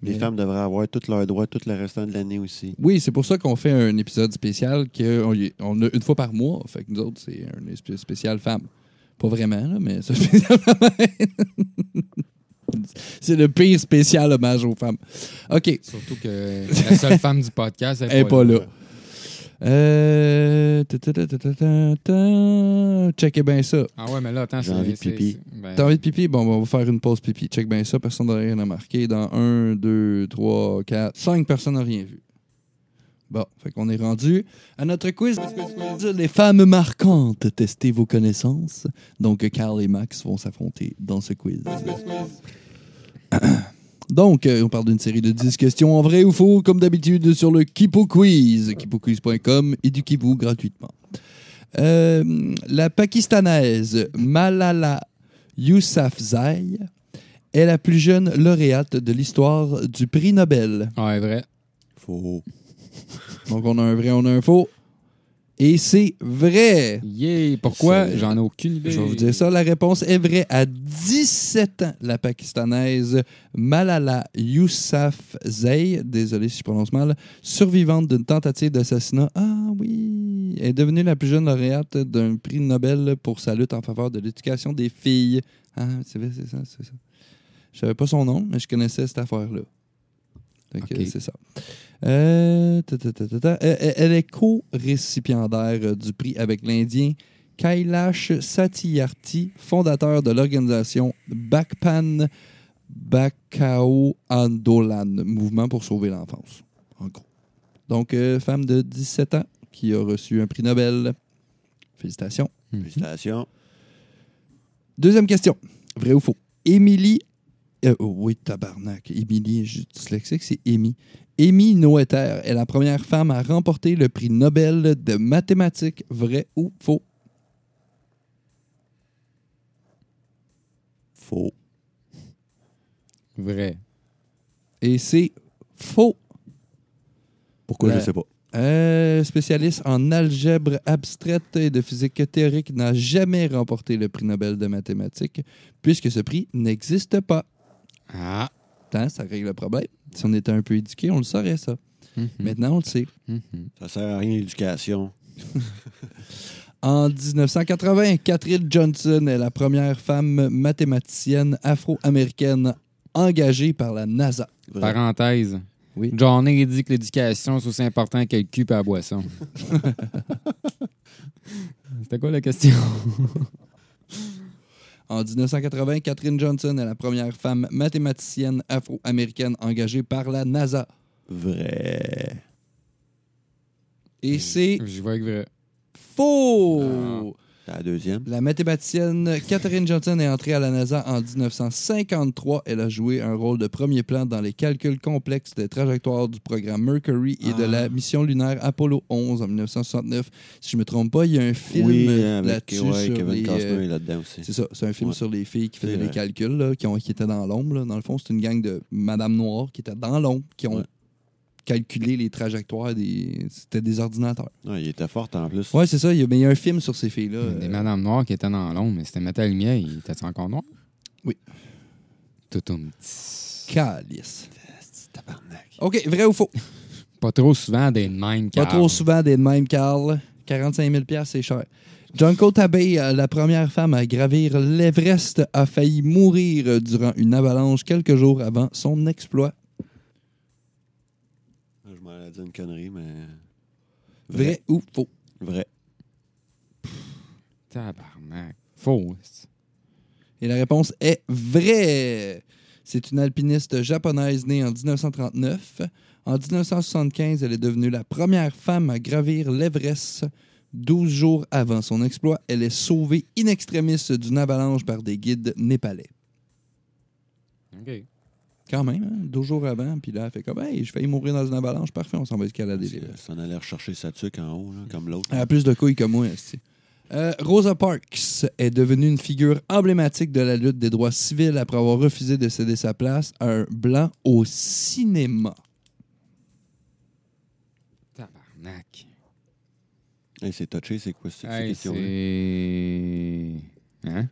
[SPEAKER 4] les
[SPEAKER 1] Mais-
[SPEAKER 4] femmes devraient avoir tous leurs droits tout le restant de l'année aussi.
[SPEAKER 1] Oui, c'est pour ça qu'on fait un épisode spécial qu'on on a une fois par mois. Fait que nous autres, c'est un espé- spécial femme. Pas vraiment, là, mais c'est un spécial femme. C'est le pire spécial hommage aux femmes. OK,
[SPEAKER 2] Surtout que la seule femme du podcast, elle
[SPEAKER 1] elle
[SPEAKER 2] est
[SPEAKER 1] est pas là. Euh... ta, ta, ta, ta, ta, ta, ta. Checkez bien ça.
[SPEAKER 2] Ah ouais, mais là, attends,
[SPEAKER 4] J'ai
[SPEAKER 2] c'est-
[SPEAKER 4] envie de
[SPEAKER 2] c'est-
[SPEAKER 4] pipi.
[SPEAKER 2] c'est- ben,
[SPEAKER 1] T'as envie de pipi? Bon, ben, on va faire une pause pipi. Check bien ça. Personne n'a rien à marquer. Dans 1, 2, 3, 4, 5 personnes n'ont rien vu. Bon, fait qu'on est rendu à notre quiz. Les femmes marquantes, testez vos connaissances. Donc, Carl et Max vont s'affronter dans ce quiz. Donc, euh, on parle d'une série de 10 questions en vrai ou faux, comme d'habitude, sur le Kipo Quiz, kipoquiz.com et du Kipo gratuitement. Euh, la pakistanaise Malala Yousafzai est la plus jeune lauréate de l'histoire du prix Nobel.
[SPEAKER 2] Ouais, vrai.
[SPEAKER 4] Faux.
[SPEAKER 1] Mhm. Donc, on a un vrai, on a un faux. Et c'est vrai.
[SPEAKER 2] Yeah, pourquoi?
[SPEAKER 1] C'est-
[SPEAKER 2] J'en ai aucune idée.
[SPEAKER 1] Je vais vous dire ça. La réponse est vraie. À 17 ans, la Pakistanaise Malala Yousafzai, désolé si je prononce mal, survivante d'une tentative d'assassinat, ah oui, est devenue la plus jeune lauréate d'un prix Nobel pour sa lutte en faveur de l'éducation des filles. Ah, c'est vrai, c'est ça, c'est ça. Je savais pas son nom, mais je connaissais cette affaire-là. Fait que
[SPEAKER 2] Ok.
[SPEAKER 1] C'est ça. Euh, ta, ta, ta, ta, ta. Euh, euh, Elle est co-récipiendaire euh, du prix avec l'Indien Kailash Satyarthi, fondateur de l'organisation Bakpan Bakao Andolan, mouvement pour sauver l'enfance, en gros. Donc, euh, femme de 17 ans qui a reçu un prix Nobel. Félicitations.
[SPEAKER 4] Félicitations.
[SPEAKER 1] Deuxième question. Vrai ou faux? Émilie... euh, oh oui, tabarnak. Émilie, je suis dyslexique, c'est Émy. Émy Noether est la première femme à remporter le prix Nobel de mathématiques. Vrai ou faux?
[SPEAKER 4] Faux.
[SPEAKER 2] Vrai.
[SPEAKER 1] Et c'est faux.
[SPEAKER 4] Pourquoi
[SPEAKER 1] Ben,
[SPEAKER 4] je sais pas.
[SPEAKER 1] Euh, spécialiste en algèbre abstraite et de physique théorique, n'a jamais remporté le prix Nobel de mathématiques, puisque ce prix n'existe pas.
[SPEAKER 2] Ah.
[SPEAKER 1] Hein, ça règle le problème. Si on était un peu éduqué, on le saurait, ça.
[SPEAKER 2] Mhm.
[SPEAKER 1] Maintenant, on le sait.
[SPEAKER 2] Mhm.
[SPEAKER 4] Ça sert à rien l'éducation.
[SPEAKER 1] En 1980, Catherine Johnson est la première femme mathématicienne afro-américaine engagée par la NASA.
[SPEAKER 4] Vrai.
[SPEAKER 2] Parenthèse.
[SPEAKER 1] Oui.
[SPEAKER 2] Johnny dit que l'éducation, c'est aussi important que le cul et la boisson. C'était quoi la question?
[SPEAKER 1] En 1980, Catherine Johnson est la première femme mathématicienne afro-américaine engagée par la NASA.
[SPEAKER 4] Vrai.
[SPEAKER 1] Et c'est
[SPEAKER 2] Je vois que vrai.
[SPEAKER 1] faux!
[SPEAKER 4] C'est la deuxième.
[SPEAKER 1] La mathématicienne Catherine Johnson est entrée à la NASA en 1953. Elle a joué un rôle de premier plan dans les calculs complexes des trajectoires du programme Mercury et de
[SPEAKER 2] Ah.
[SPEAKER 1] la mission lunaire Apollo 11 en 1969. Si je me trompe pas, il y a un film
[SPEAKER 4] oui, avec
[SPEAKER 1] là-dessus
[SPEAKER 4] ouais,
[SPEAKER 1] sur
[SPEAKER 4] Kevin
[SPEAKER 1] les,
[SPEAKER 4] Costner
[SPEAKER 1] euh,
[SPEAKER 4] est là-dedans aussi.
[SPEAKER 1] c'est ça, c'est un film
[SPEAKER 4] Ouais.
[SPEAKER 1] sur les filles qui
[SPEAKER 4] C'est
[SPEAKER 1] faisaient des
[SPEAKER 4] vrai.
[SPEAKER 1] calculs, là, qui, ont, qui étaient dans l'ombre. là. Dans le fond, c'est une gang de Madame Noire qui était dans l'ombre, qui ont
[SPEAKER 4] Ouais.
[SPEAKER 1] calculé les trajectoires des. C'était des ordinateurs.
[SPEAKER 4] Ouais, il était fort en plus.
[SPEAKER 1] Ouais, c'est ça, il y a, mais il y a un film sur ces filles-là.
[SPEAKER 2] Des
[SPEAKER 1] euh,
[SPEAKER 2] madames noires qui étaient dans l'ombre, mais c'était Metal Lumière, il était encore noir?
[SPEAKER 1] Oui.
[SPEAKER 2] Tout un petit-
[SPEAKER 1] calice.
[SPEAKER 4] Tabarnak.
[SPEAKER 1] OK, vrai ou faux?
[SPEAKER 2] Pas trop souvent des mêmes
[SPEAKER 1] Pas
[SPEAKER 2] Carl.
[SPEAKER 1] trop souvent des mêmes, Carl. 45 000 piastres, c'est cher. Junko Tabe, euh, la première femme à gravir l'Everest, a failli mourir euh, durant une avalanche quelques jours avant son exploit.
[SPEAKER 4] Ah, Je m'en allais dire une connerie, mais.
[SPEAKER 1] Vrai, ou faux?
[SPEAKER 4] Vrai.
[SPEAKER 2] Tabarnak. Faux.
[SPEAKER 1] Et la réponse est vraie. C'est une alpiniste japonaise née en 1939. En 1975, elle est devenue la première femme à gravir l'Everest. 12 jours avant son exploit, elle est sauvée in extremis d'une avalanche par des guides népalais.
[SPEAKER 2] OK.
[SPEAKER 1] Quand même, hein, 12 jours avant, puis là, elle fait comme Hey, je failli mourir dans une avalanche, parfait, on s'en va escalader. les-
[SPEAKER 4] C'est- Ça en allait rechercher sa tuque en haut, là, comme l'autre.
[SPEAKER 1] Elle a plus de couilles que moi, esti. Euh, Rosa Parks est devenue une figure emblématique de la lutte des droits civils après avoir refusé de céder sa place à un blanc au cinéma.
[SPEAKER 2] Tabarnak.
[SPEAKER 4] Hey, c'est touché, c'est quoi cette
[SPEAKER 2] Hey,
[SPEAKER 4] question là
[SPEAKER 2] c'est... Hein?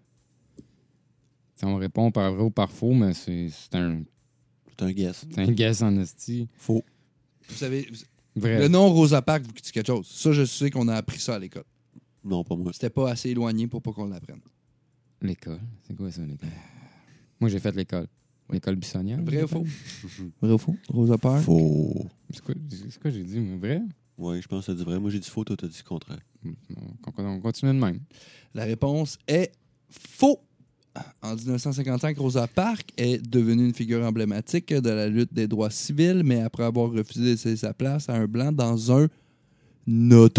[SPEAKER 2] Si on répond par vrai ou par faux, mais c'est c'est un,
[SPEAKER 4] C'est un guess.
[SPEAKER 2] c'est un guess en esti.
[SPEAKER 4] Faux.
[SPEAKER 1] Vous savez,
[SPEAKER 2] Vrai.
[SPEAKER 1] le nom Rosa Parks vous dit quelque chose. Ça, je sais qu'on a appris ça à l'école.
[SPEAKER 4] Non, pas moi.
[SPEAKER 1] C'était pas assez éloigné pour pas qu'on l'apprenne.
[SPEAKER 2] L'école. C'est quoi ça, l'école? Moi, j'ai fait l'école. L'école buissonnière.
[SPEAKER 1] Vrai ou faux? Vrai ou faux? Rosa Parks?
[SPEAKER 4] Faux.
[SPEAKER 2] C'est quoi, c'est quoi j'ai dit? moi? Vrai?
[SPEAKER 4] Oui, je pense que c'est du vrai. Moi, j'ai dit faux, toi, t'as dit le contraire.
[SPEAKER 2] On, on continue de même.
[SPEAKER 1] La réponse est faux. En 1955, Rosa Parks est devenue une figure emblématique de la lutte des droits civils, mais après avoir refusé de laisser sa place à un blanc dans un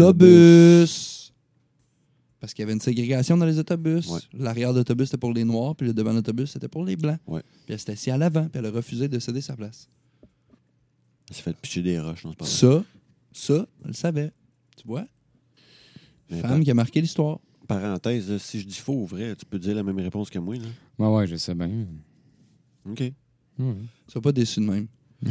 [SPEAKER 1] autobus. Parce qu'il y avait une ségrégation dans les autobus.
[SPEAKER 4] Ouais.
[SPEAKER 1] L'arrière d'autobus c'était pour les noirs, puis le devant d'autobus c'était pour les blancs.
[SPEAKER 4] Ouais.
[SPEAKER 1] Puis elle s'est assise à l'avant, puis elle a refusé de céder sa place.
[SPEAKER 4] Elle s'est fait pitcher des roches, non, c'est pas vrai.
[SPEAKER 1] Ça, ça, elle le savait. Tu vois?
[SPEAKER 4] Mais
[SPEAKER 1] Femme qui a marqué l'histoire.
[SPEAKER 4] par- Parenthèse, là, si je dis faux ou vrai, tu peux dire la même réponse que moi, là.
[SPEAKER 2] Ouais, ouais, je sais bien.
[SPEAKER 4] OK.
[SPEAKER 2] Ouais.
[SPEAKER 1] Sois pas déçu de même.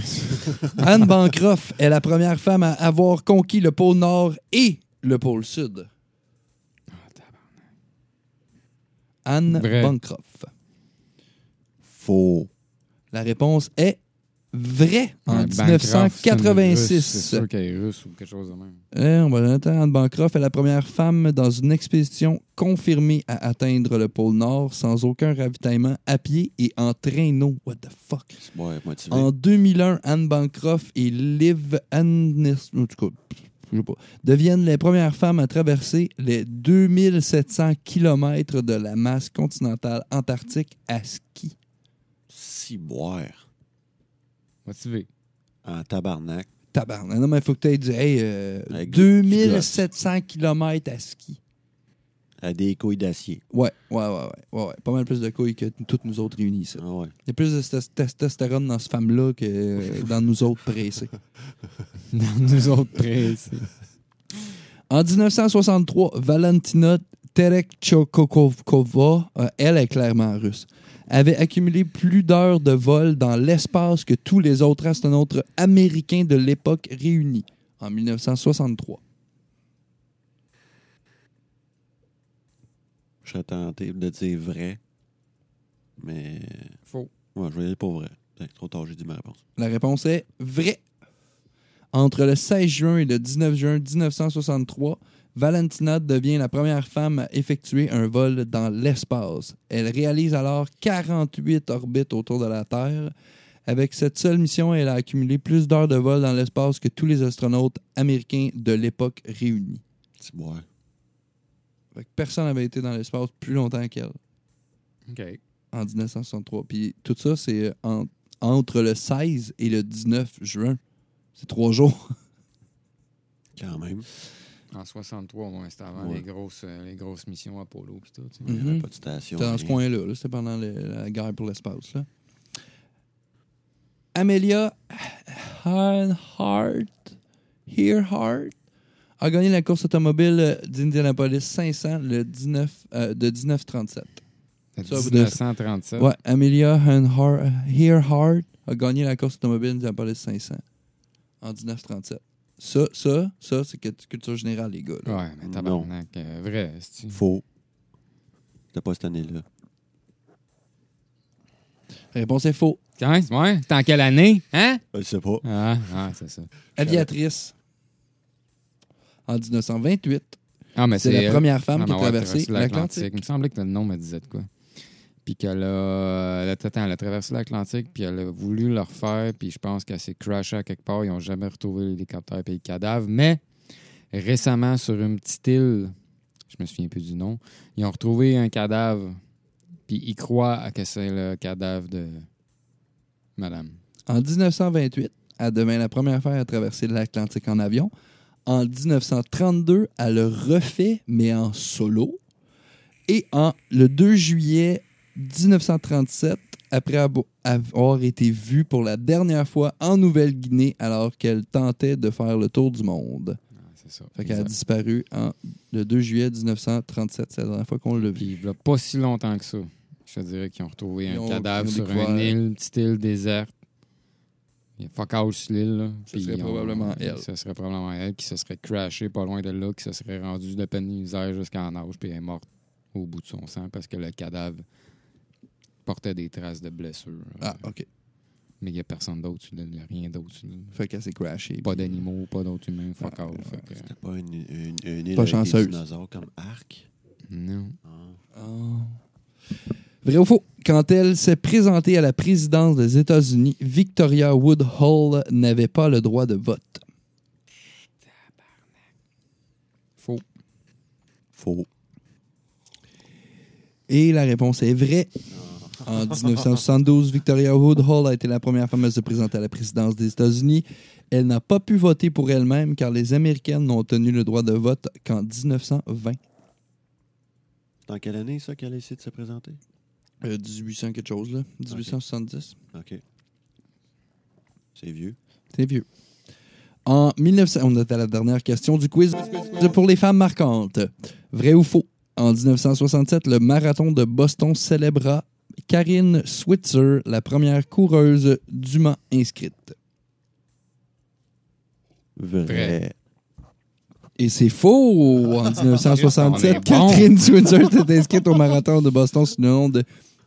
[SPEAKER 1] Anne Bancroft est la première femme à avoir conquis le pôle Nord et le pôle Sud.
[SPEAKER 2] Ah,
[SPEAKER 1] Anne
[SPEAKER 2] Vrai.
[SPEAKER 1] Bancroft.
[SPEAKER 4] Faux.
[SPEAKER 1] La réponse est vraie en
[SPEAKER 2] Ouais, Bancroft, c'est une Russe, C'est
[SPEAKER 1] 1986.
[SPEAKER 2] sûr qu'elle est russe ou quelque chose de même.
[SPEAKER 1] Eh, on va l'entendre. Anne Bancroft est la première femme dans une expédition confirmée à atteindre le pôle Nord sans aucun ravitaillement à pied et en traîneau. What the fuck?
[SPEAKER 4] C'est bon, elle est motivée.
[SPEAKER 1] En 2001, Anne Bancroft et Liv Anderson en tout cas, je sais pas, deviennent les premières femmes à traverser les 2700 km de la masse continentale antarctique à ski.
[SPEAKER 4] Si boire.
[SPEAKER 2] Motivé.
[SPEAKER 4] En tabarnak.
[SPEAKER 1] Tabarnak. Non, mais il faut que tu aies dit, hey, euh,
[SPEAKER 4] Avec du-
[SPEAKER 1] 2700 km à ski.
[SPEAKER 4] À des couilles d'acier.
[SPEAKER 1] Ouais, ouais, ouais, ouais, ouais, ouais. Pas mal plus de couilles que t- toutes nous autres réunies, ça.
[SPEAKER 4] Ah ouais.
[SPEAKER 1] Il y a plus de tes- testostérone dans cette femme-là que euh, dans nous autres pressés.
[SPEAKER 2] Dans nous autres pressés.
[SPEAKER 1] En 1963, Valentina Terechokova, euh, elle est clairement russe, avait accumulé plus d'heures de vol dans l'espace que tous les autres astronautes américains de l'époque réunis en 1963.
[SPEAKER 4] Je serais tenté de dire vrai. Mais.
[SPEAKER 2] Faux.
[SPEAKER 4] Ouais, je vais y aller pour vrai. Putain, Trop tard, j'ai dit ma réponse.
[SPEAKER 1] La réponse est vrai. Entre le 16 juin et le 19 juin 1963, Valentina devient la première femme à effectuer un vol dans l'espace. Elle réalise alors 48 orbites autour de la Terre. Avec cette seule mission, elle a accumulé plus d'heures de vol dans l'espace que tous les astronautes américains de l'époque réunis.
[SPEAKER 4] Si boire.
[SPEAKER 1] Fait que personne n'avait été dans l'espace plus longtemps qu'elle
[SPEAKER 2] OK.
[SPEAKER 1] en 1963. Puis tout ça, c'est euh, en- entre le 16 et le 19 juin. C'est trois jours.
[SPEAKER 4] Quand
[SPEAKER 1] Hmm.
[SPEAKER 4] même.
[SPEAKER 2] En 63, moi, c'était avant
[SPEAKER 4] Ouais.
[SPEAKER 2] les, grosses, euh, les grosses missions Apollo pis tout. tu sais.
[SPEAKER 4] Il n'y
[SPEAKER 1] Mhm.
[SPEAKER 4] avait pas de station.
[SPEAKER 1] C'était dans ce
[SPEAKER 4] rien.
[SPEAKER 1] coin-là. là. C'était pendant le- la guerre pour l'espace. là. Amelia Earhart Earhart a gagné la course automobile d'Indianapolis 500 le 19, euh, de 1937.
[SPEAKER 2] C'était
[SPEAKER 1] Ça, vous
[SPEAKER 2] 1937.
[SPEAKER 1] Ouais, Amelia Earhart Earhart a gagné la course automobile d'Indianapolis 500 en 1937. Ça, ça, ça, c'est cult- culture générale, les gars. là.
[SPEAKER 2] Ouais, mais tabarnak. euh, vrai, c'est-tu?
[SPEAKER 4] Faux. C'était pas cette année-là.
[SPEAKER 1] Réponse est faux.
[SPEAKER 2] Quand? Ouais? T'es en quelle année? Hein?
[SPEAKER 4] Je sais Euh, pas.
[SPEAKER 2] Ah, ah c'est ça.
[SPEAKER 1] Aviatrice. En 1928,
[SPEAKER 2] Ah, mais
[SPEAKER 1] C'est la
[SPEAKER 2] elle.
[SPEAKER 1] première femme
[SPEAKER 2] Ah,
[SPEAKER 1] qui
[SPEAKER 2] mais
[SPEAKER 1] a
[SPEAKER 2] ouais,
[SPEAKER 1] traversé
[SPEAKER 2] traversé
[SPEAKER 1] l'Atlantique.
[SPEAKER 2] Il me semblait que le nom me disait de quoi. Puis qu'elle a, elle a, attends, elle a traversé l'Atlantique, puis elle a voulu le refaire, puis je pense qu'elle s'est crashée à quelque part. Ils n'ont jamais retrouvé l'hélicoptère et le cadavre. Mais récemment, sur une petite île, je me souviens plus du nom, ils ont retrouvé un cadavre, puis ils croient que c'est le cadavre de madame.
[SPEAKER 1] En 1928, elle devint la première femme à traverser l'Atlantique en avion. En 1932, elle le refait, mais en solo. Et en, le 2 juillet 1937, après abo- avoir été vue pour la dernière fois en Nouvelle-Guinée alors qu'elle tentait de faire le tour du monde.
[SPEAKER 2] Ah, c'est ça.
[SPEAKER 1] Fait qu'elle a
[SPEAKER 2] Exact.
[SPEAKER 1] disparu en, le 2 juillet 1937. C'est la dernière fois qu'on l'a vue.
[SPEAKER 2] Puis il y a pas si longtemps que ça. Je te dirais qu'ils ont retrouvé
[SPEAKER 1] Ils
[SPEAKER 2] un
[SPEAKER 1] ont-
[SPEAKER 2] cadavre
[SPEAKER 1] ils ont
[SPEAKER 2] sur
[SPEAKER 1] découvert.
[SPEAKER 2] une île, une petite île déserte. Il y a fuck all sur l'île. là.
[SPEAKER 1] Ce
[SPEAKER 2] Puis
[SPEAKER 1] serait
[SPEAKER 2] ils ont-
[SPEAKER 1] probablement elle.
[SPEAKER 2] Ce serait probablement elle qui se serait crashée pas loin de là, qui se serait rendue de pénisère jusqu'en âge, puis elle est morte au bout de son sang parce que le cadavre portait des traces de blessures.
[SPEAKER 1] Ah, OK.
[SPEAKER 2] Mais il n'y a personne d'autre sur l'île, il n'y a rien d'autre sur l'île.
[SPEAKER 1] Fait qu'elle s'est crashée.
[SPEAKER 2] Pas d'animaux, pas d'autres humains, fuck
[SPEAKER 1] Ah,
[SPEAKER 2] all.
[SPEAKER 1] ouais,
[SPEAKER 2] Fait que,
[SPEAKER 4] C'était pas une, une, une île
[SPEAKER 1] Pas
[SPEAKER 4] avec
[SPEAKER 1] chanceuse.
[SPEAKER 4] des dinosaures comme arc.
[SPEAKER 2] non.
[SPEAKER 1] Ah. Vrai ou faux? Quand elle s'est présentée à la présidence des États-Unis, Victoria Woodhull n'avait pas le droit de vote.
[SPEAKER 2] Faux.
[SPEAKER 4] Faux.
[SPEAKER 1] Et la réponse est vraie. En 1972, Victoria Woodhull a été la première femme à se présenter à la présidence des États-Unis. Elle n'a pas pu voter pour elle-même car les Américaines n'ont tenu le droit de vote qu'en 1920.
[SPEAKER 4] Dans quelle année, ça, qu'elle a essayé de se présenter?
[SPEAKER 1] Euh, 1800 quelque chose, là. 1870.
[SPEAKER 4] OK. C'est vieux.
[SPEAKER 1] C'est vieux. En 1900, on est à la dernière question du quiz pour les femmes marquantes. Vrai ou faux? En 1967, le marathon de Boston célébra Karine Switzer, la première coureuse dûment inscrite.
[SPEAKER 4] Vrai.
[SPEAKER 2] Vrai.
[SPEAKER 1] Et c'est faux! En 1967,
[SPEAKER 2] On est bon.
[SPEAKER 1] Catherine Switzer était inscrite au marathon de Boston sous le nom de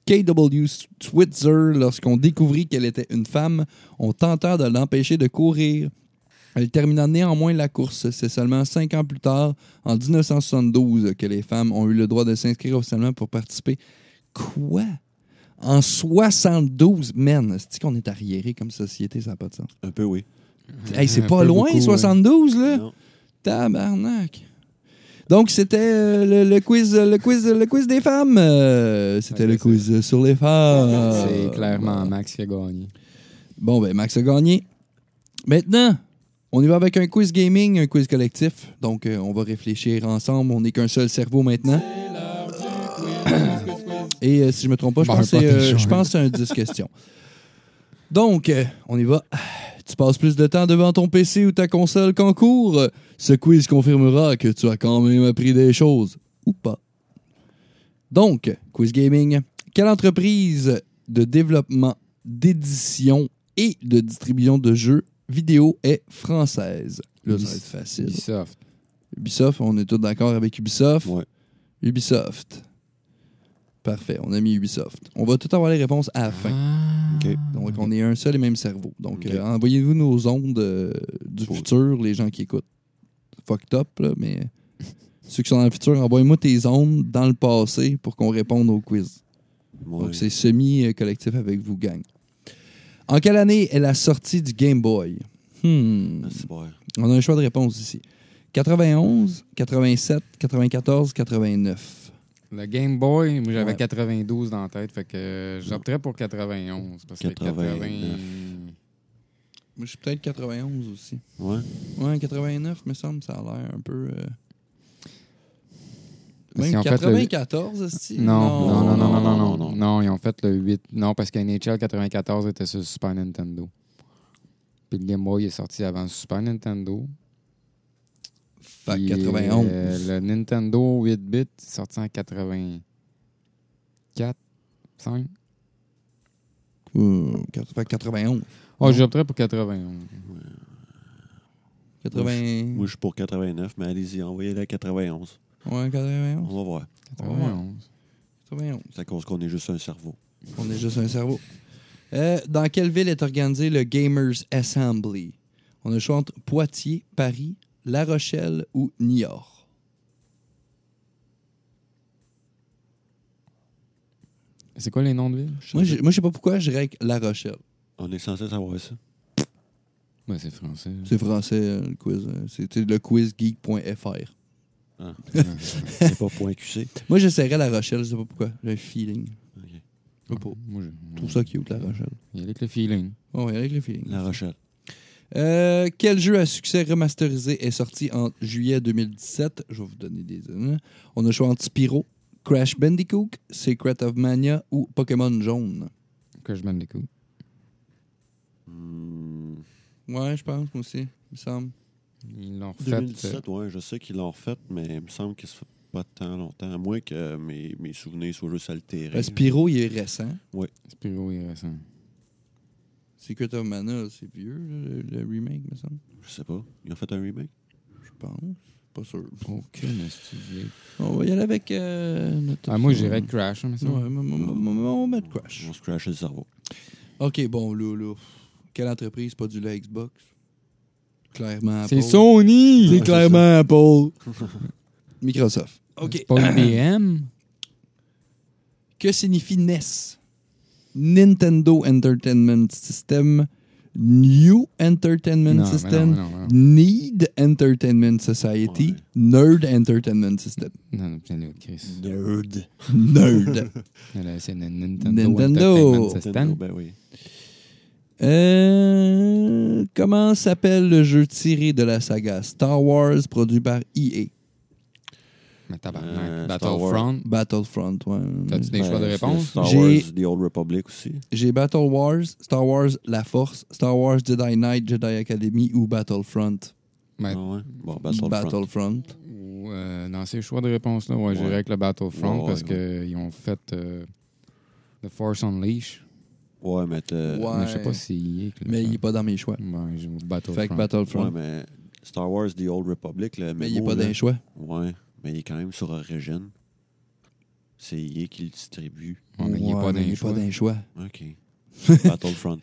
[SPEAKER 1] KW Switzer. Lorsqu'on découvrit qu'elle était une femme, on tenta de l'empêcher de courir. Elle termina néanmoins la course. C'est seulement cinq ans plus tard, en 1972, que les femmes ont eu le droit de s'inscrire officiellement pour participer. Quoi? En 72, man, cest qu'on est arriéré comme société, ça n'a pas de sens.
[SPEAKER 4] Un peu, oui.
[SPEAKER 1] Hey, c'est
[SPEAKER 2] Un
[SPEAKER 1] pas
[SPEAKER 2] peu
[SPEAKER 1] loin,
[SPEAKER 2] Hein, beaucoup, ouais.
[SPEAKER 1] 72, là!
[SPEAKER 4] Non.
[SPEAKER 1] Tabarnak. Donc, c'était euh, le, le quiz, le, quiz, le quiz des femmes. Euh, c'était
[SPEAKER 2] Ouais,
[SPEAKER 1] le
[SPEAKER 2] c'est-
[SPEAKER 1] quiz euh, sur les femmes.
[SPEAKER 2] C'est
[SPEAKER 1] euh,
[SPEAKER 2] clairement Max qui a gagné.
[SPEAKER 1] Bon, ben, Max a gagné. Maintenant, on y va avec un quiz gaming, un quiz collectif. Donc, euh, on va réfléchir ensemble. On n'est qu'un seul cerveau maintenant. Et euh, si je me trompe pas, je
[SPEAKER 2] Bon,
[SPEAKER 1] pense que
[SPEAKER 2] pas
[SPEAKER 1] c'est,
[SPEAKER 2] tes
[SPEAKER 1] euh,
[SPEAKER 2] choix,
[SPEAKER 1] je pense que c'est un 10 questions. Donc, euh, on y va. Tu passes plus de temps devant ton PC ou ta console qu'en cours. Ce quiz confirmera que tu as quand même appris des choses. Ou pas. Donc, quiz gaming. Quelle entreprise de développement, d'édition et de distribution de jeux vidéo est française? Là, ça va être facile.
[SPEAKER 2] Ubisoft.
[SPEAKER 1] Ubisoft, on est tous d'accord avec Ubisoft.
[SPEAKER 4] Ouais.
[SPEAKER 1] Ubisoft. Parfait, on a mis Ubisoft. On va tout avoir les réponses à la fin.
[SPEAKER 4] OK.
[SPEAKER 1] Donc, on est un seul et même cerveau. Donc,
[SPEAKER 4] Ok.
[SPEAKER 1] euh, envoyez-vous nos ondes euh, du futur, les gens qui écoutent. Fucked up, là, mais ceux qui sont dans le futur, envoyez-moi tes ondes dans le passé pour qu'on réponde au quiz.
[SPEAKER 4] Ouais.
[SPEAKER 1] Donc, c'est semi-collectif avec vous, gang. En quelle année est la sortie du Game Boy? Hmm.
[SPEAKER 4] Ah, c'est bon.
[SPEAKER 1] On a un choix de réponse ici. 91, 87, 94, 89.
[SPEAKER 2] Le Game Boy, moi j'avais
[SPEAKER 1] Ouais.
[SPEAKER 2] 92 dans la tête, fait que j'opterais pour 91. Parce que
[SPEAKER 4] 89.
[SPEAKER 2] 80...
[SPEAKER 1] Moi, je suis peut-être 91 aussi.
[SPEAKER 4] Ouais.
[SPEAKER 1] Ouais, 89, me semble, ça a l'air un peu. euh,
[SPEAKER 2] Parce
[SPEAKER 1] Même
[SPEAKER 2] qu'ils ont fait le-
[SPEAKER 1] 94, est-ce que-
[SPEAKER 2] Non, non, non, non, non, non, non,
[SPEAKER 4] non, non.
[SPEAKER 2] Non, ils ont fait le 8. Non, parce que NHL 94 était sur le Super Nintendo. Puis le Game Boy est sorti avant le Super Nintendo.
[SPEAKER 1] Fait que
[SPEAKER 2] Puis,
[SPEAKER 1] 91.
[SPEAKER 2] euh, le Nintendo 8-bit est sorti en 84, 5.
[SPEAKER 1] Ouh, quatre- fait que 91.
[SPEAKER 2] Oh, j'opterais pour 91.
[SPEAKER 1] 80...
[SPEAKER 4] Moi, je suis pour 89, mais allez-y, envoyez-la à 91.
[SPEAKER 1] Ouais, 91.
[SPEAKER 4] On va voir.
[SPEAKER 2] 91.
[SPEAKER 1] 91.
[SPEAKER 4] C'est à cause qu'on est juste un cerveau.
[SPEAKER 1] On est juste un cerveau. Euh, dans quelle ville est organisé le Gamers Assembly? On a le choix entre Poitiers, Paris, La Rochelle ou Niort.
[SPEAKER 2] C'est quoi les noms de villes?
[SPEAKER 1] Moi, je moi, je sais pas pourquoi je règle La Rochelle.
[SPEAKER 4] On est censé savoir ça.
[SPEAKER 2] Ben, c'est français.
[SPEAKER 1] C'est français, euh, le quiz. euh, C'est tu sais, le quizgeek.fr.
[SPEAKER 4] C'est pas point QC.
[SPEAKER 1] Moi, j'essaierais La Rochelle, je sais pas pourquoi. J'ai un feeling.
[SPEAKER 4] Ok.
[SPEAKER 1] Je sais pas.
[SPEAKER 2] Moi, je
[SPEAKER 1] Je trouve ça cute, La Rochelle.
[SPEAKER 2] Il y a avec le feeling.
[SPEAKER 1] Oh, ouais, avec le feeling.
[SPEAKER 4] La Rochelle.
[SPEAKER 1] Euh, quel jeu à succès remasterisé est sorti en juillet 2017? Je vais vous donner des... hein. On a le choix entre Spyro, Crash Bandicoot, Secret of Mania ou Pokémon Jaune.
[SPEAKER 2] Que je mène des coups.
[SPEAKER 4] Hmm,
[SPEAKER 1] Ouais, je pense, moi aussi, il me semble.
[SPEAKER 2] Ils l'ont euh, refait.
[SPEAKER 4] 2017, ouais, je sais qu'ils l'ont refait, mais il me semble qu'il se fait pas tant longtemps. À moins que mes, mes souvenirs soient juste altérés.
[SPEAKER 1] Euh, Spyro, il est récent.
[SPEAKER 2] Spiro est récent.
[SPEAKER 1] Secret of Mana, c'est vieux, là, le, le remake, me semble.
[SPEAKER 4] Je sais pas. Ils ont fait un remake?
[SPEAKER 1] Je pense. Pas sûr.
[SPEAKER 2] Aucune astuce.
[SPEAKER 1] On va y aller avec euh, notre...
[SPEAKER 2] Ah, moi, j'irais Crash. hein, mais ça.
[SPEAKER 1] Ouais, moi, moi, moi, moi, on va mettre Crash.
[SPEAKER 4] On se crash le cerveau.
[SPEAKER 1] OK, bon, là, là. Quelle entreprise pas du la Xbox? Clairement
[SPEAKER 2] C'est
[SPEAKER 1] Apple.
[SPEAKER 2] Sony!
[SPEAKER 1] C'est clairement Apple. Microsoft.
[SPEAKER 2] C'est
[SPEAKER 1] OK.
[SPEAKER 2] pas IBM?
[SPEAKER 1] E Que signifie NES? Nintendo Entertainment System, New Entertainment
[SPEAKER 2] Non, mais
[SPEAKER 1] System,
[SPEAKER 2] non, mais non, mais
[SPEAKER 1] Need Entertainment Society,
[SPEAKER 4] Ouais.
[SPEAKER 1] Nerd Entertainment System.
[SPEAKER 2] Non, non, c'est l'autre, Chris.
[SPEAKER 4] Nerd.
[SPEAKER 1] Nerd.
[SPEAKER 2] Là, C'est le Nintendo,
[SPEAKER 1] Nintendo.
[SPEAKER 2] Entertainment
[SPEAKER 4] Nintendo,
[SPEAKER 2] System.
[SPEAKER 4] ben oui.
[SPEAKER 1] Euh, comment s'appelle le jeu tiré de la saga Star Wars produit par E EA
[SPEAKER 2] Mais tabarnak.
[SPEAKER 4] Euh, Star Wars.
[SPEAKER 2] Battlefront.
[SPEAKER 1] Battlefront, ouais.
[SPEAKER 2] T'as-tu des
[SPEAKER 4] Ben,
[SPEAKER 2] choix de
[SPEAKER 4] c'est
[SPEAKER 2] réponse?
[SPEAKER 4] Star
[SPEAKER 1] J'ai-
[SPEAKER 4] Wars, The Old Republic aussi.
[SPEAKER 1] J'ai Battle Wars, Star Wars La Force, Star Wars Jedi Knight, Jedi Academy ou Battlefront.
[SPEAKER 2] Ben,
[SPEAKER 4] Ah ouais? Bon, Battlefront.
[SPEAKER 1] Battlefront.
[SPEAKER 2] ou, euh, dans ces choix de réponse là, ouais, j'irais avec le Battlefront
[SPEAKER 4] Ouais,
[SPEAKER 2] parce
[SPEAKER 4] ouais.
[SPEAKER 2] qu'ils ont fait euh, The Force Unleashed.
[SPEAKER 4] Ouais, mais t'as-
[SPEAKER 1] Ouais.
[SPEAKER 2] Mais je sais pas si est que le
[SPEAKER 1] Mais
[SPEAKER 2] fait.
[SPEAKER 1] il n'est pas dans mes choix.
[SPEAKER 2] Ouais, j'ai
[SPEAKER 1] Fait
[SPEAKER 2] Battlefront.
[SPEAKER 1] que Battlefront.
[SPEAKER 4] ouais, mais Star Wars, The Old Republic, le
[SPEAKER 1] mais il n'est
[SPEAKER 4] mémo,
[SPEAKER 1] pas dans
[SPEAKER 4] là,
[SPEAKER 1] les choix.
[SPEAKER 4] Ouais, mais il est quand même sur Origin. C'est EA qui le distribue.
[SPEAKER 2] Ouais, mais il est
[SPEAKER 1] Ouais,
[SPEAKER 2] pas dans
[SPEAKER 1] mais il
[SPEAKER 2] les
[SPEAKER 1] est
[SPEAKER 2] choix.
[SPEAKER 1] pas dans les choix.
[SPEAKER 4] OK. Battlefront.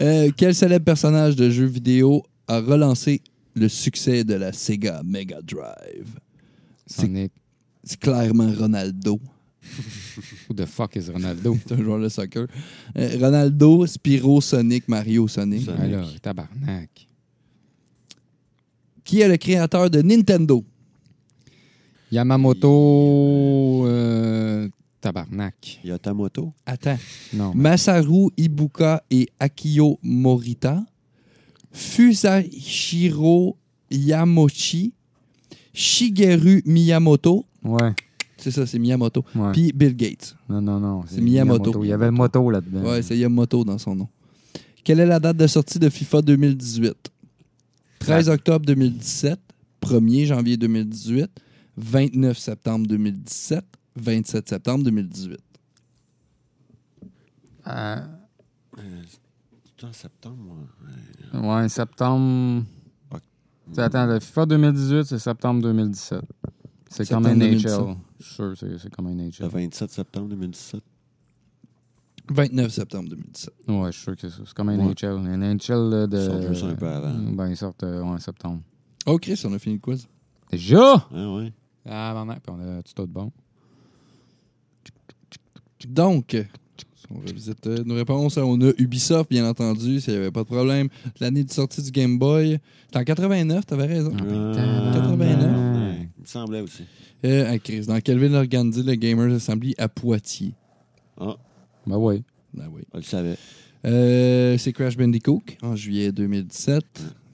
[SPEAKER 1] Euh, quel célèbre personnage de jeu vidéo a relancé le succès de la Sega Mega Drive?
[SPEAKER 2] Sonic.
[SPEAKER 1] C'est clairement Ronaldo.
[SPEAKER 2] Who the fuck is Ronaldo?
[SPEAKER 1] C'est un joueur de soccer. Euh, Ronaldo, Spyro, Sonic, Mario, Sonic.
[SPEAKER 4] Ça-
[SPEAKER 2] Ah là, tabarnak.
[SPEAKER 1] Qui est le créateur de Nintendo?
[SPEAKER 2] Yamamoto. euh, tabarnak.
[SPEAKER 4] Il y a Tamoto.
[SPEAKER 1] Attends.
[SPEAKER 2] Non. mais-
[SPEAKER 1] Masaru Ibuka et Akio Morita, Fusashiro Yamochi, Shigeru Miyamoto,
[SPEAKER 2] Ouais.
[SPEAKER 1] c'est ça, c'est Miyamoto,
[SPEAKER 2] ouais.
[SPEAKER 1] puis Bill Gates.
[SPEAKER 2] non, non, non.
[SPEAKER 1] c'est Miyamoto.
[SPEAKER 2] Il y avait le moto là-dedans.
[SPEAKER 1] Ouais, c'est Yamamoto dans son nom. Quelle est la date de sortie de FIFA 2018? 13 octobre 2017, 1er janvier 2018, 29 septembre 2017, 27 septembre 2018.
[SPEAKER 2] Euh,
[SPEAKER 4] C'est en septembre, moi.
[SPEAKER 2] ouais, septembre.
[SPEAKER 4] Ok.
[SPEAKER 2] Tu sais, Attends, le FIFA 2018, c'est septembre 2017. C'est comme un
[SPEAKER 1] Septembre
[SPEAKER 2] NHL. Je suis sûr, c'est- c'est comme un
[SPEAKER 4] Le
[SPEAKER 2] NHL.
[SPEAKER 4] 27 septembre 2017.
[SPEAKER 1] 29 septembre 2017.
[SPEAKER 2] Ouais, je suis sûr que c'est ça. C'est comme un
[SPEAKER 4] Ouais.
[SPEAKER 2] NHL. Un NHL là, euh, de.
[SPEAKER 4] Ils sortent juste un peu avant.
[SPEAKER 2] Ben, ils sortent euh, en septembre.
[SPEAKER 1] Oh Chris, on a fini le quiz.
[SPEAKER 2] Déjà?
[SPEAKER 4] Hein, ouais.
[SPEAKER 2] Ah, maman, puis on a tout de bon.
[SPEAKER 1] Donc, on revisite euh, nos réponses. On a Ubisoft, bien entendu, s'il n'y avait pas de problème. L'année de sortie du Game Boy, c'était en 89, t'avais raison.
[SPEAKER 2] Ah, ben,
[SPEAKER 4] Euh,
[SPEAKER 2] 89.
[SPEAKER 4] ouais. Il me semblait aussi.
[SPEAKER 1] Euh, à Chris, dans quelle ville organisé le Gamers Assembly à Poitiers?
[SPEAKER 4] Ah,
[SPEAKER 2] Ben oui.
[SPEAKER 1] Ah oui.
[SPEAKER 4] on le savait.
[SPEAKER 1] Euh, c'est Crash Bandicoot en juillet 2017.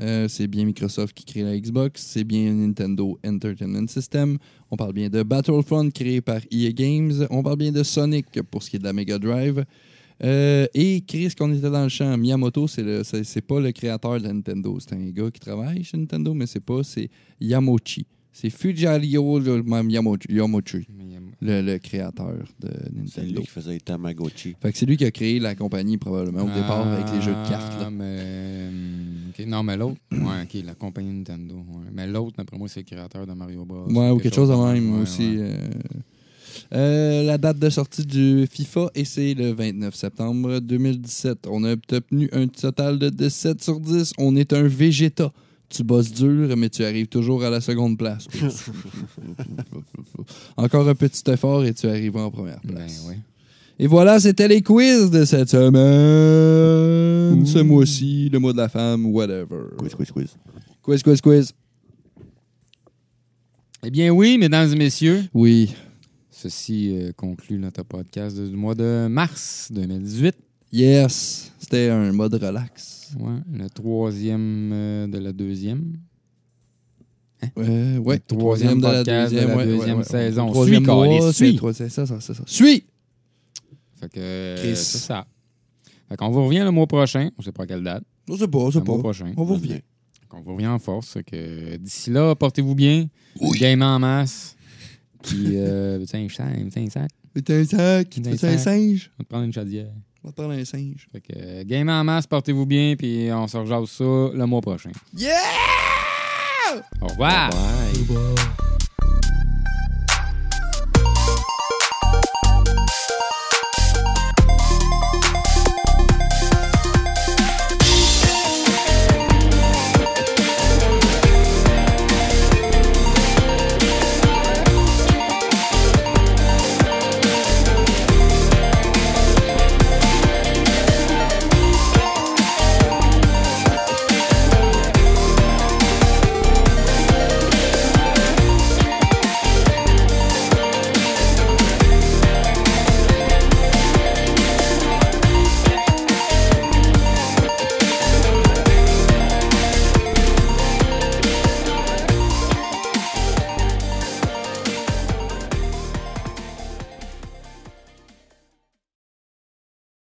[SPEAKER 1] Euh, c'est bien Microsoft qui crée la Xbox. C'est bien Nintendo Entertainment System. On parle bien de Battlefront créé par EA Games. On parle bien de Sonic pour ce qui est de la Mega Drive. Euh, et Chris, qu'on était dans le champ, Miyamoto, c'est le- c'est c'est pas le créateur de la Nintendo. C'est un gars qui travaille chez Nintendo, mais c'est pas, c'est Yamochi. C'est Fujario le- Yamochi, Yamochi, le, le créateur de
[SPEAKER 4] C'est lui
[SPEAKER 1] Nintendo.
[SPEAKER 4] qui faisait les Tamagotchi.
[SPEAKER 1] Fait que c'est lui qui a créé la compagnie probablement au départ avec les jeux de cartes. là.
[SPEAKER 2] Ah, mais. hum, ok. Non, mais l'autre. Ouais, ok, la compagnie Nintendo. ouais. Mais l'autre, d'après moi, c'est le créateur de Mario Bros.
[SPEAKER 1] Ouais, ou quelque chose de même
[SPEAKER 2] Ouais,
[SPEAKER 1] aussi.
[SPEAKER 2] ouais.
[SPEAKER 1] euh. Euh, la date de sortie du FIFA, et c'est le 29 septembre 2017. On a obtenu un total de, de 7 sur 10. On est un Vegeta. Tu bosses dur, mais tu arrives toujours à la seconde place. Encore un petit effort et tu arrives en première
[SPEAKER 2] Ben
[SPEAKER 1] place.
[SPEAKER 2] oui.
[SPEAKER 1] Et voilà, c'était les quiz de cette semaine.
[SPEAKER 2] Ouh.
[SPEAKER 1] Ce mois-ci, le mois de la femme, whatever.
[SPEAKER 4] Quiz, quiz, quiz.
[SPEAKER 1] Quiz, quiz, quiz.
[SPEAKER 2] Eh bien, oui, mesdames et messieurs,
[SPEAKER 1] Oui.
[SPEAKER 2] ceci euh, conclut notre podcast du mois de mars 2018.
[SPEAKER 1] Yes. C'était un mode relax.
[SPEAKER 2] Ouais, le troisième euh, de la deuxième.
[SPEAKER 1] Euh, ouais,
[SPEAKER 2] Le Hein? troisième podcast de la deuxième saison. Suis, Carlis, suis.
[SPEAKER 1] troisième, c'est ça, c'est ça. Suis!
[SPEAKER 2] Fait que. euh,
[SPEAKER 1] Chris.
[SPEAKER 2] C'est ça. Fait qu'on vous revient le mois prochain. On sait pas à quelle date.
[SPEAKER 1] Non, c'est pas,
[SPEAKER 2] Le
[SPEAKER 1] c'est pas.
[SPEAKER 2] mois prochain.
[SPEAKER 1] On vous revient.
[SPEAKER 2] On vous revient en force. Fait que d'ici là, portez-vous bien. Game en masse. Puis, euh, veux-tu un sac? Veux-tu un sac?
[SPEAKER 1] T'es un sac,
[SPEAKER 2] T'es un
[SPEAKER 1] t'es un
[SPEAKER 2] sac.
[SPEAKER 1] singe.
[SPEAKER 2] On va te prendre une chaudière.
[SPEAKER 1] On va te prendre un singe.
[SPEAKER 2] Fait que euh, game en masse, portez-vous bien. Puis, on se rejase ça le mois prochain.
[SPEAKER 1] Yeah!
[SPEAKER 2] Au revoir.
[SPEAKER 4] Bye.
[SPEAKER 1] Au revoir.